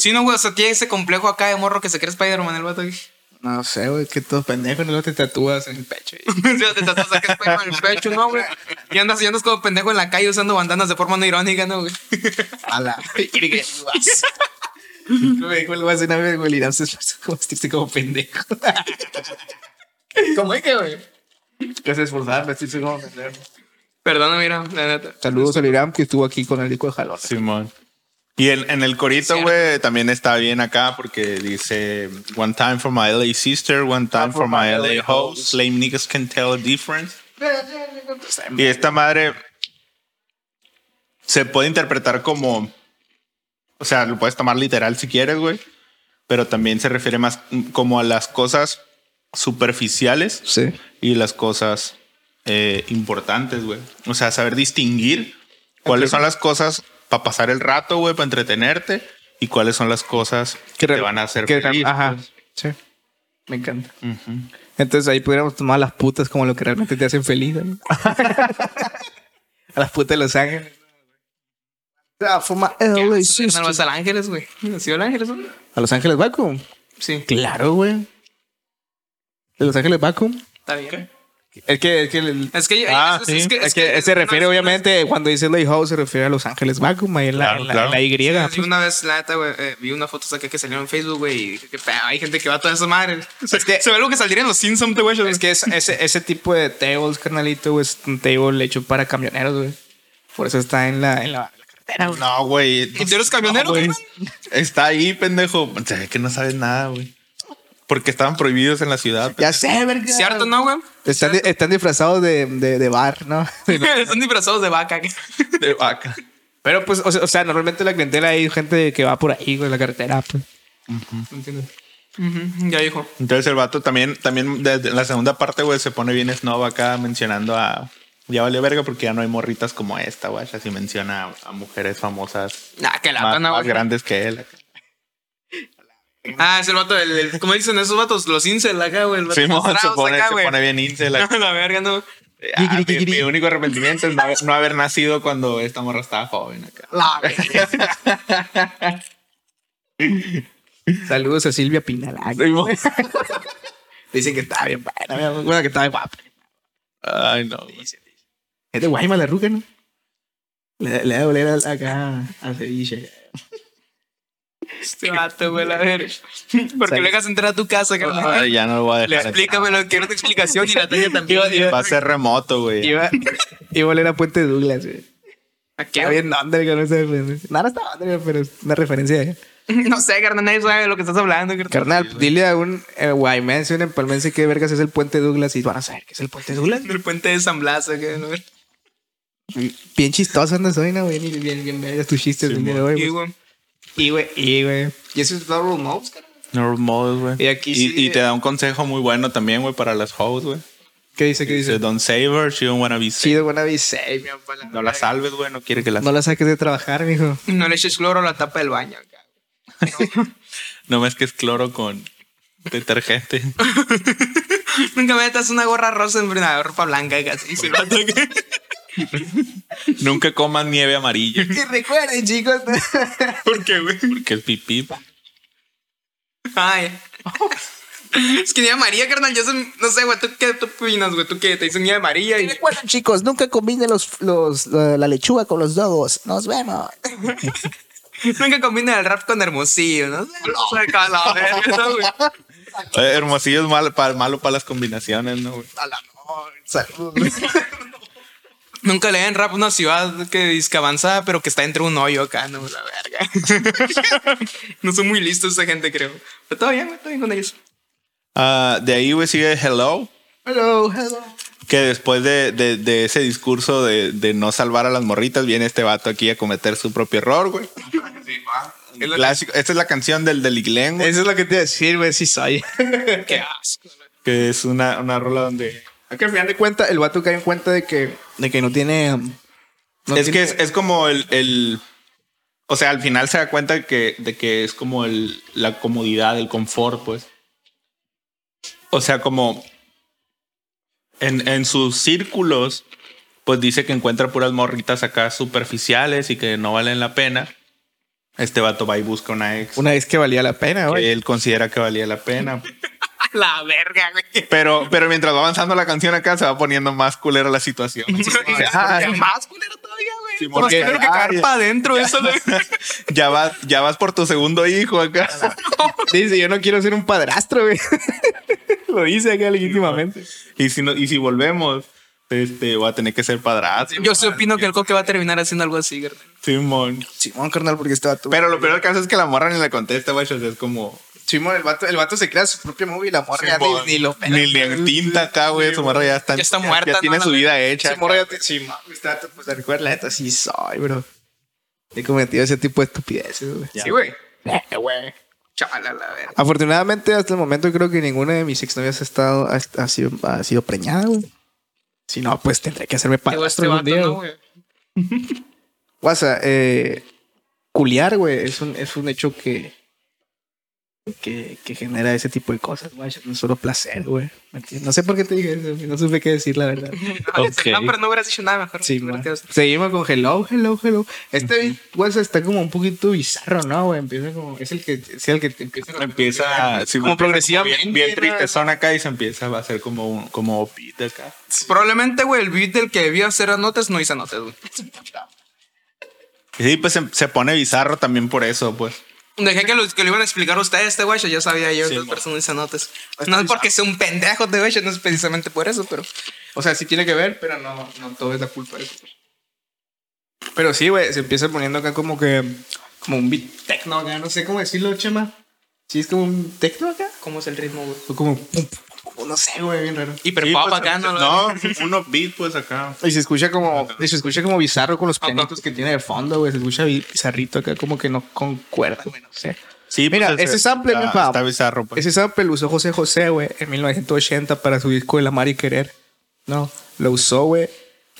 Speaker 3: Sí, no, güey, o sea, tiene ese complejo acá de morro que se cree Spider-Man el vato. güey.
Speaker 1: No sé, güey, que todo pendejo, no te tatúas en el pecho.
Speaker 3: Sí, te tratas de sacar Spider-Man el pecho, ¿no, güey? Y andas, y andas como pendejo en la calle usando bandanas de forma no irónica, ¿no, güey?
Speaker 1: A la. Me dijo el güey, una vez, güey, Lirán se esforzó como vestirse como pendejo.
Speaker 3: ¿Cómo es que, güey?
Speaker 1: Que se esforzaba en vestirse como pendejo.
Speaker 3: Perdona, mira, la neta.
Speaker 1: Saludos a Lirán que estuvo aquí con el disco de jalón.
Speaker 2: Simón. Y en, en el corito, güey, también está bien acá porque dice One time for my LA sister, one time Ah, for my LA hoes, lame niggas can tell a difference. Y esta madre se puede interpretar como, o sea, lo puedes tomar literal si quieres, güey, pero también se refiere más como a las cosas superficiales
Speaker 1: Sí.
Speaker 2: y las cosas eh, importantes, güey. O sea, saber distinguir cuáles son las cosas para pasar el rato, güey, para entretenerte y cuáles son las cosas que te van a hacer
Speaker 1: que-
Speaker 2: feliz. pues.
Speaker 1: Ajá. Sí. Me encanta. Entonces ahí pudiéramos tomar a las putas como lo que realmente te hacen feliz. ¿no? a las putas de Los Ángeles. Ah, for my LA
Speaker 3: No,
Speaker 1: sister.
Speaker 3: vas al Ángeles, güey. ¿Sí, al Ángeles, güey?
Speaker 1: ¿A Los Ángeles Vacuum?
Speaker 3: Sí,
Speaker 1: Claro, güey. ¿De Los Ángeles Vacuum?
Speaker 3: está bien.
Speaker 1: Es que, es que, el-
Speaker 3: Es que,
Speaker 4: Ah,
Speaker 3: es-
Speaker 4: sí.
Speaker 3: es que-
Speaker 1: es
Speaker 3: es
Speaker 1: que
Speaker 3: que-
Speaker 1: se refiere,
Speaker 3: no, es-
Speaker 1: obviamente, cuando dice Lighthouse, se refiere a Los Ángeles Vacuum, ahí en la,
Speaker 2: Claro,
Speaker 1: en la-
Speaker 2: claro.
Speaker 1: la Y.
Speaker 3: Sí, una vez, la neta, güey, eh, vi una foto saqué que salió en Facebook, güey, y dije que "Pedo, hay gente que va a todas esas madres.
Speaker 1: Es que-
Speaker 3: se ve algo que saldría en los Simpsons, güey.
Speaker 1: Es que es- ese, ese tipo de tables, carnalito, güey, es un table hecho para camioneros, güey. Por eso está en la, en la, en la carretera, güey.
Speaker 2: No, güey.
Speaker 3: ¿Y tú eres camionero,
Speaker 2: güey.
Speaker 3: carnal?
Speaker 2: Está ahí, pendejo. Se ve que no sabes nada, güey. Porque estaban prohibidos en la ciudad.
Speaker 1: Ya sé, verga.
Speaker 3: ¿Cierto, no, güey?
Speaker 1: Están, di- están disfrazados de, de, de bar, ¿no?
Speaker 3: Son disfrazados de vaca. que-
Speaker 2: De vaca.
Speaker 1: Pero pues, o sea, o sea, normalmente la clientela hay gente que va por ahí, güey, en la carretera, pues.
Speaker 3: Ujú, Ya dijo.
Speaker 2: Entonces el vato también, también desde la segunda parte, güey, se pone bien snob acá mencionando a. Ya vale verga porque ya no hay morritas como esta, güey. Así menciona a, a mujeres famosas
Speaker 3: Nah, que la
Speaker 2: más,
Speaker 3: pana,
Speaker 2: más
Speaker 3: güey.
Speaker 2: grandes que él.
Speaker 3: Ah, es el vato, el, el- ¿cómo dicen esos vatos? Los incel acá, güey. los
Speaker 2: Sí, mo, se
Speaker 3: castrados
Speaker 2: pone,
Speaker 3: acá,
Speaker 2: se
Speaker 3: güey.
Speaker 2: pone bien incel. acá.
Speaker 3: No, la verga, no.
Speaker 2: Ah, mi, mi único arrepentimiento es no haber, no haber nacido cuando esta morra estaba joven acá.
Speaker 3: La verga.
Speaker 1: Saludos a Silvia Pinalac. Dicen que está bien buena, mi amor. bueno, que está bien guapa.
Speaker 2: Ay, no. güey.
Speaker 1: Es de Guaymas la ruca, ¿no? Le, le da doler al- acá al ceviche.
Speaker 3: Este vato, güey, la verga. Porque lo dejas entrar a tu casa, carnal.
Speaker 2: Ay, ya no lo voy a
Speaker 3: Le
Speaker 2: dejar.
Speaker 3: explícame lo que era tu explicación y la tuya también.
Speaker 2: Va a ser remoto, güey.
Speaker 1: Iba, iba a oler a Puente Douglas, güey.
Speaker 3: ¿A qué?
Speaker 1: Está bien under, no sé. pues, Nada está under, pero es una referencia. eh.
Speaker 3: No sé, carnal, nadie sabe de lo que estás hablando, carnal.
Speaker 1: Carnal,
Speaker 2: pues,
Speaker 1: dile a un eh, guaymense, un empalmense, qué vergas es el Puente Douglas y van a saber qué es el Puente Douglas.
Speaker 3: El puente de San Blas, acá, ¿no?
Speaker 1: Bien chistoso andas hoy, ¿no? Bien, bien, bien, vergas tus chistes del día de hoy,
Speaker 3: Y,
Speaker 1: güey.
Speaker 3: güey,
Speaker 2: pues.
Speaker 1: Y, güey, y, güey. Y eso es Double Mouse, carnal.
Speaker 2: Normal güey.
Speaker 1: Y aquí sí-
Speaker 2: y te da un consejo muy bueno también, güey, para las hoes, güey.
Speaker 1: ¿Qué dice? ¿Qué
Speaker 2: Dice,
Speaker 1: dice?
Speaker 2: don't save her, she don't wanna be saved.
Speaker 1: Chido, buena visa. eh, mi amor, la-
Speaker 2: No la salves, güey, no quiere que la...
Speaker 1: No la saques de trabajar, mijo.
Speaker 3: no le eches cloro a la tapa del baño, acá.
Speaker 2: No ves que es cloro con detergente.
Speaker 3: Nunca metas una gorra rosa en una ropa blanca, acá. sí, sí, vato, acá.
Speaker 2: Nunca comas nieve amarilla,
Speaker 1: Y recuerden, chicos.
Speaker 3: ¿Por qué, güey?
Speaker 2: porque es pipí.
Speaker 3: Ay. Es que ni amarilla, carnal. Yo soy- no sé, güey. ¿Tú qué tú opinas, güey? ¿Tú qué? Te dicen ni amarilla y.
Speaker 5: Recuerden, chicos, nunca combinen los, los, la, la lechuga con los dogos. Nos vemos.
Speaker 3: Nunca combina el rap con hermosillo, ¿no? Saca la verga, ¿no, güey?
Speaker 2: Eh, hermosillo es mal, pa- malo para las combinaciones, ¿no, güey?
Speaker 3: Nunca le den rap a una ciudad que dice avanzada, pero que está entre un hoyo acá, no, la verga. no son muy listos esa gente, creo. Pero todo bien, güey, todo bien con ellos.
Speaker 2: Ah, de ahí, güey, sigue Hello.
Speaker 1: Hello, hello.
Speaker 2: Que después de, de- de ese discurso de, de no salvar a las morritas, viene este vato aquí a cometer su propio error, güey. Clásico. Esta es la canción del del Iglen, güey,
Speaker 1: Eso es lo que te iba a decir, güey, sí soy.
Speaker 3: Qué asco.
Speaker 2: que es una, una rola donde...
Speaker 1: Aunque al final de cuentas, el vato cae en cuenta de que, de que no tiene. um, no
Speaker 2: es
Speaker 1: tiene-
Speaker 2: que es, es como el, el- O sea, al final se da cuenta que, de que es como el, la comodidad, el confort, pues. O sea, como. En, en sus círculos, pues dice que encuentra puras morritas acá superficiales y que no valen la pena. Este vato va y busca una ex
Speaker 1: Una vez que valía la pena,
Speaker 2: que
Speaker 1: güey.
Speaker 2: él considera que valía la pena.
Speaker 3: La verga, güey.
Speaker 2: Pero, pero mientras va avanzando la canción acá, se va poniendo más culera la situación. Dice, "Ay,
Speaker 3: Porque Más culero todavía, güey.
Speaker 2: Sí,
Speaker 3: Más
Speaker 2: porque-
Speaker 3: culero Pues que
Speaker 2: ay.
Speaker 3: cagar para adentro, eso, güey.
Speaker 2: ya, vas, ya vas por tu segundo hijo acá.
Speaker 1: Dice, yo no quiero ser un padrastro, güey. lo dice acá legítimamente.
Speaker 2: Y si, no, y si volvemos, este, va a tener que ser padrastro.
Speaker 3: Yo sí opino que el coque va a terminar haciendo algo así, güey.
Speaker 2: Simón.
Speaker 1: Simón, carnal, porque este vato.
Speaker 2: Pero lo peor del caso es que la morra ni le contesta, güey. o sea, es como...
Speaker 1: Simón, el vato, el vato se crea su propio movie y la morra ya
Speaker 2: Simón.
Speaker 1: ni, ni lo pela.
Speaker 2: Ni le tinta acá, güey. Su morra ya está...
Speaker 3: Ya está muerta,
Speaker 2: Ya
Speaker 3: ¿no?
Speaker 2: tiene
Speaker 3: La
Speaker 2: su
Speaker 3: verga.
Speaker 2: vida hecha.
Speaker 1: Ese morro ya te. Simón, güey, este vato, pues recuerda, la neta, sí soy, bro. He cometido ese tipo de estupideces, güey.
Speaker 2: Ya.
Speaker 3: Sí, Eh, güey. Chala, la verga.
Speaker 1: Afortunadamente, hasta el momento creo que ninguna de mis exnovias ha estado ha, ha sido, ha sido preñada, güey. Si no, pues tendré que hacerme para
Speaker 3: Digo, este vato, ¿no, güey?
Speaker 1: Guasa, eh, culiar, güey, es un, es un hecho que,
Speaker 5: que, que genera ese tipo de cosas, güey. No es solo placer, güey. ¿me entiendes? No sé por qué te dije eso, güey, no supe qué decir, la verdad.
Speaker 4: Ok.
Speaker 3: No, pero no hubieras dicho nada mejor.
Speaker 5: Sí,
Speaker 3: Hubiera
Speaker 5: güey.
Speaker 3: sido-
Speaker 5: Seguimos con Hello, Hello, Hello. Este WhatsApp está como un poquito bizarro, ¿no, güey? Empieza como. Es el que, es el que te empieza a-
Speaker 2: Empieza sí,
Speaker 1: Como
Speaker 2: empieza
Speaker 1: progresivamente,
Speaker 2: bien, bien
Speaker 1: ¿no?
Speaker 2: triste son acá y se empieza a hacer como un como upbeat acá.
Speaker 3: Probablemente, güey, el beat del que debió hacer anotes no hizo anotes, güey.
Speaker 2: Y sí, pues se, se pone bizarro también por eso, pues.
Speaker 3: Dejé que, los, que lo iban a explicar ustedes, este guacho. Yo sabía yo,
Speaker 2: Sí,
Speaker 3: esas
Speaker 2: mo.
Speaker 3: personas hizo anotes. No es porque sea un pendejo, este guacho, no es precisamente por eso, pero.
Speaker 1: O sea, sí tiene que ver, pero no, no todo es la culpa de eso. Pero sí, güey, se empieza poniendo acá como que. Como un beat techno acá, no sé cómo decirlo, Chema. Sí, es como un techno acá.
Speaker 3: ¿Cómo es el ritmo, güey?
Speaker 1: O como. pum, pum, pum, pum, No sé, güey, bien raro.
Speaker 3: Hiper
Speaker 2: Sí,
Speaker 3: pop
Speaker 2: pues,
Speaker 3: acá, ¿no?
Speaker 2: No, un upbeat, pues acá.
Speaker 1: Y se escucha como. Y se escucha como bizarro con los pianitos que tiene de fondo, güey. Se escucha bi- bizarrito acá, como que no concuerda, güey, no sé.
Speaker 2: Sí,
Speaker 1: Mira,
Speaker 2: pues,
Speaker 1: ese sample, mi
Speaker 2: está,
Speaker 1: pavo.
Speaker 2: está bizarro, pues.
Speaker 1: Ese sample lo usó José José, güey, en 1980 para su disco El Amar y Querer. No, lo usó, güey.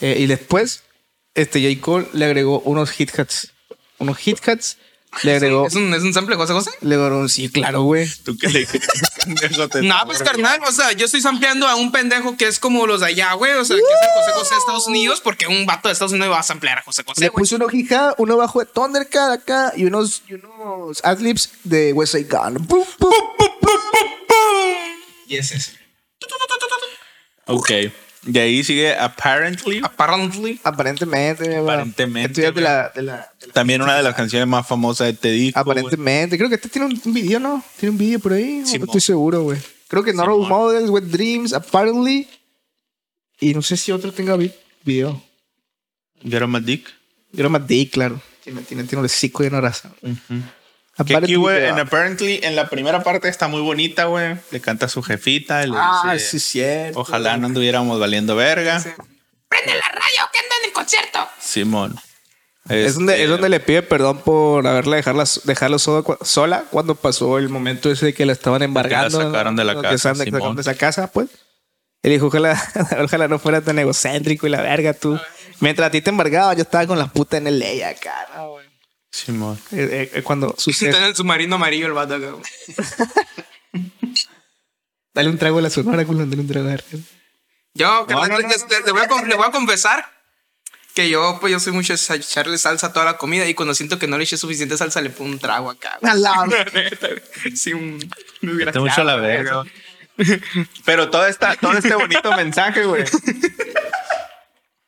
Speaker 1: Eh, y después, este J. Cole le agregó unos hit hats. Unos hit hats. Le agregó.
Speaker 3: ¿Es un, ¿Es un sample, José José?
Speaker 1: Le agregó un sí, claro, güey.
Speaker 2: ¿Tú qué le Pendejo, te-
Speaker 3: No, pues carnal, o sea, yo estoy sampleando a un pendejo que es como los de allá, güey. O sea, que es el José José de Estados Unidos, porque un vato de Estados Unidos va a samplear a José José,
Speaker 5: Le
Speaker 3: güey.
Speaker 5: puse uno hija, uno bajo de Thundercat acá y unos, y unos adlibs de West Side Gun. Pum, pum.
Speaker 3: Y es eso.
Speaker 2: Ok. De ahí sigue Apparently.
Speaker 3: Apparently.
Speaker 1: Aparentemente, güey.
Speaker 2: Aparentemente,
Speaker 1: Esto ya es de la, de la- de la-
Speaker 2: También una de las canciones más famosas de este disco.
Speaker 1: Aparentemente. Creo que este tiene un, un video, ¿no? Tiene un video por ahí. No
Speaker 2: Simón.
Speaker 1: estoy seguro, güey. Creo que No Role Models, Wet Dreams, Apparently. Y no sé si otro tenga vi- video.
Speaker 2: güey. Get on my dick.
Speaker 1: Yo era más D, claro. Tiene, tiene, tiene un hocico y una raza.
Speaker 2: Que
Speaker 1: Aparte,
Speaker 2: aquí, güey,
Speaker 1: que-
Speaker 2: en Apparently, en la primera parte está muy bonita, güey. Le canta a su jefita y le
Speaker 1: Ah,
Speaker 2: dice,
Speaker 1: sí, cierto.
Speaker 2: ojalá no anduviéramos valiendo verga.
Speaker 3: ¡Prende la radio que anda en el concierto!
Speaker 2: Simón.
Speaker 1: Es donde,
Speaker 2: Este,
Speaker 1: es donde le pide perdón por haberla dejarla, dejarlo sola, cu- sola cuando pasó el momento ese de que la estaban embargando.
Speaker 2: sacaron de la
Speaker 1: ¿no?
Speaker 2: casa,
Speaker 1: Que se han-
Speaker 2: Simón.
Speaker 1: sacaron de esa casa, pues. Él dijo, ojalá, ojalá no fuera tan egocéntrico y la verga, tú. Mientras a ti te embargaba, yo estaba con las putas en el ley acá, ¿no, güey?
Speaker 2: Simón.
Speaker 1: Eh, eh, cuando
Speaker 3: Está en
Speaker 1: sucede.
Speaker 3: el submarino amarillo el vato acá, güey.
Speaker 1: Dale un trago a la sonora, culo, dale un trago a la verga.
Speaker 3: Yo, carnal,
Speaker 2: no, no,
Speaker 3: les- les- les voy a con- les voy a confesar que yo, pues yo soy mucho de echarle salsa a toda la comida y cuando siento que no le eché suficiente salsa, le pongo un trago acá, güey.
Speaker 5: A la-
Speaker 3: Sí, un. Me hubiera
Speaker 2: Está mucho a la
Speaker 3: quedado, güey.
Speaker 2: verga. Pero todo, esta, todo este bonito mensaje, güey.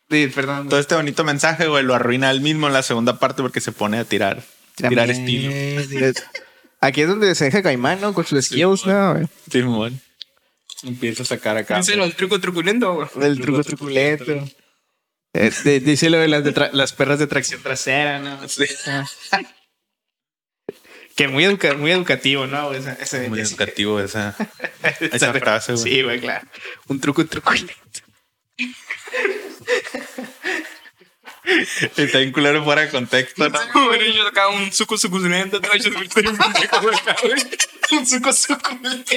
Speaker 1: Sí, perdón.
Speaker 2: Todo este bonito mensaje, güey, lo arruina él mismo en la segunda parte porque se pone a tirar. Tirar estilo.
Speaker 1: estilo. Aquí es donde se deja Caimán, ¿no? Con sus skills, ¿no? güey?
Speaker 2: Simón. Empieza a sacar acá.
Speaker 3: Díselo al truco truculento, güey.
Speaker 1: El truco truculento. Eh, de- dice lo de las, de tra- las perras de tracción trasera, ¿no?
Speaker 2: Sí.
Speaker 1: Que muy, educa- muy educativo, ¿no? Esa, ese-
Speaker 2: Muy
Speaker 1: ese-
Speaker 2: educativo esa,
Speaker 1: ese-
Speaker 2: esa frase, güey.
Speaker 1: Sí, güey, claro. Un truco truculento.
Speaker 2: Está bien culero fuera de contexto, ¿no?
Speaker 3: Bueno, yo acá un suco suculento, te lo echas, güey, estoy un pendejo, güey, acá, güey. Un suco suculento.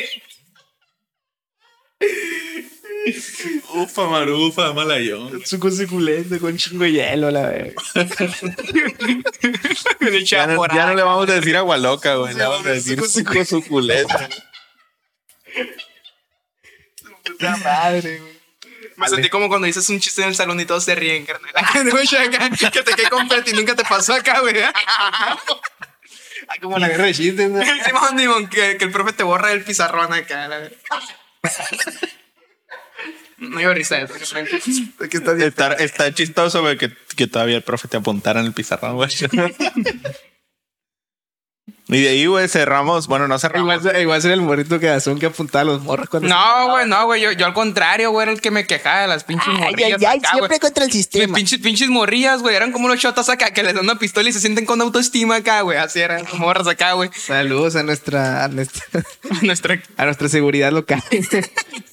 Speaker 2: Ufa, marufa, malayón.
Speaker 1: Un truco suculento con chingo de hielo, la verga.
Speaker 3: Le echaba
Speaker 2: Ya no,
Speaker 3: por
Speaker 2: ya no
Speaker 3: ahí.
Speaker 2: le vamos a decir agua loca, güey. Le vamos a decir suco suculento.
Speaker 1: La madre, güey.
Speaker 3: Me sentí como cuando dices un chiste en el salón y todos se ríen, carnal. Acá, güey, acá, Que te quedé con Fred y nunca te pasó acá, güey.
Speaker 1: Ay, como la guerra de chistes, ¿no?
Speaker 3: Simón, Simón, que, que el profe te borra el pizarrón acá. la verdad. No yo risa de eso.
Speaker 1: ¿Qué estás diciendo?
Speaker 2: Está, está chistoso, güey, que, que todavía el profe te apuntara en el pizarrón, güey. Y de ahí, güey, cerramos. Bueno, no cerramos.
Speaker 1: Igual, igual ser el morrito que que apuntaba a los morros cuando
Speaker 3: No, güey, no, güey. Yo, yo al contrario, güey, era el que me quejaba de las pinches
Speaker 5: Ay, ay,
Speaker 3: morrillas.
Speaker 5: ay,
Speaker 3: acá, güey.
Speaker 5: siempre contra el
Speaker 3: Mis
Speaker 5: sistema.
Speaker 3: pinches, pinches morrillas, güey. Eran como los chotas acá que les dan una pistola y se sienten con autoestima acá, güey. Así eran las morras acá, güey.
Speaker 1: Saludos a nuestra, a nuestra,
Speaker 3: Nuestra.
Speaker 1: a nuestra seguridad local,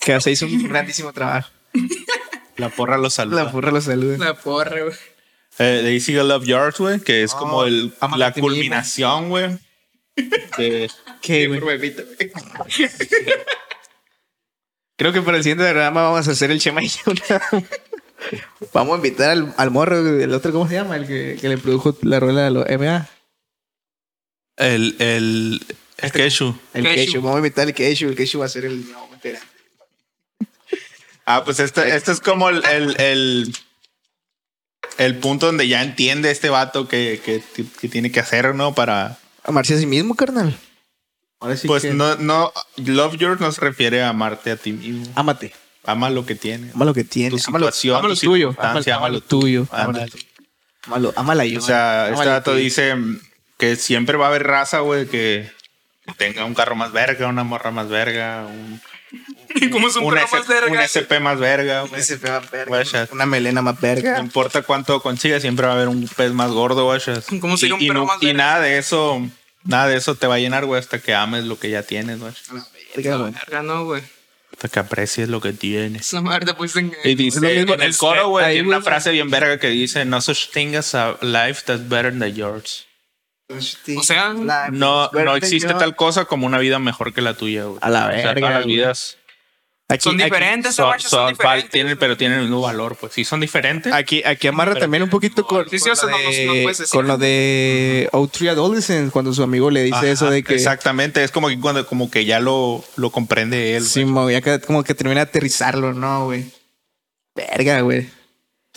Speaker 1: que hacéis un grandísimo trabajo.
Speaker 2: La porra los saluda.
Speaker 1: La porra los saluda.
Speaker 3: La porra, güey.
Speaker 2: Eh, de ahí sigue Love Yours, güey, que es
Speaker 1: Oh,
Speaker 2: como el,
Speaker 1: Amante
Speaker 2: la
Speaker 1: a ti mismo.
Speaker 2: culminación, güey. de-
Speaker 1: ¿Qué, güey? Creo que para el siguiente programa vamos a hacer el Chema y yo. Vamos a invitar al, al morro, el otro, ¿cómo se llama? El que, que le produjo la rola a los MA.
Speaker 2: El, el, El Keshu.
Speaker 1: El
Speaker 3: Keshu.
Speaker 1: Keshu. Vamos a invitar el Keshu. El Keshu va a ser el. no, mentira.
Speaker 2: Ah, pues este, este es como el, el, el, el punto donde ya entiende este vato que, que, ti- que tiene que hacer, ¿no? Para.
Speaker 1: Amarse a sí mismo, carnal.
Speaker 5: Ahora sí
Speaker 2: Pues
Speaker 5: que-
Speaker 2: no, no. Love yours no se refiere a amarte a ti mismo.
Speaker 1: Ámate.
Speaker 2: Ama lo que tienes.
Speaker 1: Ama lo que
Speaker 2: Tu
Speaker 1: tienes. Ama lo,
Speaker 2: situación.
Speaker 1: ama lo
Speaker 2: tu
Speaker 1: tuyo. Ama,
Speaker 2: circunstancia,
Speaker 1: ama lo tuyo.
Speaker 2: ama
Speaker 1: Ama
Speaker 2: lo
Speaker 1: lo Ámalo, ámala yo.
Speaker 2: O sea, este
Speaker 1: Ámala
Speaker 2: dato
Speaker 1: tú.
Speaker 2: dice mm, que siempre va a haber raza, güey, que tenga un carro más verga, una morra más verga, un,
Speaker 3: ¿Y cómo es un, perro
Speaker 2: S-
Speaker 3: más verga?
Speaker 2: un SP más verga, güey.
Speaker 1: Ese fue más verga.
Speaker 2: Guachas.
Speaker 1: Una melena más
Speaker 2: No
Speaker 1: verga.
Speaker 2: importa cuánto consigas, siempre va a haber un pez más gordo, guachas.
Speaker 3: ¿Cómo sería un
Speaker 2: y, y
Speaker 3: perro
Speaker 2: no-
Speaker 3: más
Speaker 2: y
Speaker 3: verga?
Speaker 2: nada de eso, nada de eso te va a llenar, güey, hasta que ames lo que ya tienes, guachas.
Speaker 1: Verga, güey.
Speaker 3: Verga, no, güey.
Speaker 2: Hasta que aprecies lo que tienes.
Speaker 3: Esa madre pues en...
Speaker 2: Y dice,
Speaker 1: lo mismo-
Speaker 2: en el coro, güey,
Speaker 1: ahí,
Speaker 2: tiene una
Speaker 1: güey.
Speaker 2: frase bien verga que dice, no such thing as a life that's better than yours.
Speaker 3: O sea,
Speaker 1: La-
Speaker 2: No, no
Speaker 1: suerte
Speaker 2: existe
Speaker 1: yo.
Speaker 2: tal cosa como una vida mejor que la tuya, güey.
Speaker 1: A la
Speaker 2: O sea,
Speaker 1: verga,
Speaker 2: todas las
Speaker 1: güey.
Speaker 2: vidas
Speaker 1: Aquí-
Speaker 3: son
Speaker 1: aquí-
Speaker 3: diferentes, son,
Speaker 2: son,
Speaker 3: son, son
Speaker 2: son- val-
Speaker 3: diferentes.
Speaker 2: tienen, pero tienen el mismo valor, pues. Sí, son diferentes.
Speaker 1: Aquí, aquí amarra también un poquito con,
Speaker 3: Sí, sí,
Speaker 1: con
Speaker 3: o sea,
Speaker 1: lo
Speaker 3: no, no,
Speaker 1: de,
Speaker 3: no puedes decir.
Speaker 1: con lo de O Three Adolescents, cuando su amigo le dice
Speaker 2: Ajá,
Speaker 1: eso de que
Speaker 2: Exactamente, es como que, cuando, como que ya lo, lo comprende él.
Speaker 1: sí,
Speaker 2: güey.
Speaker 1: mo, ya que- como que termina de aterrizarlo, ¿no, güey? Verga, güey.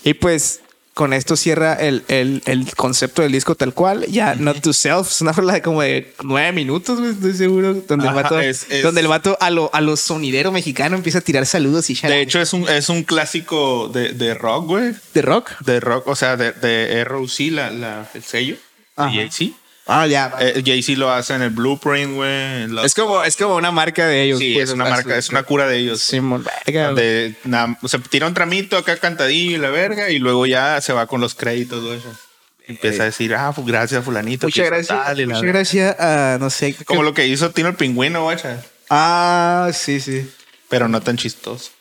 Speaker 1: Y pues con esto cierra el, el, el concepto del disco tal cual. Ya Not To Self es una rola como de nueve minutos, güey, estoy seguro. Donde el
Speaker 2: Ajá,
Speaker 1: vato,
Speaker 2: es- es-
Speaker 1: Donde el vato a lo, a lo sonidero mexicano empieza a tirar saludos y ya.
Speaker 2: De hecho, es un, es un clásico de, de rock, güey.
Speaker 1: ¿De rock?
Speaker 2: De rock, o sea, de, de ROC, la, la, el sello.
Speaker 1: Ajá.
Speaker 2: de Jay-Z.
Speaker 1: Ah, ya.
Speaker 2: Eh, Jay-Z lo hace en el Blueprint, güey. en la-
Speaker 1: es, como, es como una marca de ellos.
Speaker 2: sí,
Speaker 1: pues,
Speaker 2: es una marca, es una cura de ellos.
Speaker 1: Sí, mo, verga, güey.
Speaker 2: De, na- o sea, tira un tramito acá cantadillo y la verga, y luego ya se va con los créditos, güey. Empieza a decir, ah, fu- gracias, fulanito.
Speaker 1: Eh. Muchas
Speaker 2: que hizo
Speaker 1: gracias.
Speaker 2: tal y la
Speaker 1: muchas
Speaker 2: verga.
Speaker 1: gracias a, no sé. creo
Speaker 2: Como
Speaker 1: que-
Speaker 2: lo que hizo Tino el Pingüino, güey. o sea,
Speaker 1: Ah, sí, sí.
Speaker 2: Pero no tan chistoso.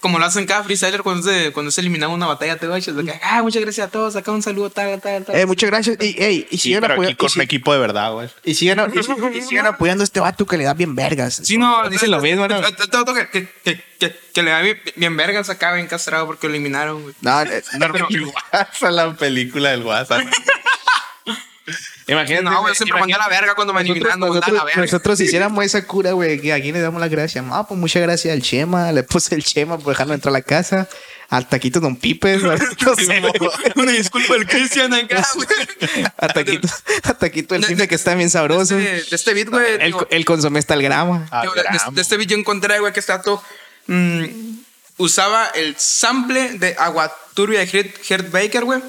Speaker 3: Como lo hacen cada freestyler cuando se, cuando se eliminaba una batalla, te vayas. de que, Ah, muchas gracias a todos. Acá un saludo, tal, tal, tal.
Speaker 1: Eh, muchas gracias. Y, ey, y
Speaker 2: Sí,
Speaker 1: sigan
Speaker 2: pero aquí
Speaker 1: apoyando.
Speaker 2: con
Speaker 1: y si-
Speaker 2: un equipo de verdad, güey.
Speaker 1: Y sigan, y si- y sigan apoyando a este vato que le da bien vergas.
Speaker 3: Sí, no,
Speaker 1: dicen lo mismo, ¿no?
Speaker 3: eh, eh, todo que, que, que, que, que le da bien, bien vergas acá, bien castrado porque lo eliminaron, güey.
Speaker 1: No, eh,
Speaker 2: No, Hasta la película del WhatsApp.
Speaker 1: imagínate.
Speaker 3: No, güey,
Speaker 1: güey,
Speaker 3: yo siempre mandé a la verga cuando me
Speaker 1: Nosotros,
Speaker 3: eliminaron, mandé a la
Speaker 1: nosotros-
Speaker 3: verga.
Speaker 1: nosotros hiciéramos esa cura, güey, que aquí le damos las gracias. Ah, pues muchas gracias al Chema, le puse el Chema por dejarnos entrar a la casa, al taquito Don Pipes, no sé, güey.
Speaker 3: Una disculpa al Cristian acá, güey.
Speaker 1: a taquito, a taquito el cine que está bien sabroso.
Speaker 3: De, de este beat, güey.
Speaker 1: El,
Speaker 3: digo,
Speaker 1: el consomé está al grama.
Speaker 2: Ah,
Speaker 3: digo, de, de-
Speaker 2: gramo.
Speaker 3: de este beat yo encontré, güey, que este dato usaba el sample de Agua Turbia de Hert, Hert Baker, güey.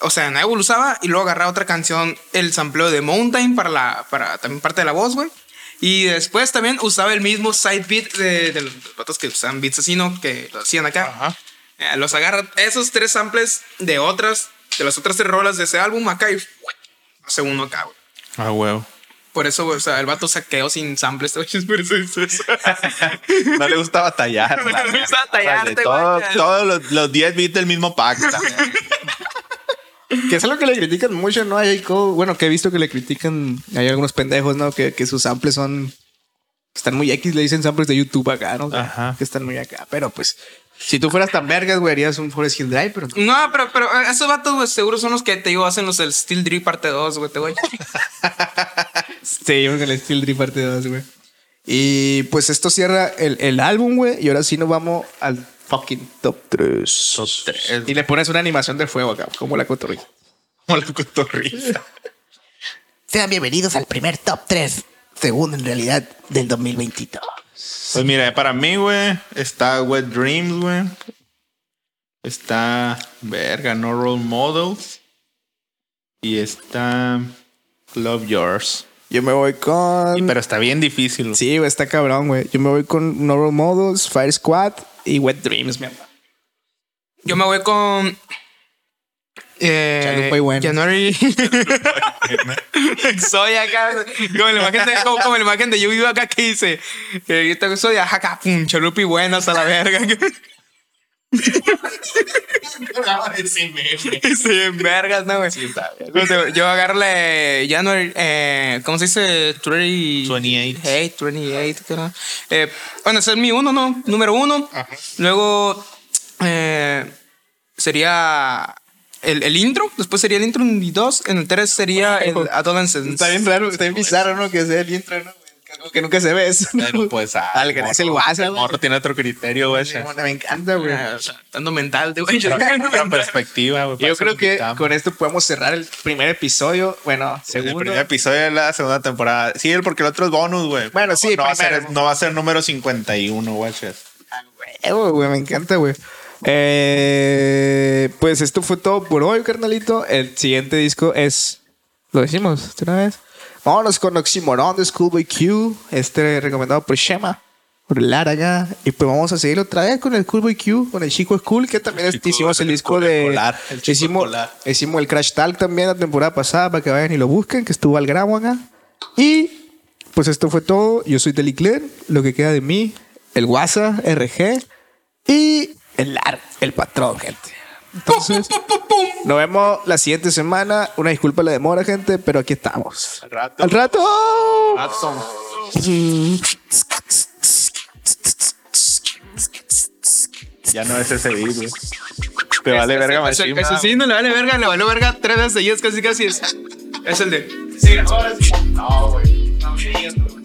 Speaker 3: O sea, Naibu lo usaba y luego agarraba otra canción, el sampleo de Mountain para, la, para también parte de la voz, güey. Y después también usaba el mismo side beat de, de los patos que usaban beats así, ¿no? Que lo hacían acá.
Speaker 2: Ajá.
Speaker 3: Eh, los agarra esos tres samples de otras, de las otras tres rolas de ese álbum acá y uy, hace uno acá, güey.
Speaker 2: Ah, huevo.
Speaker 3: Por eso, güey, o sea, el vato se quedó sin samples, güey. Por eso hizo eso.
Speaker 2: No le gusta batallar.
Speaker 3: No le gusta
Speaker 2: batallar.
Speaker 3: batallarte, guachas.
Speaker 2: Todos los- los 10 bits del mismo pack. también.
Speaker 1: Que es algo que le critican mucho, ¿no? A J. Cole. Bueno, que he visto que le critican. Hay algunos pendejos, ¿no? Que, que sus samples son. Están muy X, le dicen samples de YouTube acá, ¿no?
Speaker 2: Ajá.
Speaker 1: Que están muy acá. Pero pues, si tú fueras tan vergas, güey, harías un Forest Hill Drive, pero.
Speaker 3: No, pero, pero eh, esos vatos, güey, seguro son los que te digo, hacen los el Steel Drip parte 2, güey, te voy.
Speaker 1: Sí, yo con el Steel Drip parte 2, güey. Y pues esto cierra el, el álbum, güey. Y ahora sí nos vamos al fucking top 3.
Speaker 2: Top tres.
Speaker 1: Y le pones una animación de fuego acá, como la cotorrilla.
Speaker 2: Como la cotorrisa.
Speaker 5: Sean bienvenidos al primer top 3, segundo en realidad del 2022.
Speaker 2: Pues mira, para mí, güey, está Wet Dreams, güey. Está, verga, No Role Models. Y está Love Yours.
Speaker 1: Yo me voy con.
Speaker 2: Y- pero está bien difícil. güey.
Speaker 1: Sí, güey, está cabrón, güey. Yo me voy con Normal Models, Fire Squad y Wet Dreams, mi amor.
Speaker 3: Yo me voy con. Eh,
Speaker 1: Chalupa y bueno.
Speaker 3: January. soy acá. Como la imagen de, como, como la imagen de yo vivo acá que dice. Que yo te- soy de acá, pum, chalupa y bueno hasta la verga. sí, en vergas, no, güey. Yo- Yo agarré January. Eh, ¿Cómo se dice? 30,
Speaker 2: 28.
Speaker 3: Hey, 28, ¿qué era? Eh, bueno, ese es mi uno, ¿no? Número uno. Luego eh, sería el, el intro, después sería el intro en el 2, en el 3 sería el Adolescence.
Speaker 1: Está bien raro, está bien bizarro, ¿no? Que sea el intro, ¿no? Como que nunca se ve eso. ¿no?
Speaker 2: Pero pues, ah,
Speaker 1: Al que le hace el WhatsApp, güey.
Speaker 2: morro tiene otro criterio, güey.
Speaker 1: Simón, Me encanta, güey.
Speaker 3: Ah, Tanto mental, de güey.
Speaker 2: Otra perspectiva, güey.
Speaker 1: Yo
Speaker 2: Pasa
Speaker 1: creo
Speaker 2: un
Speaker 1: que
Speaker 2: cambio.
Speaker 1: con esto podemos cerrar el primer episodio. Bueno,
Speaker 2: El
Speaker 1: segundo.
Speaker 2: primer episodio de la segunda temporada. Sí, el- porque el otro es bonus, güey.
Speaker 1: Bueno, sí,
Speaker 2: no va, a
Speaker 1: primero.
Speaker 2: ser, no va a ser número 51, güey.
Speaker 1: Huevo, Ah, güey, me encanta, güey. Eh, pues esto fue todo por hoy, carnalito. El siguiente disco es. Lo decimos de una vez. Vámonos con Oxymoron de Schoolboy Q. Este recomendado por Shema. Por Laraga. Y pues vamos a seguir otra vez con el Schoolboy Q. Con el Chico School. Que también
Speaker 2: chico-
Speaker 1: hicimos el
Speaker 2: el
Speaker 1: disco
Speaker 2: chico
Speaker 1: de.
Speaker 2: escolar, el chico
Speaker 1: hicimos,
Speaker 2: escolar.
Speaker 1: hicimos el Crash Talk también la temporada pasada. Para que vayan y lo busquen. Que estuvo al gramo acá. Y pues esto fue todo. Yo soy Delicler. Lo que queda de mí, el WhatsApp, RG y el, ar- el patrón, gente. Entonces, nos vemos la siguiente semana. Una disculpa la demora, gente, pero aquí estamos.
Speaker 2: Al rato.
Speaker 1: ¡Al rato!
Speaker 2: Ya no es ese beat, güey. Te vale verga,
Speaker 3: Ese-
Speaker 2: machín.
Speaker 3: Ese
Speaker 2: nada,
Speaker 3: sí, no le vale verga, le vale verga tres veces seguidas, casi casi es. Es el de. Sí, ahora sí. No, güey. No, me digas, güey.